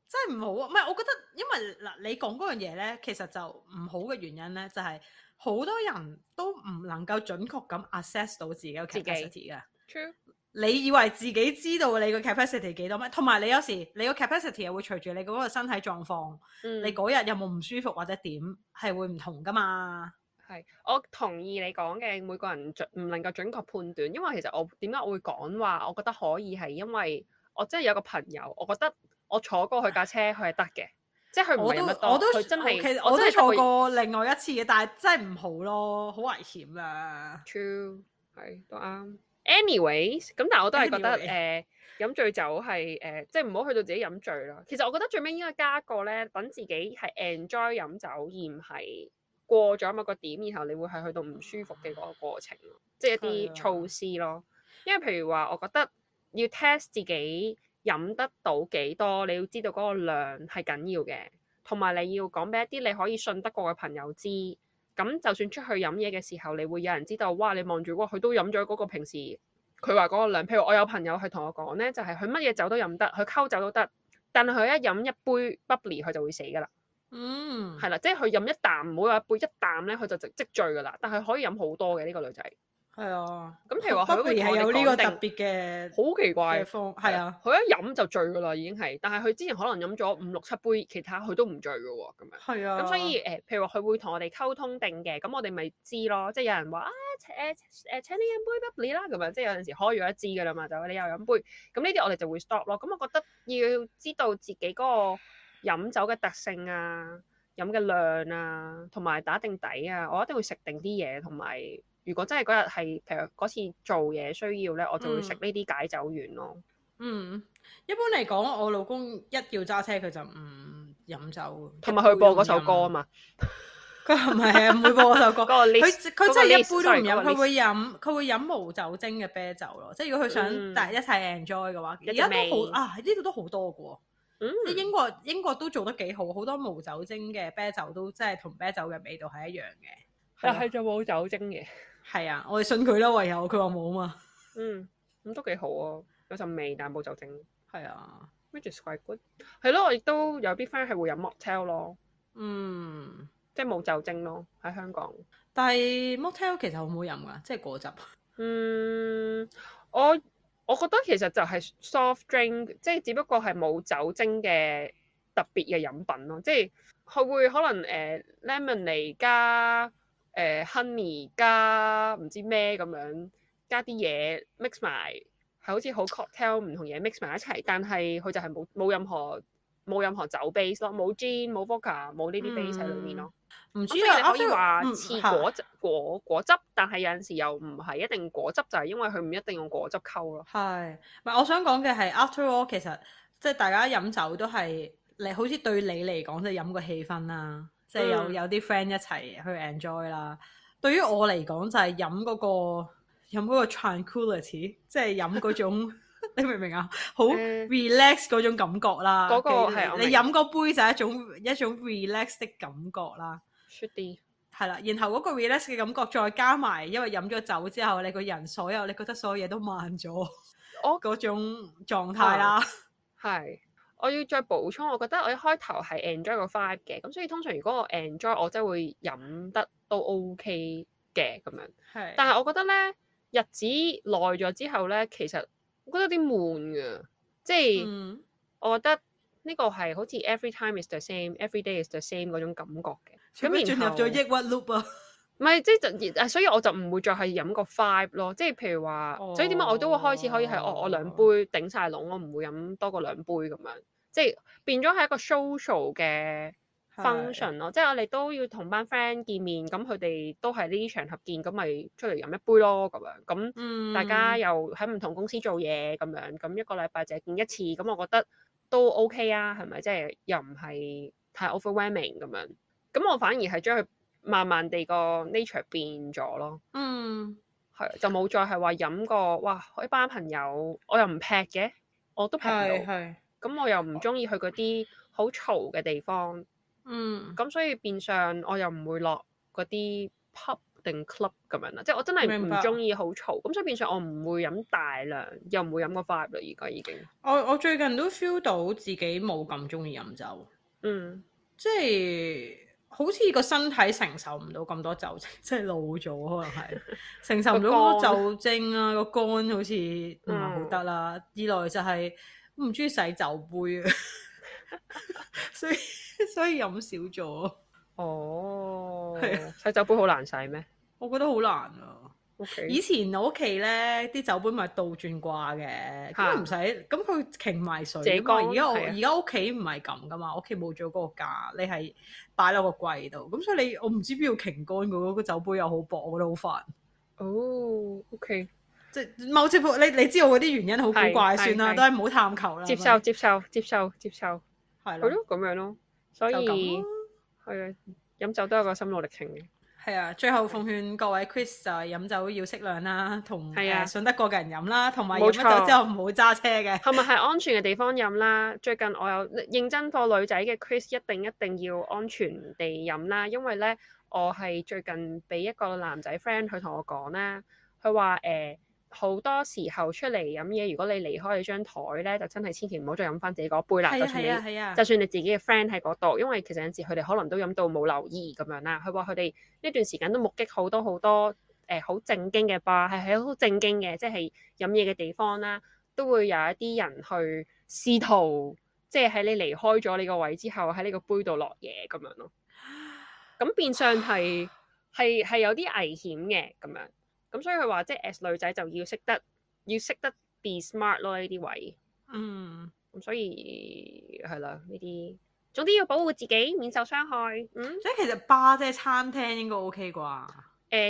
真係唔好啊！唔係，我覺得因為嗱，你講嗰樣嘢咧，其實就唔好嘅原因咧，就係、好多人都唔能夠準確咁 assess 到自己嘅自己 capacity 嘅。 true，你以為自己知道你個 capacity 幾多咩？同埋你有時你個 capacity 又會隨住你嗰個身體狀況。嗯你嗰日有冇唔舒服或者點，係會唔同噶嘛？係，我同意你講嘅，每個人準唔能夠準確判斷，因為其實我點解我會講話，我覺得可以係因為我真係有個朋友，我覺得我坐過佢架車，佢係得嘅，即係佢唔我係都乜多，我都佢真係，其實真我都係得錯佢過另外一次嘅，但係真係唔好咯，好危險啊！ True，係都啱。Anyways，咁但係我都係覺得誒 Anyway 飲醉酒係誒、呃即係唔好去到自己飲醉啦。其實我覺得最尾應該加一個咧，等自己係 enjoy 飲酒，而唔係過咗某個點，然後你會係去到唔舒服嘅嗰個過程咯，即係一係啊啲措施咯。因為譬如話，我覺得要 test 自己飲得到幾多，你要知道嗰個量係緊要嘅，同埋你要講俾一啲你可以信得過嘅朋友知。咁就算出去飲嘢嘅時候，你會有人知道，哇！你望住，哇！佢都飲咗嗰個平時佢話嗰個量。譬如我有朋友係同我講咧，就係佢乜嘢酒都飲得，佢溝酒都得，但係佢一飲一杯 bubbly 佢就會死㗎啦，嗯，係啦，即係佢飲一啖，唔好話一杯一啖咧，佢就即即醉㗎啦。但係可以飲好多嘅呢、個女仔。係啊。咁譬如話佢 b 好似同我哋 u b 係有呢個講定特別嘅好奇怪嘅，方，係啊，，佢一飲就醉㗎啦，已經係。但係佢之前可能飲咗五六七杯，其他佢都唔醉㗎喎，咁樣。係啊。咁所以誒、呃譬如話佢會同我哋溝通定嘅，咁我哋咪知咯。即係有人話啊，誒誒請你飲杯 bubbly 啦，咁樣即係有陣時開咗一支㗎啦嘛，就你又飲杯。咁呢啲我哋就會 stop 咯。咁我覺得要知道自己嗰個飲酒嘅特性啊、飲嘅量啊，同埋打定底啊，我一定會食定啲嘢，同埋如果真係嗰日係譬如嗰次做嘢需要咧，我就會食嗯呢啲解酒丸咯。嗯，一般嚟講，我老公一要揸車佢就唔飲酒，同埋佢播嗰首歌啊啊。嘛，佢唔係啊，唔會播嗰首 歌嗰。個 list 佢佢嗰真個係一 list，杯都唔 sorry，飲，嗰個佢會飲佢會飲無酒精嘅啤酒咯。即係如果佢想嗯大家一齊 enjoy 嘅話，一而隻家味都好啊，呢度都好多嘅喎。嗯即係英國英國都做得幾好，好多無酒精嘅啤酒都即係同啤酒嘅味道係一樣嘅。但係就冇酒精嘅。係啊，我哋信佢啦，唯有佢話冇啊嘛。嗯，咁都幾好啊，有陣味但係冇酒精係啊， ，which is quite good。係咯，我亦都有啲 friend 係會飲 mocktail 咯，嗯，即係冇酒精咯，喺香港。但係 motel 其實好唔好飲噶？即係果汁。嗯，我我覺得其實就係 soft drink，即係只不過係冇酒精嘅特別嘅飲品咯，即係佢會可能誒、呃 lemon 嚟加誒、呃 honey 加唔知咩咁樣，加啲嘢 mix 埋，係好似好 cocktail 唔同嘢 mix 埋一齊，但係佢就係冇冇任何冇任何酒 base 咯，冇 gin 冇 vodka 冇呢啲 base 喺裏面咯。唔咁哦所知以你啊，可以話似嚇果汁果果汁，但係有陣時又唔係一定果汁，就係因為佢唔一定用果汁溝咯。係，唔係我想講嘅係，after all，其實即係大家飲酒都係你好似對你嚟講，即係飲個氣氛啦，即係有嗯有啲 friend 一齊去 enjoy 啦。對於我嚟講就係飲嗰個飲嗰個 tranquility，即係飲嗰種 你明唔明啊？好嗯 relax 嗰種感覺啦。嗰個其係我你明飲嗰杯就係一種一種 relax 的感覺啦。雪啲係啦，然後嗰個 relax 嘅感覺，再加埋因為飲咗酒之後，你個人所有你覺得所有嘢都慢咗，我 嗰種狀態啦。係，我要再補充，我覺得我一開頭係 enjoy 個 vibe 嘅，咁所以通常如果我 enjoy，我真係會飲得都 OK 嘅咁樣。係但係我覺得咧，日子耐咗之後咧，其實我覺得有啲悶㗎，即係。嗯我覺得呢個係好似 every time is the same，every day is the same 嗰種感覺嘅。除非咁進入然後咗抑鬱 loop 啊。唔係即係就，所以我就唔會再係飲個 five 咯。即係譬如話，所以點解我都會開始可以係哦我我兩杯頂晒籠，我唔會飲多過兩杯咁樣。即係變咗係一個 social 嘅 function 咯。即係我哋都要同班 friend 見面，咁佢哋都係呢啲場合見，咁咪出嚟飲一杯咯咁樣。咁嗯大家又喺唔同公司做嘢咁樣，咁一個禮拜就係見一次，咁我覺得都 OK 啊，係咪？即係又唔係太 overwhelming 咁樣。咁咁我反而係將佢慢慢地個 nature 變咗咯，嗯，係就冇再係話飲個哇我一班朋友，我又唔劈嘅，我都劈係唔到，係，咁我又唔中意去嗰啲好嘈嘅地方，嗯，咁所以變相我又唔會落嗰啲 pub 定 club 咁樣啦，即係我真係唔明白中意好嘈，咁所以變相我唔會飲大量，又唔會飲個 vibe 啦，而家已經，我我最近都 feel 到自己冇咁中意飲酒，嗯，即係好似個身體承受唔到咁多酒精， 即係老咗可能係承受唔到咁個肝嗯多酒精啊，個肝好似唔係好得啦。二來就係唔中意洗酒杯啊， 所以所以飲少咗，哦係啊，洗酒杯好難洗咩我覺得好難啊。 ？O K，以前我屋企咧啲酒杯咪倒轉掛嘅，嚇咁唔使咁佢擎埋水自己㗎嘛。缸而家我係啊而家屋企唔係咁噶嘛，屋企冇咗嗰個架，你係擺落個櫃度，咁所以你我唔知邊度擎乾嘅嗰個酒杯又好薄，我覺得好煩。哦，O K。即係某程度，你你知道嗰啲原因好古係怪，算啦，係都係唔好探求啦。接係受咪接受接受接受，係係咯，咯咁樣咯。所以就咁係咯啊，飲酒都有個心路歷程嘅。係啊，最後奉勸各位 Chris 就係飲酒要適量啦，同係啊誒信得過嘅人飲啦，同埋飲冇咗錯酒之後唔好揸車嘅。同埋係安全嘅地方飲啦。最近我有認真課女仔嘅 Chris，一定一定要安全地飲啦，因為咧我係最近俾一個男仔 friend 佢同我講咧，佢話誒好多時候出嚟飲嘢，如果你離開你張台咧，就真係千祈唔好再飲翻自己嗰杯啦。係就啊算係你啊係啊就，算你自己嘅 friend 喺嗰度，因為其實有陣時佢哋可能都飲到冇留意咁樣啦。佢話佢哋呢段時間都目擊好多好多誒好、正經嘅 bar，係係好正經嘅，即係飲嘢嘅地方啦，都會有一啲人去試圖即係喺你離開咗你個位之後，喺你個杯度落嘢咁樣咯。咁變相係係係有啲危險嘅咁樣。咁所以佢話即係 as 女仔就要識得要識得 be smart 咯呢啲位。嗯。咁所以係啦，呢啲總之要保護自己免受傷害。嗯，誒、即係其實巴即係餐廳應該 OK 啩，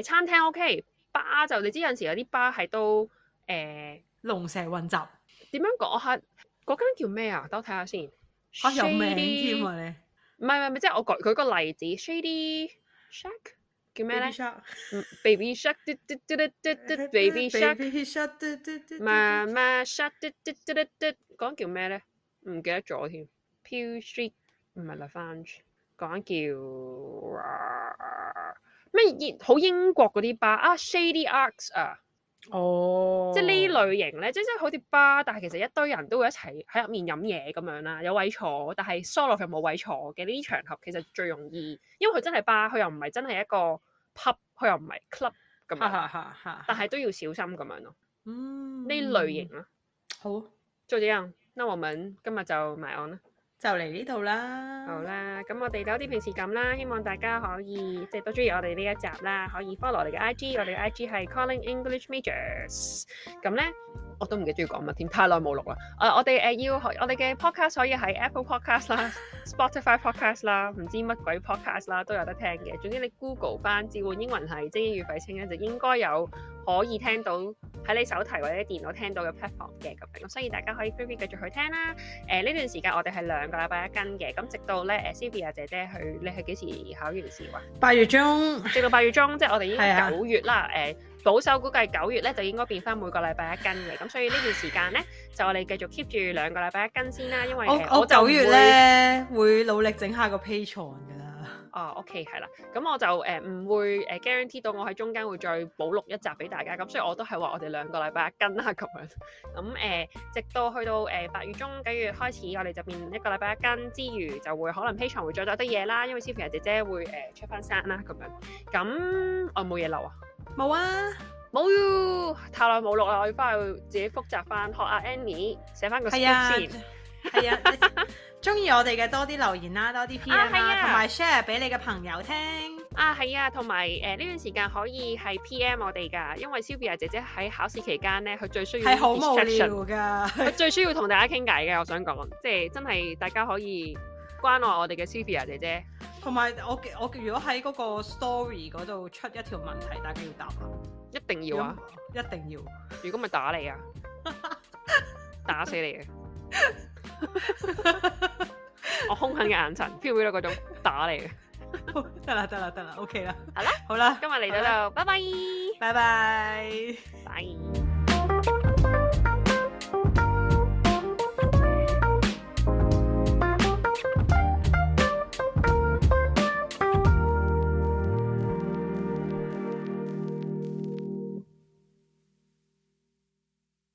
餐廳 OK，巴就你知有陣時有啲巴係都誒點、龍蛇混雜樣講下嗰間叫咩啊？等我睇下先。嚇啊有名 Shady- 添啊唔你係唔係唔係，即係我舉舉個例子，Shady Shack 叫咩咧？Baby Baby Shark Shack，嘟嘟嘟嘟嘟嘟，Baby Shack， Baby Shark 嘟嘟嘟嘟嘟媽媽 Shack，嘟嘟嘟嘟嘟，嗰間叫咩咧？唔記得咗添。Peel Street 唔係 l a f a n g e 講叫咩英好英國嗰啲 bar 啊，Shady Arts 啊，哦，即係呢類型咧，即係即係好似 bar，但係其實一堆人都會一齊喺入面飲嘢咁樣啊啦，有位坐，但係 solo 又冇位坐嘅呢啲場合其實最容易，因為佢真係 bar，佢又唔係真係一個 pub，佢又唔係 club 咁哈樣，哈哈哈，但係都要小心咁樣咯，嗯呢類型啦。啊好就這樣，那我們今日就埋岸啦。就嚟呢度啦，好，啦，咁我哋就好似平時咁啦，希望大家可以即係都中意我哋呢一集啦，可以 follow 我哋嘅 IG，我哋嘅 IG 係 Calling English Majors。咁咧，我都唔記得要講乜添，太耐冇錄啦。誒、我哋誒、要我哋嘅 podcast 可以喺 Apple Podcast 啦、Spotify Podcast 啦、唔知乜鬼 podcast 啦都有得聽嘅。總之你 Google 翻召喚英文係精英語廢青咧，就應該有可以聽到喺你手提或者電腦聽到嘅 platform 嘅咁樣。咁所以大家可以 free 繼續去聽啦。誒呢段時間我哋係兩個禮拜一更嘅，咁直到咧誒 Sylvia 姐姐去，你係幾時考完試 話？八月中直到八月中，即係我哋已係啊經九月啦。誒、保守估計九月咧就應該變翻每個禮拜一更嘅，咁所以呢段時間咧就我哋繼續 keep 住兩個禮拜一更先啦，因為我誒就唔我九月會咧會努力整下個 Patreon 噶啦，哦，OK，係啦，咁我就誒唔、會誒 guarantee 到我喺中間會再補錄一集俾大家，咁所以我都係話我哋兩個禮拜一更啦咁樣，咁誒、呃直到去到誒八、月中九月開始，我哋就變一個禮拜一更之餘，就會可能 Patreon 會再多啲嘢啦，因為 Sophia 姐姐會誒、呃出翻山啦咁樣，咁我冇嘢漏啊，冇啊，冇喎太耐冇錄啦，我要翻去自己複習翻，學阿 Annie 寫翻個 script 係啊先。。係啊， 中意我哋嘅多啲留言啦，多啲 PM 啊係啦，啊同埋 share 俾你嘅朋友聽。啊，係啊，同埋誒呢段時間可以係 P.M. 我哋㗎，因為 Sylvia 姐姐喺考試期間咧，佢最需要係好無 distraction， 聊噶，佢最需要同大家傾偈嘅。我想講，即係真係大家可以關愛我哋嘅 Sylvia 姐姐。同埋我我如果喺嗰個 story 嗰度出一條問題，大家要答啊，一定要啊！如果唔，一定要。 如果咪打你啊，打死你啊嘅！我兇狠嘅眼神，飄飄到嗰種打你嘅。啊得啦得啦得啦，OK 啦，好啦，好啦，今日嚟到呢度，拜拜，拜拜。拜。